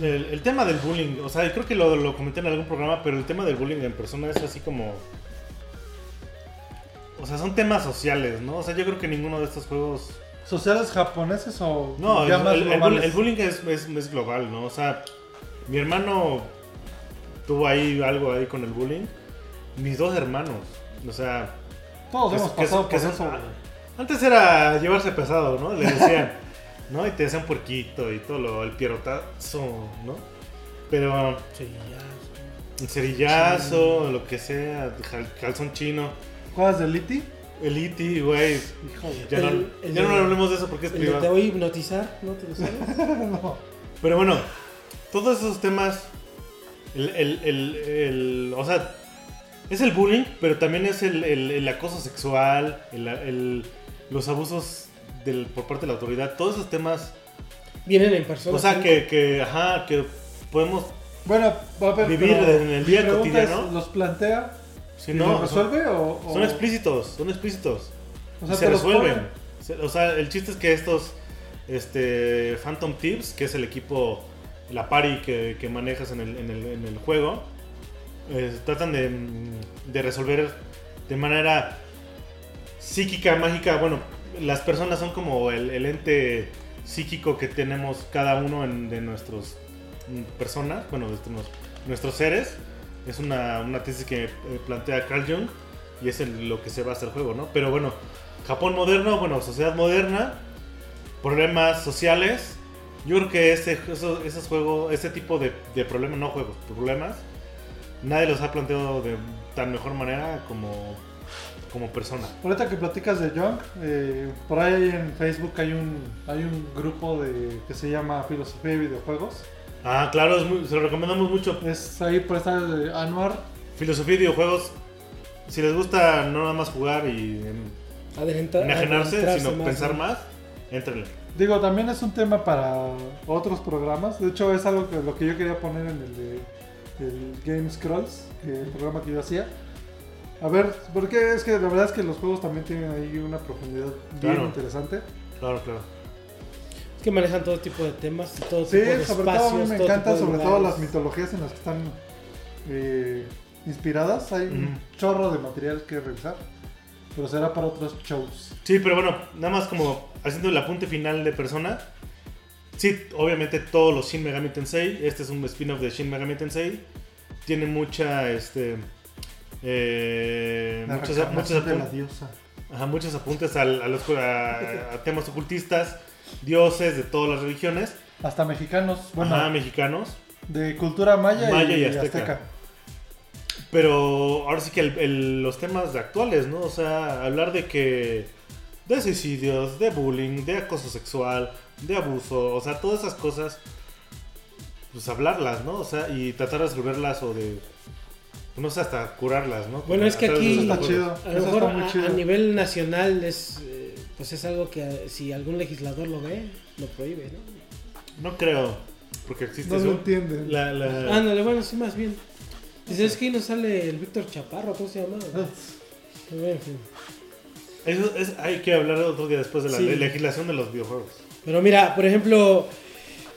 Speaker 1: El, el tema del bullying, o sea, creo que lo, lo comenté en algún programa, pero el tema del bullying en persona es así como. O sea, son temas sociales, ¿no? O sea, yo creo que ninguno de estos juegos.
Speaker 2: ¿Sociales japoneses o
Speaker 1: No,
Speaker 2: ya
Speaker 1: el,
Speaker 2: más
Speaker 1: el- el
Speaker 2: globales?
Speaker 1: bul- el bullying es, es- es global, ¿no? O sea, mi hermano tuvo ahí algo ahí con el bullying. Mis dos hermanos, o sea,
Speaker 2: Todos
Speaker 1: que-
Speaker 2: hemos
Speaker 1: que-
Speaker 2: pasado
Speaker 1: que-
Speaker 2: por eso.
Speaker 1: ah,
Speaker 2: güey.
Speaker 1: Antes era llevarse pesado, ¿no? Le decían, ¿no? Y te decían puerquito y todo lo, el pierotazo, ¿no? Pero el cerillazo, lo que sea, jal- calzón chino,
Speaker 2: ¿Juegas del Liti?
Speaker 1: el iti, güey.
Speaker 2: Híjole.
Speaker 1: Ya, no,
Speaker 3: El- el
Speaker 1: ya no
Speaker 3: de-
Speaker 1: hablemos de eso porque es
Speaker 3: El de
Speaker 1: privado.
Speaker 3: te voy a hipnotizar, ¿no te lo sabes?
Speaker 2: no.
Speaker 1: Pero bueno, todos esos temas. El, el- el- el- o sea, es el bullying, pero también es el, el- el acoso sexual, el- el- los abusos del, por parte de la autoridad. Todos esos temas.
Speaker 3: Vienen en persona.
Speaker 1: O sea,
Speaker 3: cinco.
Speaker 1: que, que, ajá, que podemos.
Speaker 2: Bueno, va a haber.
Speaker 1: Vivir en el día
Speaker 2: mi pregunta es,
Speaker 1: cotidiano.
Speaker 2: ¿Los plantea
Speaker 1: Si
Speaker 2: y
Speaker 1: no,
Speaker 2: los resuelve o, o-
Speaker 1: Son, son explícitos, son explícitos.
Speaker 2: o
Speaker 1: Y
Speaker 2: sea,
Speaker 1: se
Speaker 2: te los
Speaker 1: resuelven.
Speaker 2: pone?
Speaker 1: Se- O sea, el chiste es que estos este, Phantom Tips, que es el equipo, la party que, que manejas en el, en el- en el juego, eh, tratan de, mm, de resolver de manera psíquica, mágica. Bueno, las personas son como el, el ente psíquico que tenemos cada uno en- de nuestros mm, personas, bueno, de nuestros, nuestros seres. Es una, una tesis que eh, plantea Carl Jung y es en lo que se basa el juego, ¿no? Pero bueno, Japón moderno, bueno, sociedad moderna, problemas sociales. Yo creo que ese, eso- esos juegos, ese tipo de, de problemas, no juegos, problemas, nadie los ha planteado de tan mejor manera como, como persona.
Speaker 2: Ahorita que platicas de Young, eh, por ahí en Facebook hay un hay un grupo de que se llama Filosofía y Videojuegos.
Speaker 1: Ah, claro, es muy- se lo recomendamos mucho.
Speaker 2: Es ahí por estar de Anuar.
Speaker 1: Filosofía y videojuegos, si les gusta no nada más jugar y em,
Speaker 3: Adelanta-
Speaker 1: enajenarse,
Speaker 3: adentrarse
Speaker 1: sino pensar
Speaker 3: ¿no?
Speaker 1: más, entrenle.
Speaker 2: Digo, también es un tema para otros programas. De hecho, es algo que lo que yo quería poner en el de el Game Scrolls, que el programa que yo hacía. A ver, porque es que la verdad es que los juegos también tienen ahí una profundidad bien
Speaker 1: Claro.
Speaker 2: interesante.
Speaker 1: Claro, claro.
Speaker 3: Es que manejan todo tipo de temas y todo
Speaker 2: Sí,
Speaker 3: tipo de
Speaker 2: sobre
Speaker 3: espacios,
Speaker 2: todo a mí me
Speaker 3: todo
Speaker 2: encanta,
Speaker 3: tipo de
Speaker 2: sobre todo
Speaker 3: lugares.
Speaker 2: las mitologías en las que están eh, inspiradas. Hay un chorro de material que revisar, pero será para otros shows.
Speaker 1: Sí, pero bueno, nada más como haciendo el apunte final de persona. Sí, obviamente todos los Shin Megami Tensei. Este es un spin-off de Shin Megami Tensei. Tiene mucha, este, eh,
Speaker 2: La
Speaker 1: muchos,
Speaker 2: reencarnación
Speaker 1: muchos
Speaker 2: de la
Speaker 1: apun-
Speaker 2: diosa.
Speaker 1: ajá, muchos apuntes al- a, los- a- a temas ocultistas, dioses de todas las religiones,
Speaker 2: Hasta mexicanos, bueno,
Speaker 1: ajá, mexicanos.
Speaker 2: de cultura maya,
Speaker 1: Maya
Speaker 2: y,
Speaker 1: y
Speaker 2: azteca.
Speaker 1: azteca. Pero ahora sí que el- el- los temas de actuales, ¿no? O sea, hablar de que. de suicidios, de bullying, de acoso sexual, de abuso, o sea, todas esas cosas. Pues hablarlas, ¿no? O sea, y tratar de resolverlas o de. No sé, hasta curarlas, ¿no?
Speaker 3: Bueno, es que
Speaker 1: A través de
Speaker 3: aquí-
Speaker 1: esos
Speaker 2: Está
Speaker 1: juegos.
Speaker 2: chido.
Speaker 3: A
Speaker 2: Eso
Speaker 3: lo mejor
Speaker 2: está muy
Speaker 3: a-
Speaker 2: chido.
Speaker 3: a, nivel nacional es eh, pues es algo que eh, si algún legislador lo ve, lo prohíbe,
Speaker 2: Eh.
Speaker 3: ¿no?
Speaker 1: No creo, porque existe
Speaker 2: No lo
Speaker 1: eso.
Speaker 2: entienden.
Speaker 1: La, la-
Speaker 3: Ándale, bueno, sí más bien. Dices es que ahí nos sale el Víctor Chaparro, ¿cómo se llama?
Speaker 2: Ah.
Speaker 3: En fin.
Speaker 1: eso es- hay que hablar otro día después de la
Speaker 3: Sí.
Speaker 1: le- legislación de los videojuegos.
Speaker 3: Pero mira, por ejemplo,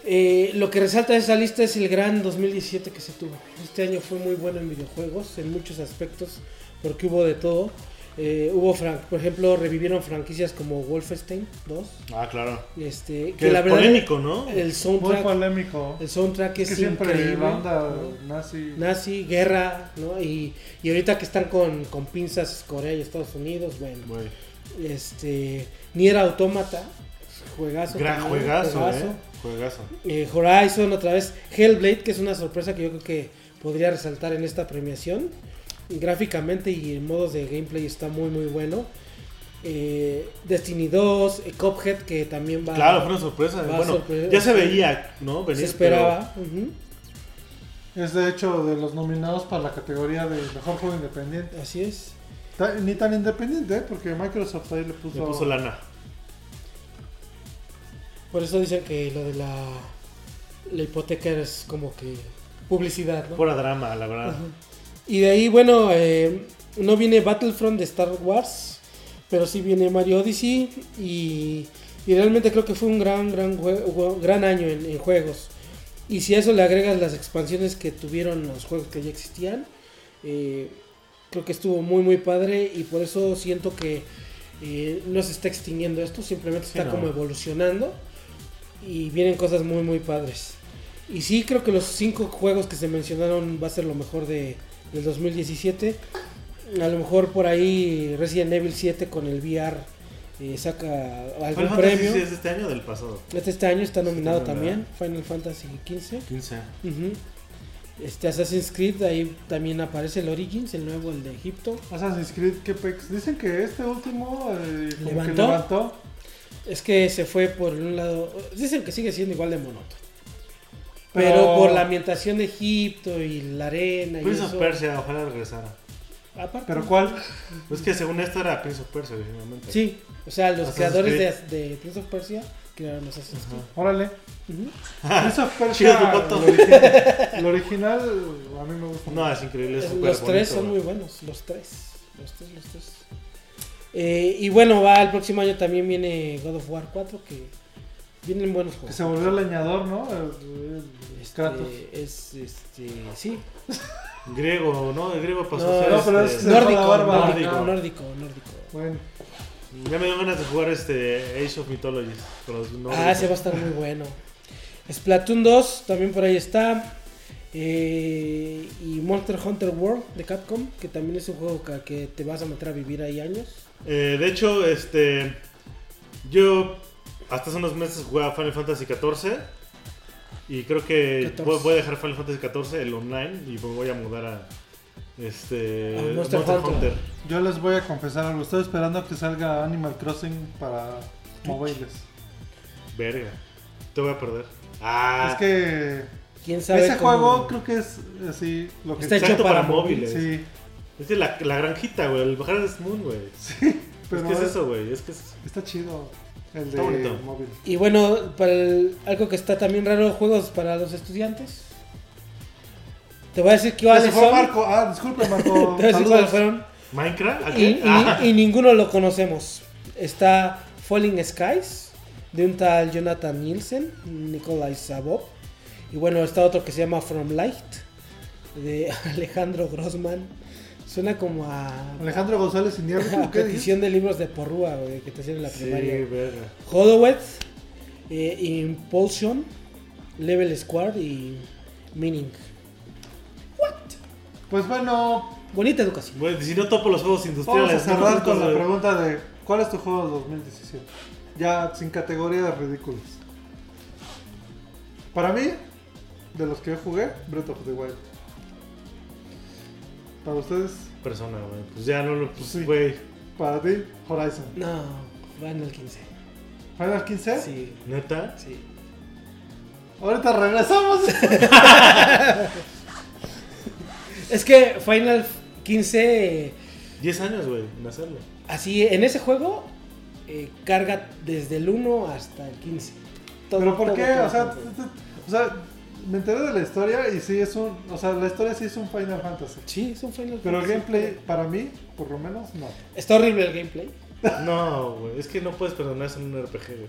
Speaker 3: eh, lo que resalta de esa lista es el gran 2017 que se tuvo. Este año fue muy bueno en videojuegos, en muchos aspectos, porque hubo de todo. eh, hubo, fran- por ejemplo, revivieron franquicias como Wolfenstein 2.
Speaker 1: Ah, claro.
Speaker 3: Este, que,
Speaker 1: Que
Speaker 3: la
Speaker 1: es
Speaker 3: verdad
Speaker 1: polémico, ¿no?
Speaker 3: el
Speaker 2: Muy
Speaker 3: soundtrack
Speaker 2: polémico.
Speaker 3: el soundtrack
Speaker 2: Es
Speaker 3: es
Speaker 2: que siempre
Speaker 3: increíble
Speaker 2: banda
Speaker 3: ¿no?
Speaker 2: nazi.
Speaker 3: nazi guerra no y, y ahorita que están con, con pinzas Corea y Estados Unidos bueno
Speaker 1: Güey.
Speaker 3: este Nier Automata juegazo
Speaker 1: Gran
Speaker 3: también,
Speaker 1: juegazo, ¿eh? Juegazo.
Speaker 3: Eh, Horizon otra vez Hellblade que es una sorpresa que yo creo que podría resaltar en esta premiación gráficamente y en modos de gameplay está muy muy bueno Eh, Destiny 2 eh, Cuphead que también va
Speaker 1: Claro, fue una sorpresa.
Speaker 3: va a
Speaker 1: bueno,
Speaker 3: sorprender.
Speaker 1: ya se veía, ¿no? Venir,
Speaker 3: se
Speaker 1: pero-
Speaker 3: esperaba ujú.
Speaker 2: Es de hecho de los nominados para la categoría de mejor juego independiente.
Speaker 3: Así es.
Speaker 2: Ta- Ni tan independiente, ¿eh? porque Microsoft ahí le puso.
Speaker 1: Le puso lana.
Speaker 3: Por eso dicen que lo de la, la hipoteca es como que publicidad, ¿no?
Speaker 1: Pura drama, la verdad.
Speaker 3: Ajá. Y de ahí, bueno, eh, no viene Battlefront de Star Wars, pero sí viene Mario Odyssey y, y realmente creo que fue un gran, gran, jue- gran año en, en juegos. Y si a eso le agregas las expansiones que tuvieron los juegos que ya existían, eh, creo que estuvo muy, muy padre y por eso siento que eh, no se está extinguiendo esto, simplemente
Speaker 1: Sí,
Speaker 3: está
Speaker 1: no.
Speaker 3: como evolucionando y vienen cosas muy, muy padres. Y sí, creo que los cinco juegos que se mencionaron va a ser lo mejor de, del 2017. A lo mejor por ahí Resident Evil 7 con el VR eh, saca algún
Speaker 1: Final Fantasy
Speaker 3: premio.
Speaker 1: sí es de este año o del pasado?
Speaker 3: Este, este año está nominado
Speaker 1: Está
Speaker 3: también
Speaker 1: nominado.
Speaker 3: Final Fantasy XV.
Speaker 1: 15.
Speaker 3: Ujú. Este Assassin's Creed, ahí también aparece el Origins, el nuevo, el de Egipto.
Speaker 2: Assassin's Creed, ¿qué pex? Dicen que este último eh, como que
Speaker 3: ¿Levantó?
Speaker 2: levantó.
Speaker 3: Es que se fue por un lado. Dicen que sigue siendo igual de monótono. Pero,
Speaker 2: Pero-
Speaker 3: por la ambientación de Egipto y la arena y
Speaker 1: Prince of
Speaker 3: eso.
Speaker 1: Persia, ojalá regresara.
Speaker 3: Aparte,
Speaker 2: ¿Pero cuál?
Speaker 1: Es que según esto era Prince of Persia originalmente.
Speaker 3: Sí, o sea, los
Speaker 1: Assassin's
Speaker 3: creadores de, de Prince of Persia crearon Assassin's Creed.
Speaker 2: Órale.
Speaker 3: Ujú.
Speaker 2: Prince of
Speaker 1: Chido
Speaker 2: Persia.
Speaker 1: tu
Speaker 2: lo,
Speaker 1: voto.
Speaker 2: original, lo original a mí me gusta.
Speaker 1: No, es increíble. Es
Speaker 3: Eh,
Speaker 1: súper
Speaker 3: los tres
Speaker 1: bonito,
Speaker 3: son
Speaker 1: güey.
Speaker 3: muy buenos, los tres. Los tres, los tres. Eh, y bueno, va el próximo año también viene God of War 4, que vienen buenos
Speaker 2: Que
Speaker 3: juegos.
Speaker 2: se volvió el leñador, ¿no? El- el
Speaker 3: Este,
Speaker 2: Kratos.
Speaker 3: es este sí
Speaker 1: Griego, ¿no? El griego pasó
Speaker 3: No,
Speaker 1: a ser.
Speaker 3: no,
Speaker 2: pero
Speaker 1: este,
Speaker 2: es- Se fue
Speaker 3: nórdico,
Speaker 2: la barba.
Speaker 3: nórdico
Speaker 1: Nórdico.
Speaker 3: nórdico nórdico.
Speaker 2: Bueno,
Speaker 1: Ya me dio ganas de jugar este Age of Mythologies. con los
Speaker 3: ah
Speaker 1: nórdicos.
Speaker 3: ese va a estar muy bueno Splatoon 2 también por ahí está Eh, y Monster Hunter World de Capcom que también es un juego que, que te vas a meter a vivir ahí años
Speaker 1: Eh, de hecho, este. Yo hasta hace unos meses jugaba Final Fantasy XIV. Y creo que
Speaker 3: 14.
Speaker 1: voy, voy a dejar Final Fantasy XIV, el online, y me voy a mudar a. Este.
Speaker 3: A Monster Hunter.
Speaker 2: yo les voy a confesar algo. Estoy esperando a que salga Animal Crossing para móviles.
Speaker 1: Verga. Te voy a perder. Ah,
Speaker 2: Es que
Speaker 3: quién sabe
Speaker 2: ese
Speaker 3: cómo-
Speaker 2: juego creo que es así lo que
Speaker 3: Está hecho
Speaker 1: Exacto
Speaker 3: para
Speaker 1: para móviles.
Speaker 2: Sí,
Speaker 1: Es que la, la granjita, güey. El bajar es Moon, güey.
Speaker 2: pero
Speaker 1: es que es eso, güey. Es que es.
Speaker 2: está chido el
Speaker 1: Está
Speaker 2: de
Speaker 1: bonito.
Speaker 2: móvil.
Speaker 3: y bueno para el- algo que está también raro juegos para los estudiantes te voy a decir que
Speaker 2: Se
Speaker 3: cuáles
Speaker 2: fue
Speaker 3: son
Speaker 2: Marco. Ah, disculpe Marco.
Speaker 3: te voy a decir
Speaker 2: Saludos.
Speaker 3: cuáles fueron
Speaker 1: ¿Minecraft? ¿A
Speaker 3: Y,
Speaker 1: qué?
Speaker 3: y-
Speaker 1: Ah,
Speaker 3: y ninguno lo conocemos. Está Falling Skies, de un tal Jonathan Nielsen, Nikolai Sabov. Y bueno, está otro que se llama From Light, de Alejandro Grossman. Suena como a,
Speaker 2: Alejandro González Iñárritu,
Speaker 3: a
Speaker 2: ¿qué dices?
Speaker 3: petición de libros de porrúa güey, que te hacían en la
Speaker 1: Sí,
Speaker 3: primaria.
Speaker 1: verga.
Speaker 3: Hollowed, eh, Impulsion, Level Squad y Meaning.
Speaker 2: Pues bueno,
Speaker 3: Bonita educación.
Speaker 1: Güey, si no topo los juegos
Speaker 2: vamos a
Speaker 1: industriales. no
Speaker 2: cerrar
Speaker 1: topo
Speaker 2: con la
Speaker 1: los-
Speaker 2: pregunta de ¿cuál es tu juego del 2017? Ya sin categorías ridículas. Para mí, de los que yo jugué, Breath of the Wild. Para ustedes,
Speaker 1: Persona, güey. Pues ya no lo.
Speaker 2: Sí.
Speaker 1: Pues, güey.
Speaker 2: para ti, Horizon.
Speaker 3: No, van al 15.
Speaker 2: Final 15.
Speaker 3: Sí,
Speaker 1: Neta.
Speaker 3: sí.
Speaker 2: Ahorita regresamos.
Speaker 3: Es que Final 15, eh,
Speaker 1: 10 años, güey, en hacerlo.
Speaker 3: así, en ese juego, eh, carga desde el 1 hasta el 15. Todo-
Speaker 2: Pero ¿por
Speaker 3: todo,
Speaker 2: qué?
Speaker 3: todo,
Speaker 2: O sea,
Speaker 3: todo.
Speaker 2: t- t- o sea, me enteré de la historia y sí es un, o sea, la historia sí es un Final Fantasy.
Speaker 3: Sí, es un Final
Speaker 2: Pero el
Speaker 3: Fantasy.
Speaker 2: gameplay, para mí, por lo menos, no.
Speaker 3: Está horrible el gameplay.
Speaker 1: No, güey. Es que no puedes perdonar eso en un RPG, güey.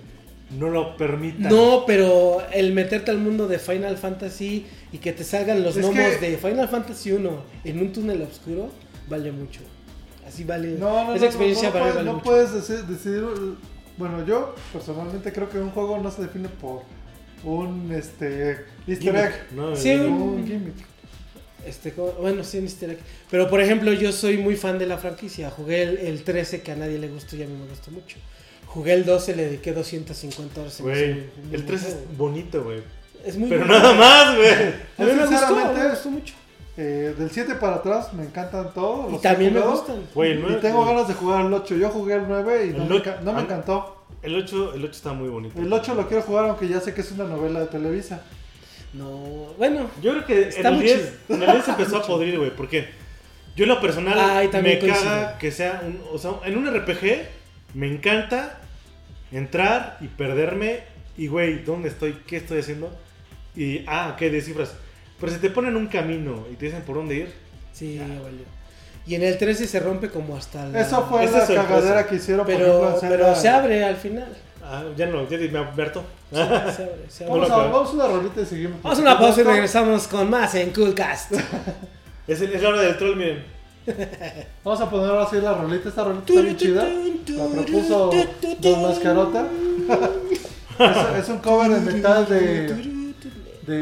Speaker 1: No lo permitan.
Speaker 3: No, pero el meterte al mundo de Final Fantasy y que te salgan los
Speaker 2: Es
Speaker 3: gnomos
Speaker 2: que-
Speaker 3: de Final Fantasy 1 en un túnel oscuro, vale mucho. Así vale.
Speaker 2: No, no, no,
Speaker 3: Esa
Speaker 2: no,
Speaker 3: experiencia
Speaker 2: no
Speaker 3: para mí
Speaker 2: puedes-
Speaker 3: vale
Speaker 2: no
Speaker 3: mucho.
Speaker 2: puedes deci- decidir. Bueno, yo personalmente creo que un juego no se define por un este Easter
Speaker 1: Gimmick,
Speaker 2: egg,
Speaker 1: ¿no?
Speaker 3: Sí,
Speaker 1: El-
Speaker 2: un gimmick.
Speaker 3: Este, ¿cómo? bueno, sí, en Easter egg. Pero por ejemplo, yo soy muy fan de la franquicia. Jugué el, el 13 que a nadie le gustó y a mí me gustó mucho. Jugué el 12, le dediqué 250 horas. Se me
Speaker 1: Güey,
Speaker 3: hizo un-
Speaker 1: el
Speaker 3: un
Speaker 1: 3
Speaker 3: juego.
Speaker 1: es bonito, güey.
Speaker 3: es muy
Speaker 1: Pero
Speaker 3: bueno.
Speaker 1: nada más, güey.
Speaker 3: A mí me gustó, a mí
Speaker 2: Sinceramente,
Speaker 3: me gustó mucho.
Speaker 2: Eh, del 7 para atrás me encantan todos.
Speaker 3: Y
Speaker 2: los
Speaker 3: también
Speaker 2: que he
Speaker 3: me
Speaker 2: jugado,
Speaker 3: gustan.
Speaker 1: Güey, el
Speaker 2: Y
Speaker 1: 9.
Speaker 2: tengo ganas de jugar el 8. Yo jugué el 9 y no,
Speaker 1: El
Speaker 2: me,
Speaker 1: ocho-
Speaker 2: enca- no me
Speaker 1: ah.
Speaker 2: encantó.
Speaker 1: El 8, el 8 está muy bonito.
Speaker 2: El 8 lo quiero jugar aunque ya sé que es una novela de Televisa.
Speaker 3: No, bueno.
Speaker 1: Yo creo que
Speaker 3: Está
Speaker 1: en el,
Speaker 3: muy
Speaker 1: 10, en el 10 se empezó a podrir, güey, porque yo en lo personal
Speaker 3: Ay, también
Speaker 1: me
Speaker 3: coincido.
Speaker 1: caga que sea un... O sea, en un RPG me encanta entrar y perderme y, güey, ¿dónde estoy? ¿Qué estoy haciendo? Y, ah, ok, descifras. Pero si te ponen un camino y te dicen por dónde ir,
Speaker 3: Sí, ya valió. Y en el 13 se rompe como hasta la...
Speaker 2: Eso fue
Speaker 1: Esa
Speaker 2: la
Speaker 1: es sorpresa.
Speaker 2: cagadera que hicieron por ejemplo,
Speaker 3: Pero,
Speaker 2: hacer
Speaker 3: pero
Speaker 2: la-
Speaker 3: se abre al final.
Speaker 1: ah, ya no, ya me Alberto.
Speaker 3: Se abre, se abre, se abre.
Speaker 2: Vamos,
Speaker 1: No lo
Speaker 2: a,
Speaker 1: creo.
Speaker 2: vamos a una rolita y seguimos.
Speaker 3: Vamos a una pausa y
Speaker 2: Esto-
Speaker 3: regresamos con más en Coolcast.
Speaker 1: Es, el- es la hora del troll, miren.
Speaker 2: Vamos a poner ahora sí la rolita. Esta rolita está bien chida. La propuso Don Mascarota. es, es un cover de metal de, de,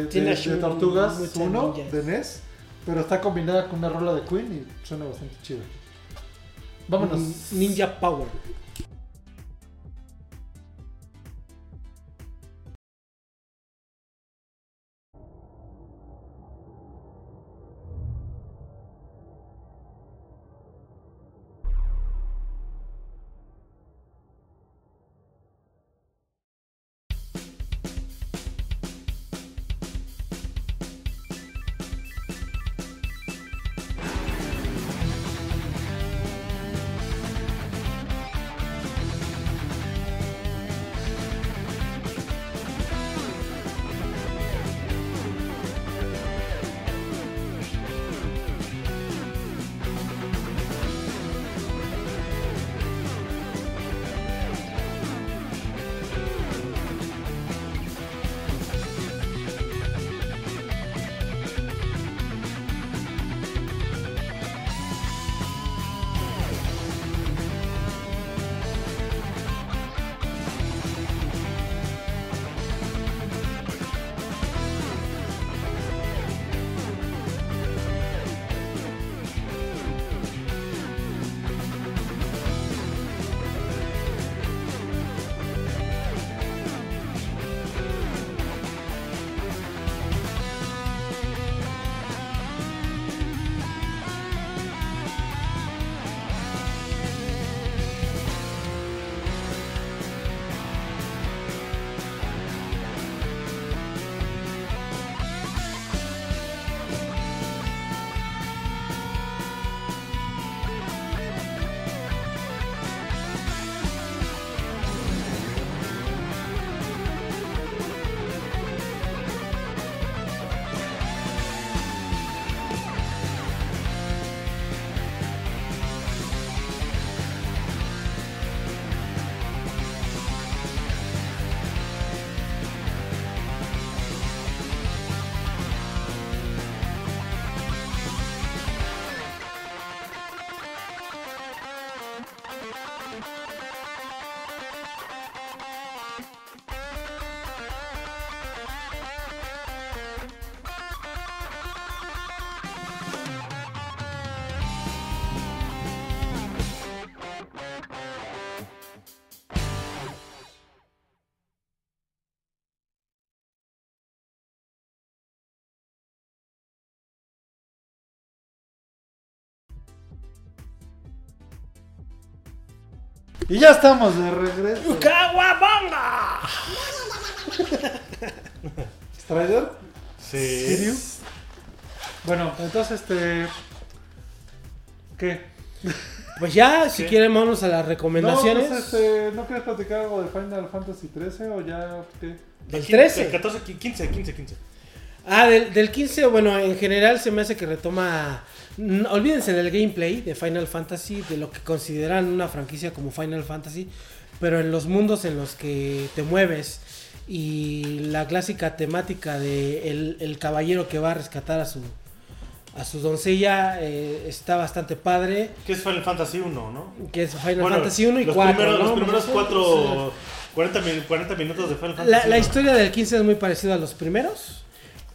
Speaker 2: de,
Speaker 3: Teenage
Speaker 2: de Tortugas
Speaker 3: Mutant
Speaker 2: 1
Speaker 3: Ninja.
Speaker 2: de NES. Pero está combinada con una rola de Queen y suena bastante chida. Vámonos.
Speaker 3: Ninja Power.
Speaker 2: Y ya estamos de regreso.
Speaker 3: ¡Kawabanga!
Speaker 2: ¿Strider?
Speaker 1: Sí.
Speaker 2: ¿Siriu? Bueno, entonces este. ¿Qué?
Speaker 3: Pues ya, si quieren, vamos a las
Speaker 2: No,
Speaker 3: recomendaciones.
Speaker 2: pues, este, ¿No quieres platicar algo de Final Fantasy 13 o ya qué?
Speaker 3: Del
Speaker 1: 15,
Speaker 3: 13.
Speaker 1: 14, 15, 15, 15.
Speaker 3: Ah, del, del 15, bueno, en general se me hace que retoma. n- Olvídense del gameplay de Final Fantasy, de lo que consideran una franquicia como Final Fantasy, pero en los mundos en los que te mueves y la clásica temática de el, el caballero que va a rescatar a su a su doncella. eh, está bastante padre.
Speaker 1: ¿Qué es Final Fantasy 1, no?
Speaker 3: Que es Final
Speaker 1: Bueno,
Speaker 3: Fantasy 1 y
Speaker 1: los
Speaker 3: 4.
Speaker 1: primeros-
Speaker 3: ¿no?
Speaker 1: Los primeros
Speaker 3: Sí,
Speaker 1: cuatro. 40, min- 40 minutos de Final
Speaker 3: sí.
Speaker 1: Fantasy.
Speaker 3: La, la
Speaker 1: ¿no?
Speaker 3: historia del 15 es muy parecida a los primeros.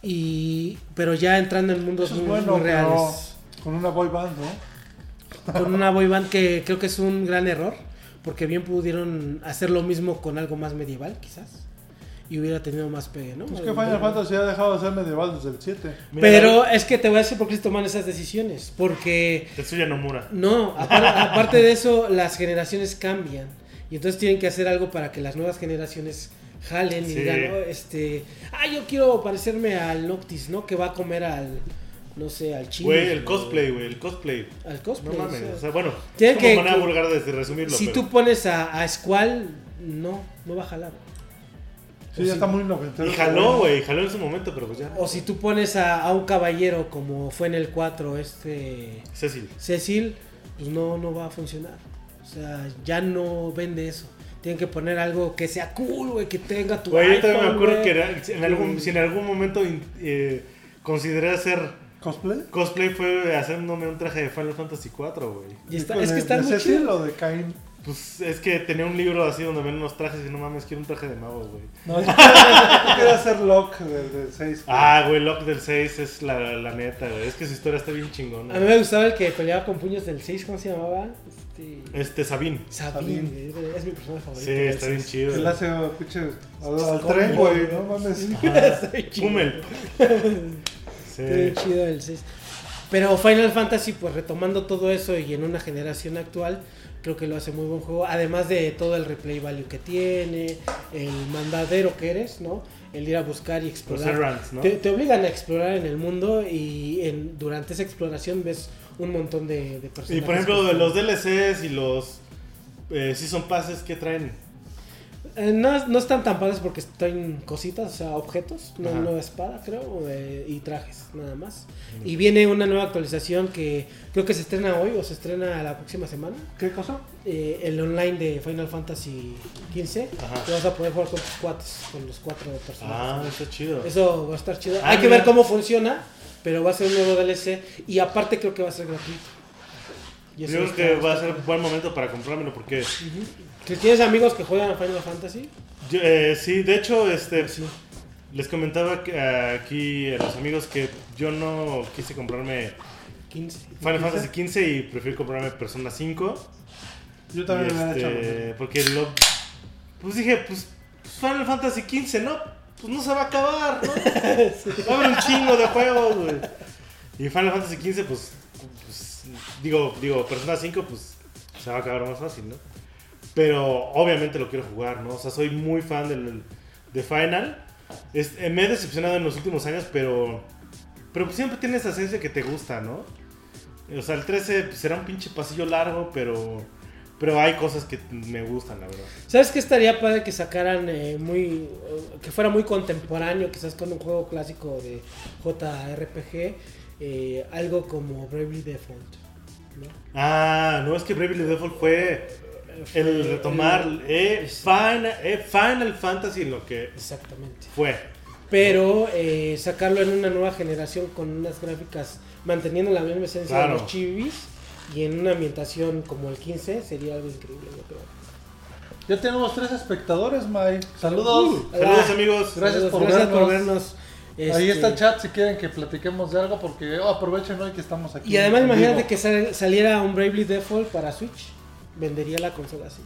Speaker 3: Y, pero ya entrando en mundos
Speaker 2: Eso es
Speaker 3: muy,
Speaker 2: bueno,
Speaker 3: muy
Speaker 2: pero
Speaker 3: reales.
Speaker 2: con una boy band, ¿no?
Speaker 3: Con una boy band que creo que es un gran error. Porque bien pudieron hacer lo mismo con algo más medieval, quizás. Y hubiera tenido más pegue, ¿no?
Speaker 2: Es que Final Fantasy ha dejado de ser medieval desde el 7.
Speaker 1: Mira,
Speaker 3: Pero es que te voy a decir por qué se toman esas decisiones. Porque
Speaker 1: Tetsuya Nomura.
Speaker 3: No, apar- aparte de eso, las generaciones cambian. Y entonces tienen que hacer algo para que las nuevas generaciones jalen y
Speaker 1: Sí.
Speaker 3: digan, "Oh, este, ah, yo quiero parecerme al Noctis, ¿no? Que va a comer al, no sé, al chino.
Speaker 1: Güey, el cosplay, güey, el cosplay.
Speaker 3: Al
Speaker 1: No
Speaker 3: cosplay. o
Speaker 1: mames.
Speaker 3: sea,
Speaker 1: O sea, bueno,
Speaker 3: Tiene
Speaker 1: es como
Speaker 3: que-
Speaker 1: manera
Speaker 3: que-
Speaker 1: vulgar de resumirlo.
Speaker 3: si
Speaker 1: pero-
Speaker 3: tú pones a, a Squall, no, no va a jalar.
Speaker 2: Sí,
Speaker 3: Pues
Speaker 2: ya está muy noventero.
Speaker 1: Y jaló, güey, jaló en su momento, pero pues ya.
Speaker 3: O si tú pones a, a un caballero como fue en el 4, este
Speaker 1: Cecil.
Speaker 3: Cecil, pues no, no va a funcionar. O sea, ya no vende eso. Tienen que poner algo que sea cool, güey, que tenga tu.
Speaker 1: Güey, yo también me
Speaker 3: icon,
Speaker 1: acuerdo
Speaker 3: güey.
Speaker 1: que era- si en algún,
Speaker 3: Mm.
Speaker 1: si en algún momento in- eh, consideré hacer
Speaker 2: ¿Cosplay?
Speaker 1: cosplay fue haciéndome un traje de Final Fantasy 4, güey.
Speaker 3: Y está-
Speaker 2: ¿De-
Speaker 3: es que
Speaker 2: ¿De
Speaker 3: están muy
Speaker 2: Cecil
Speaker 3: chidos.
Speaker 2: o de Cain?
Speaker 1: Pues es que tenía un libro así donde ven unos trajes y no mames, quiero un traje de mago, güey.
Speaker 2: No, yo quería, yo quería ser Locke del 6.
Speaker 1: Ah, güey, Locke del 6 es la, la neta, güey. Es que su historia está bien chingona.
Speaker 3: A mí me gustaba el que peleaba con puños del 6, ¿cómo se llamaba? Este.
Speaker 1: Este, Sabine.
Speaker 3: Sabine, güey, es mi personaje
Speaker 1: Sí,
Speaker 3: favorito.
Speaker 1: está bien chido.
Speaker 2: El
Speaker 1: güey.
Speaker 2: hace oh, pinche al, al tren, güey, no mames.
Speaker 1: Hummel.
Speaker 3: Está bien
Speaker 1: Sí.
Speaker 3: chido el 6. Pero Final Fantasy, pues retomando todo eso y en una generación actual, creo que lo hace muy buen juego. Además de todo el replay value que tiene, el mandadero que eres, ¿no? El ir a buscar y
Speaker 1: Los
Speaker 3: explorar.
Speaker 1: errands, ¿no?
Speaker 3: Te, te obligan a explorar en el mundo y en, durante esa exploración ves un montón de, de
Speaker 1: Y
Speaker 3: personas.
Speaker 1: por ejemplo, de los DLCs y los eh, Season Passes, ¿qué traen?
Speaker 3: Eh, no, no están tan padres porque están cositas, o sea, objetos, no,
Speaker 1: Ajá.
Speaker 3: no espada, creo, o de- y trajes, nada más. Y viene una nueva actualización que creo que se estrena hoy o se estrena la próxima semana.
Speaker 2: ¿Qué cosa?
Speaker 3: eh, el online de Final Fantasy XV.
Speaker 1: Ajá.
Speaker 3: que vas a poder jugar con tus cuates, con los cuatro personajes.
Speaker 1: Ah, está chido.
Speaker 3: Eso va a estar chido.
Speaker 1: Ah,
Speaker 3: Hay que
Speaker 1: mira.
Speaker 3: ver cómo funciona, pero va a ser un nuevo DLC. Y aparte creo que va a ser gratuito. Y eso
Speaker 1: Yo creo
Speaker 3: está-
Speaker 1: que va a
Speaker 3: está
Speaker 1: ser
Speaker 3: padre.
Speaker 1: buen momento para comprármelo porque
Speaker 3: Si tienes amigos que juegan a Final Fantasy,
Speaker 1: yo, eh, sí, de hecho, este les comentaba que, eh, aquí a los amigos que yo no quise comprarme
Speaker 3: 15.
Speaker 1: Final Fantasy 15 y prefiero comprarme Persona 5.
Speaker 2: Yo también
Speaker 1: Y,
Speaker 2: me
Speaker 1: este,
Speaker 2: lo he hecho.
Speaker 1: Porque lo. Pues dije, pues Final Fantasy XV, ¿no? Pues no se va a acabar, ¿no? Va a haber un chingo de juegos, güey. Y Final Fantasy XV, pues. pues, digo, digo, Persona 5, pues se va a acabar más fácil, ¿no? Pero obviamente lo quiero jugar, ¿no? O sea, soy muy fan del, de Final. Es- eh, me he decepcionado en los últimos años, pero. Pero pues, siempre tiene esa esencia que te gusta, ¿no? O sea, el 13 pues, será un pinche pasillo largo, pero. Pero hay cosas que me gustan, la verdad.
Speaker 3: ¿Sabes qué estaría padre que sacaran eh, muy. eh, que fuera muy contemporáneo, quizás con un juego clásico de JRPG? eh, algo como Bravely Default. ¿no?
Speaker 1: Ah, no, es que Bravely Default fue el retomar eh, Final, eh, Final Fantasy en lo que
Speaker 3: Exactamente.
Speaker 1: fue.
Speaker 3: Pero eh, sacarlo en una nueva generación con unas gráficas manteniendo la misma esencia
Speaker 1: Claro.
Speaker 3: de los chibis y en una ambientación como el 15 sería algo increíble, yo creo.
Speaker 2: Ya tenemos tres espectadores, May.
Speaker 7: Saludos.
Speaker 1: Uh. Saludos,
Speaker 3: Ah,
Speaker 1: amigos.
Speaker 7: Gracias por
Speaker 3: por
Speaker 7: vernos.
Speaker 3: vernos.
Speaker 7: Ahí
Speaker 3: Este,
Speaker 7: está el chat si quieren que platiquemos de algo porque oh, aprovechen hoy que estamos aquí.
Speaker 3: Y además,
Speaker 7: en
Speaker 3: imagínate
Speaker 7: vivo.
Speaker 3: que sal- saliera un Bravely Default para Switch. Vendería la consola así.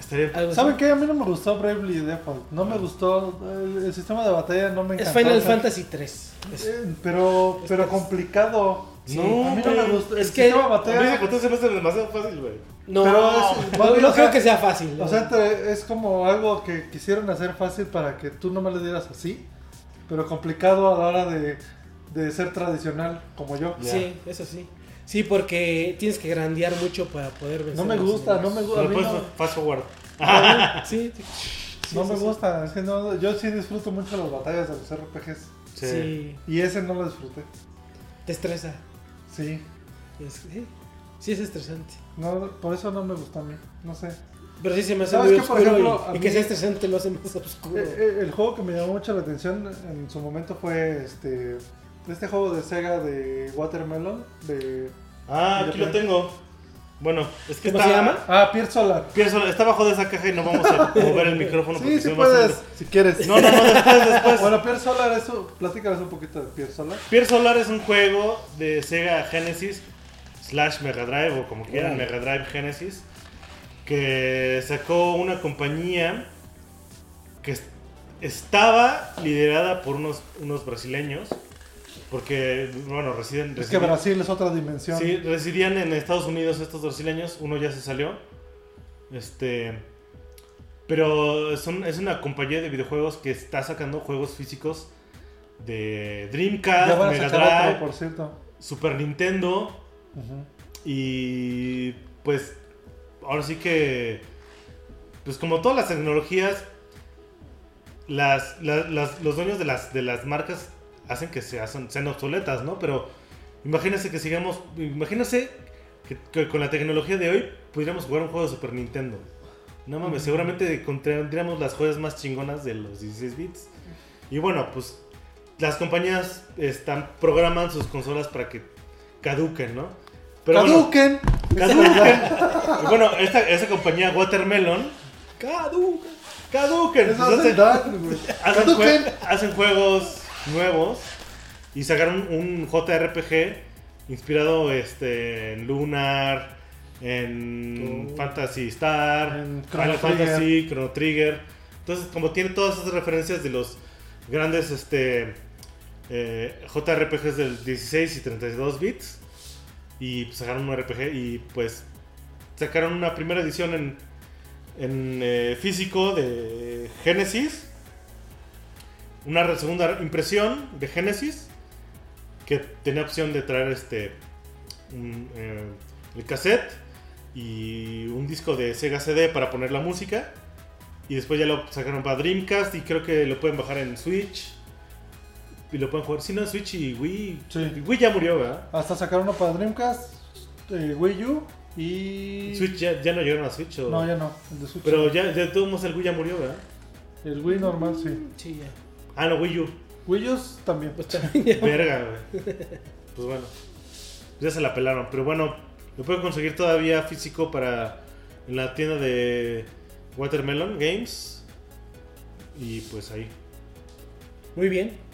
Speaker 1: Estaría-
Speaker 3: Algo así.
Speaker 2: ¿Saben qué? A mí no me gustó Bravely Default. No me gustó. El, el sistema de batalla no me
Speaker 3: Es
Speaker 2: encantó.
Speaker 3: Final
Speaker 2: O sea,
Speaker 3: Fantasy 3.
Speaker 2: eh, pero, pero complicado.
Speaker 1: No,
Speaker 2: a mí no me
Speaker 1: güey.
Speaker 2: gustó.
Speaker 3: Es
Speaker 2: el
Speaker 3: que-
Speaker 2: sistema de
Speaker 1: A mí se
Speaker 2: batalla.
Speaker 1: contó, se me hace demasiado fácil, güey.
Speaker 3: No,
Speaker 2: Pero es-
Speaker 3: no,
Speaker 2: va-
Speaker 3: no
Speaker 2: o sea,
Speaker 3: creo que sea fácil.
Speaker 2: O sea, entre- es como algo que quisieron hacer fácil para que tú no me le dieras así, pero complicado a la hora de, de ser tradicional como yo.
Speaker 3: Sí, eso sí. Sí, porque tienes que grandear mucho para poder vencer.
Speaker 2: No me
Speaker 3: los
Speaker 2: gusta, no
Speaker 3: enemigos.
Speaker 2: me gusta. a
Speaker 1: Pero
Speaker 2: mí
Speaker 1: puedes
Speaker 2: no-
Speaker 1: fast forward.
Speaker 3: Sí, sí,
Speaker 2: No
Speaker 3: pues, sí,
Speaker 2: me
Speaker 3: sí.
Speaker 2: gusta, es que no- yo sí disfruto mucho las batallas de los RPGs.
Speaker 1: Sí.
Speaker 3: Sí,
Speaker 2: Y ese no lo disfruté.
Speaker 3: te estresa.
Speaker 2: Sí.
Speaker 3: Es- sí, sí es estresante.
Speaker 2: No, por eso no me gustó a mí. No sé.
Speaker 3: Pero sí se me hace
Speaker 2: ¿Sabes
Speaker 3: muy
Speaker 2: qué? Por
Speaker 3: oscuro. y-
Speaker 2: ejemplo,
Speaker 3: y,
Speaker 2: a
Speaker 3: que
Speaker 2: mí-
Speaker 3: sea estresante lo hace más oscuro.
Speaker 2: Eh, eh, el juego que me llamó mucho la atención en su momento fue este este juego de Sega de Watermelon, de...
Speaker 1: Ah, aquí lo tengo. Bueno, es que
Speaker 3: ¿Cómo
Speaker 1: está.
Speaker 3: se llama?
Speaker 2: Ah, Pier Solar.
Speaker 1: Pienso, está abajo de esa caja y no vamos a mover el micrófono. porque
Speaker 2: Sí, sí
Speaker 1: se me va a
Speaker 2: puedes,
Speaker 1: salir.
Speaker 2: si quieres.
Speaker 1: No, no, no, después, después.
Speaker 2: Bueno, Pier Solar, eso, platícanos un poquito de Pier Solar.
Speaker 1: Pier Solar es un juego de Sega Genesis slash Mega Drive o como quieran, Mega Drive Genesis que sacó una compañía que es- estaba liderada por unos, unos brasileños porque, bueno, residen...
Speaker 2: Es que
Speaker 1: residen-
Speaker 2: Brasil es otra dimensión.
Speaker 1: Sí, residían en Estados Unidos estos brasileños. Uno ya se salió. Este. Pero son, es una compañía de videojuegos que está sacando juegos físicos de
Speaker 2: Ya
Speaker 1: Dreamcast,
Speaker 2: van a
Speaker 1: Mega
Speaker 2: sacar
Speaker 1: Drive,
Speaker 2: otro, por cierto.
Speaker 1: Super Nintendo.
Speaker 2: Ujú.
Speaker 1: Y. Pues. Ahora sí que. Pues como todas las tecnologías. Las, las- las- los dueños de las, de las marcas hacen que se hacen, sean obsoletas, ¿no? Pero imagínense que sigamos. Imagínense que, que con la tecnología de hoy pudiéramos jugar un juego de Super Nintendo. No mames, seguramente encontraríamos las joyas más chingonas de los 16 bits. Y bueno, pues las compañías están, programan sus consolas para que caduquen, ¿no? Pero bueno,
Speaker 2: Caduquen.
Speaker 1: Caduquen. Y bueno, esta, esa compañía Watermelon. Caduquen. Caduquen.
Speaker 2: Eso
Speaker 1: Pues
Speaker 2: hace
Speaker 1: hacen,
Speaker 2: daño, güey.
Speaker 1: hacen
Speaker 2: Caduquen.
Speaker 1: jue- hacen juegos nuevos. Y sacaron un JRPG inspirado este, en Lunar, en
Speaker 2: Oh.
Speaker 1: Fantasy Star,
Speaker 2: En Chrono
Speaker 1: Final Fantasy, Chrono Trigger. Entonces, como tiene todas esas referencias de los grandes este, eh, JRPGs del 16 y 32 bits. Y pues, sacaron un RPG y pues sacaron una primera edición en, en, eh, físico de Genesis. Una re- segunda impresión de Genesis. Que tenía opción de traer este. un, eh, el cassette. Y un disco de Sega CD para poner la música. Y después ya lo sacaron para Dreamcast. Y creo que lo pueden bajar en Switch. Y lo pueden jugar. Si no, en Switch y Wii.
Speaker 2: Sí.
Speaker 1: Wii ya murió, ¿verdad?
Speaker 2: Hasta sacar uno para Dreamcast, eh, Wii U y.
Speaker 1: Switch ya, ya no llegaron a Switch. ¿o?
Speaker 2: No, ya no. El de Switch.
Speaker 1: Pero ya, de todos modos, el Wii ya murió, ¿verdad?
Speaker 2: El Wii normal, sí.
Speaker 3: Sí, ya.
Speaker 1: Ah, no, Wii U.
Speaker 2: Wii U también.
Speaker 3: Pues también ya.
Speaker 1: Verga, güey. Pues bueno. Ya se la pelaron. Pero bueno, lo pueden conseguir todavía físico para. En la tienda de Watermelon Games. Y pues ahí.
Speaker 3: Muy bien.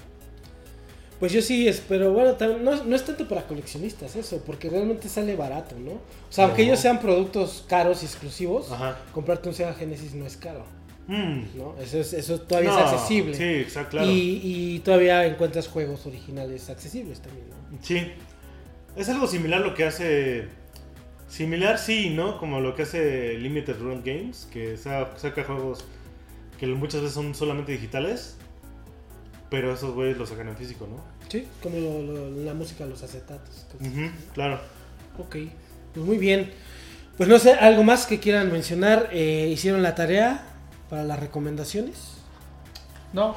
Speaker 3: Pues yo sí espero, bueno, tam- no, no es tanto para coleccionistas eso, porque realmente sale barato, ¿no? O sea, aunque
Speaker 1: No.
Speaker 3: ellos sean productos caros y exclusivos,
Speaker 1: Ajá.
Speaker 3: comprarte un Sega Genesis no es caro,
Speaker 1: Mm.
Speaker 3: ¿no? Eso, es- eso todavía
Speaker 1: No,
Speaker 3: es accesible.
Speaker 1: Sí, exacto, claro.
Speaker 3: y, y todavía encuentras juegos originales accesibles también, ¿no?
Speaker 1: Sí. Es algo similar lo que hace. Similar, sí, ¿no? Como lo que hace Limited Run Games, que sa- saca juegos que muchas veces son solamente digitales. Pero esos güeyes los sacan en físico, ¿no?
Speaker 3: Sí, como lo- lo- la música, los acetatos. cosas
Speaker 1: Ujú, claro. Mm.
Speaker 3: Ok, pues muy bien. Pues no sé, algo más que quieran mencionar. Eh, ¿Hicieron la tarea para las recomendaciones?
Speaker 2: No.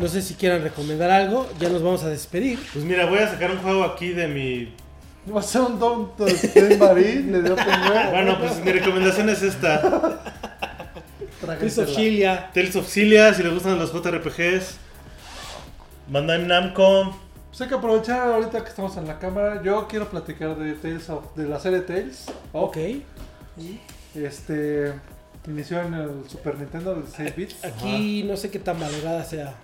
Speaker 3: No sé si quieran recomendar algo. Ya nos vamos a despedir.
Speaker 1: Pues mira, voy a sacar un juego aquí de mi.
Speaker 2: Va a ser un Don't Stay Marine, le dio primero.
Speaker 1: Bueno, pues mi recomendación es esta:
Speaker 3: Chris of Chilia.
Speaker 1: Tales of Cilia, si les gustan los JRPGs. Bandai Namco.
Speaker 2: Pues hay que aprovechar ahorita que estamos en la cámara. Yo quiero platicar de Tales of- de la serie Tales.
Speaker 1: Oh.
Speaker 3: Ok.
Speaker 2: Este. Inició en el Super Nintendo de 6 bits.
Speaker 3: Aquí no sé qué tan valorada sea.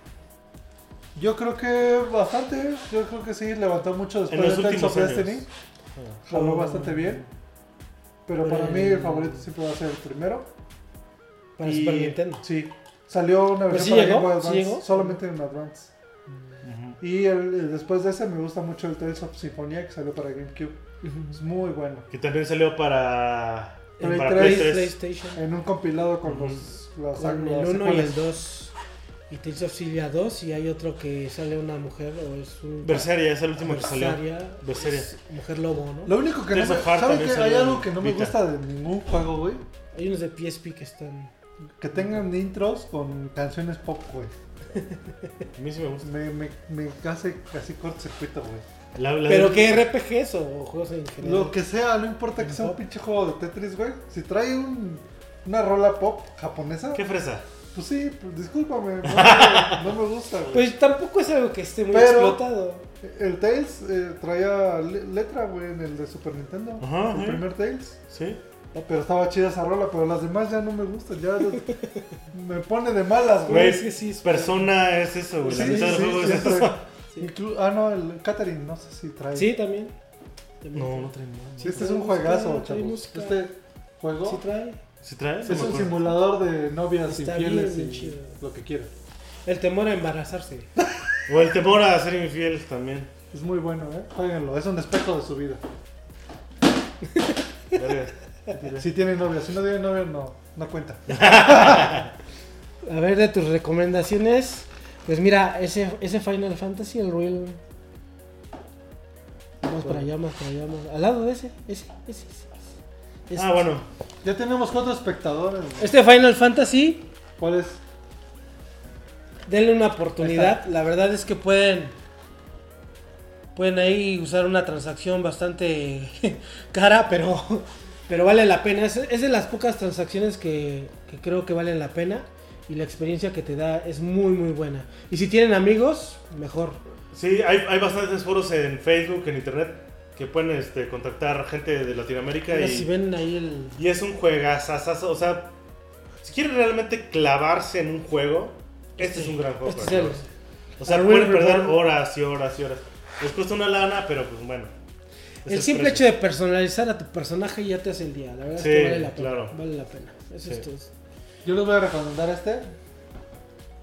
Speaker 2: Yo creo que bastante. Yo creo que sí, levantó mucho
Speaker 1: En
Speaker 2: después
Speaker 1: los
Speaker 2: de Tales
Speaker 1: últimos
Speaker 2: of
Speaker 1: años.
Speaker 2: Destiny.
Speaker 3: Oh.
Speaker 2: Jaló bastante bien. Pero para mí el favorito siempre va a ser el primero.
Speaker 3: Para
Speaker 1: Y-
Speaker 3: Super Nintendo.
Speaker 2: Sí. Salió una
Speaker 3: Pero
Speaker 2: versión
Speaker 3: sí
Speaker 2: para
Speaker 3: llegó,
Speaker 2: Game Boy
Speaker 3: sí
Speaker 2: Advance,
Speaker 3: llegó.
Speaker 2: solamente en Advance. Y el- el- después de ese me gusta mucho el Tales of Symphonia que salió para GameCube. Es muy bueno.
Speaker 1: Que también salió para.
Speaker 2: Play
Speaker 1: para
Speaker 2: tres.
Speaker 1: Play
Speaker 3: Play-
Speaker 1: 3.
Speaker 3: PlayStation.
Speaker 2: En un compilado con los, las,
Speaker 3: Con
Speaker 2: las
Speaker 3: el 1 y
Speaker 2: secuelas.
Speaker 3: el 2. Y Tales of Cilia 2. Y hay otro que sale una mujer o es un.
Speaker 1: Berseria es el último que salió.
Speaker 3: Berseria,
Speaker 1: Berseria.
Speaker 3: es Mujer lobo, ¿no?
Speaker 2: Lo único que no me,
Speaker 1: Tales of Heart
Speaker 2: ¿saben
Speaker 1: también
Speaker 2: qué? Hay
Speaker 1: salió en
Speaker 2: algo que no me
Speaker 1: Vita.
Speaker 2: gusta de ningún juego, güey.
Speaker 3: Hay unos de PSP que están.
Speaker 2: Que tengan intros con canciones pop, güey.
Speaker 1: A mí sí me gusta.
Speaker 2: Me, me, me hace casi cortocircuito, güey.
Speaker 1: La- la-
Speaker 3: ¿Pero qué RPGs o juegos en general?
Speaker 2: Lo que sea, no importa que sea un pinche juego de Tetris, güey. Si trae un, una rola pop japonesa,
Speaker 1: ¿Qué fresa?
Speaker 2: Pues sí, pues, discúlpame, no, me- no me gusta, güey.
Speaker 3: Pues tampoco es algo que esté muy
Speaker 2: Pero-
Speaker 3: explotado.
Speaker 2: El Tails eh, traía le- letra, güey, en el de Super Nintendo.
Speaker 1: Ajá,
Speaker 2: el
Speaker 1: sí.
Speaker 2: primer Tails.
Speaker 1: Sí.
Speaker 2: No, pero estaba chida esa rola, pero las demás ya no me gustan. Ya me pone de malas,
Speaker 1: Güey,
Speaker 2: güey.
Speaker 3: es que sí, es-
Speaker 1: Persona es eso, güey. La
Speaker 2: Sí,
Speaker 1: mitad del
Speaker 2: sí,
Speaker 1: juego
Speaker 2: sí,
Speaker 1: es
Speaker 2: sí.
Speaker 1: eso.
Speaker 2: Inclu- ah, no, el Catherine, no sé si trae.
Speaker 3: Sí, también. También
Speaker 1: No,
Speaker 3: trae.
Speaker 1: no trae nada.
Speaker 3: Sí,
Speaker 2: Este es
Speaker 3: trae
Speaker 2: un
Speaker 3: música,
Speaker 2: juegazo,
Speaker 3: trae
Speaker 2: chavos.
Speaker 3: música.
Speaker 2: Este juego
Speaker 3: Sí trae.
Speaker 1: ¿Sí trae? No
Speaker 2: es
Speaker 1: me
Speaker 2: un
Speaker 1: acuerdo.
Speaker 2: simulador de novias
Speaker 3: Está
Speaker 2: infieles
Speaker 3: bien
Speaker 2: y
Speaker 3: chido.
Speaker 2: lo que quieran.
Speaker 3: El temor a embarazarse.
Speaker 1: O el temor a ser infiel también.
Speaker 2: Es muy bueno, ¿eh? Jueguenlo, es un espejo de su vida.
Speaker 1: Verga.
Speaker 2: Si tienen novia, si no tienen novia, no, no cuenta.
Speaker 3: A ver, de tus recomendaciones. Pues mira, ese, ese Final Fantasy, el Real. Vamos para allá, más para allá, más. Al lado de ese, ese, ese. ese, ese. Este.
Speaker 1: Ah, bueno.
Speaker 2: Ya tenemos cuatro espectadores. güey.
Speaker 3: Este Final Fantasy,
Speaker 2: ¿Cuál es?
Speaker 3: denle una oportunidad. La verdad es que pueden. Pueden ahí usar una transacción bastante cara, pero, pero vale la pena. Es, es de las pocas transacciones que, que creo que valen la pena. Y la experiencia que te da es muy, muy buena. Y si tienen amigos, mejor.
Speaker 1: Sí, hay, hay bastantes foros en Facebook, en Internet, que pueden este, contactar gente de Latinoamérica.
Speaker 3: Mira,
Speaker 1: y...
Speaker 3: si ven ahí el.
Speaker 1: Y es un juegazazazo. O sea, si quieres realmente clavarse en un juego, este es un gran juego.
Speaker 3: Este es
Speaker 1: para
Speaker 3: el- Ah,
Speaker 1: clavarse. o sea,
Speaker 3: el
Speaker 1: puedes
Speaker 3: Real
Speaker 1: perder
Speaker 3: Reborn.
Speaker 1: horas y horas y horas. Les cuesta una lana, pero pues bueno. es
Speaker 3: el simple
Speaker 1: precio.
Speaker 3: hecho de personalizar a tu personaje ya te hace el día. La verdad
Speaker 1: Sí,
Speaker 3: es que vale la pena.
Speaker 1: claro.
Speaker 3: Vale la pena. Eso
Speaker 1: Sí.
Speaker 3: es todo.
Speaker 2: Yo les voy a recomendar este.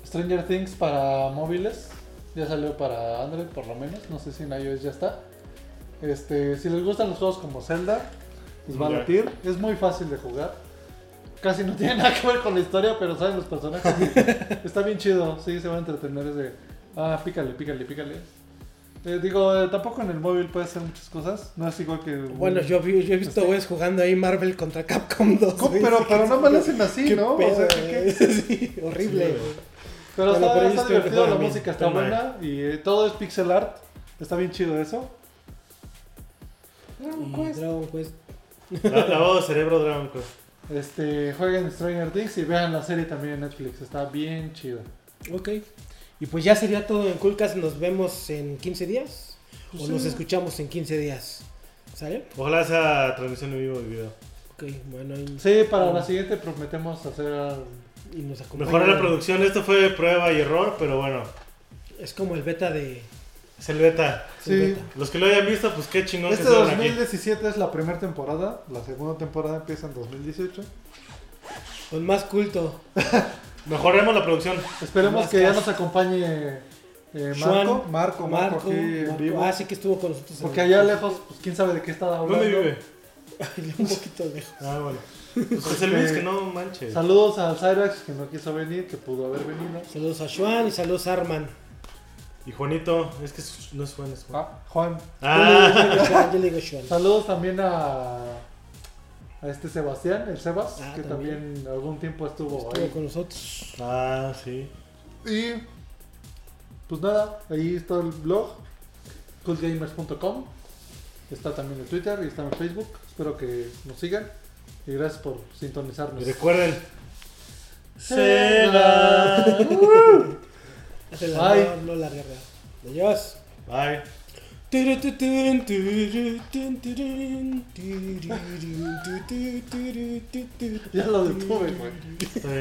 Speaker 2: Stranger Things para móviles. Ya salió para Android por lo menos. No sé si en iOS ya está. Este, si les gustan los juegos como Zelda, les va a
Speaker 1: Ya.
Speaker 2: latir. Es muy fácil de jugar. Casi no tiene nada que ver con la historia, pero saben los personajes. está bien chido. Sí, se va a entretener ese. Ah, pícale, pícale, pícale. Eh, digo, eh, tampoco en el móvil puedes hacer muchas cosas. No es igual que. un-
Speaker 3: Bueno, yo, vi- yo he visto güeyes jugando ahí Marvel contra Capcom 2.
Speaker 2: Co-
Speaker 3: güey.
Speaker 2: Pero, pero no me lo hacen
Speaker 3: Qué
Speaker 2: así, ¿no? O
Speaker 3: pedo,
Speaker 2: sea, ¿qué- qué?
Speaker 3: güey. Sí, horrible. güey.
Speaker 2: Pero
Speaker 3: Bueno,
Speaker 2: está,
Speaker 3: pero
Speaker 2: está
Speaker 3: yo estoy
Speaker 2: divertido,
Speaker 3: mejor
Speaker 2: la
Speaker 3: a mí.
Speaker 2: música está
Speaker 1: Toma,
Speaker 2: buena y eh, todo es pixel art. Está bien chido eso.
Speaker 3: Y Mm, Dragon Quest.
Speaker 1: La- Lavado de cerebro Dragon Quest.
Speaker 2: Este, jueguen Stranger Things y vean la serie también en Netflix. Está bien chido.
Speaker 3: Ok. Y pues ya sería todo en Coolcast. Nos vemos en 15 días. o nos escuchamos en 15 días. ¿Sale?
Speaker 1: Ojalá sea transmisión en vivo y video.
Speaker 3: Ok, bueno. Y,
Speaker 2: Sí, para la siguiente prometemos hacer. ah,
Speaker 3: y nos acompaña.
Speaker 1: Mejorar la producción. Esto fue prueba y error, pero bueno.
Speaker 3: Es como el beta de.
Speaker 1: Es el beta.
Speaker 2: Sí.
Speaker 1: Los que lo hayan visto, pues qué chingón
Speaker 2: Este
Speaker 1: que estuvieron aquí.
Speaker 2: 2017 es la primera temporada. La segunda temporada empieza en 2018.
Speaker 3: Con más culto.
Speaker 1: Mejoremos la producción.
Speaker 2: Esperemos
Speaker 3: Más
Speaker 2: que ya
Speaker 3: cast.
Speaker 2: nos acompañe eh, Marco,
Speaker 3: Juan,
Speaker 2: Marco, Marco. aquí en
Speaker 3: Marco.
Speaker 2: vivo.
Speaker 3: Ah, sí que estuvo con nosotros. en
Speaker 2: Porque
Speaker 3: el-
Speaker 2: allá lejos, pues quién sabe de qué está hablando.
Speaker 1: ¿Dónde vive?
Speaker 3: Un poquito lejos.
Speaker 1: Ah, bueno. Pues José Luis, que no manches.
Speaker 2: Saludos al Cyrax que no quiso venir, que pudo haber venido.
Speaker 3: Saludos a Juan y saludos a Arman.
Speaker 1: Y Juanito, es que es- no es Juan, es Juan.
Speaker 2: Ah, Juan.
Speaker 1: Ah.
Speaker 3: Yo le digo Juan, yo le digo Juan.
Speaker 2: Saludos también a, a este Sebastián, el Sebas,
Speaker 3: Ah,
Speaker 2: que también. algún tiempo estuvo,
Speaker 3: Estuvo con nosotros.
Speaker 1: Ah, sí.
Speaker 2: ahí. Y pues nada, ahí está el blog, coolgamers.com. Está también en Twitter y está en Facebook. Espero que nos sigan. Y gracias por sintonizarnos.
Speaker 1: Y recuerden.
Speaker 2: Sega.
Speaker 3: Hace
Speaker 2: Ay.
Speaker 3: la no la guerra. Adiós.
Speaker 1: Bye.
Speaker 3: Turututun, turututun, turun, tururun, tutututun, tutututun.
Speaker 2: Ya lo detuve, güey.
Speaker 1: Está bien.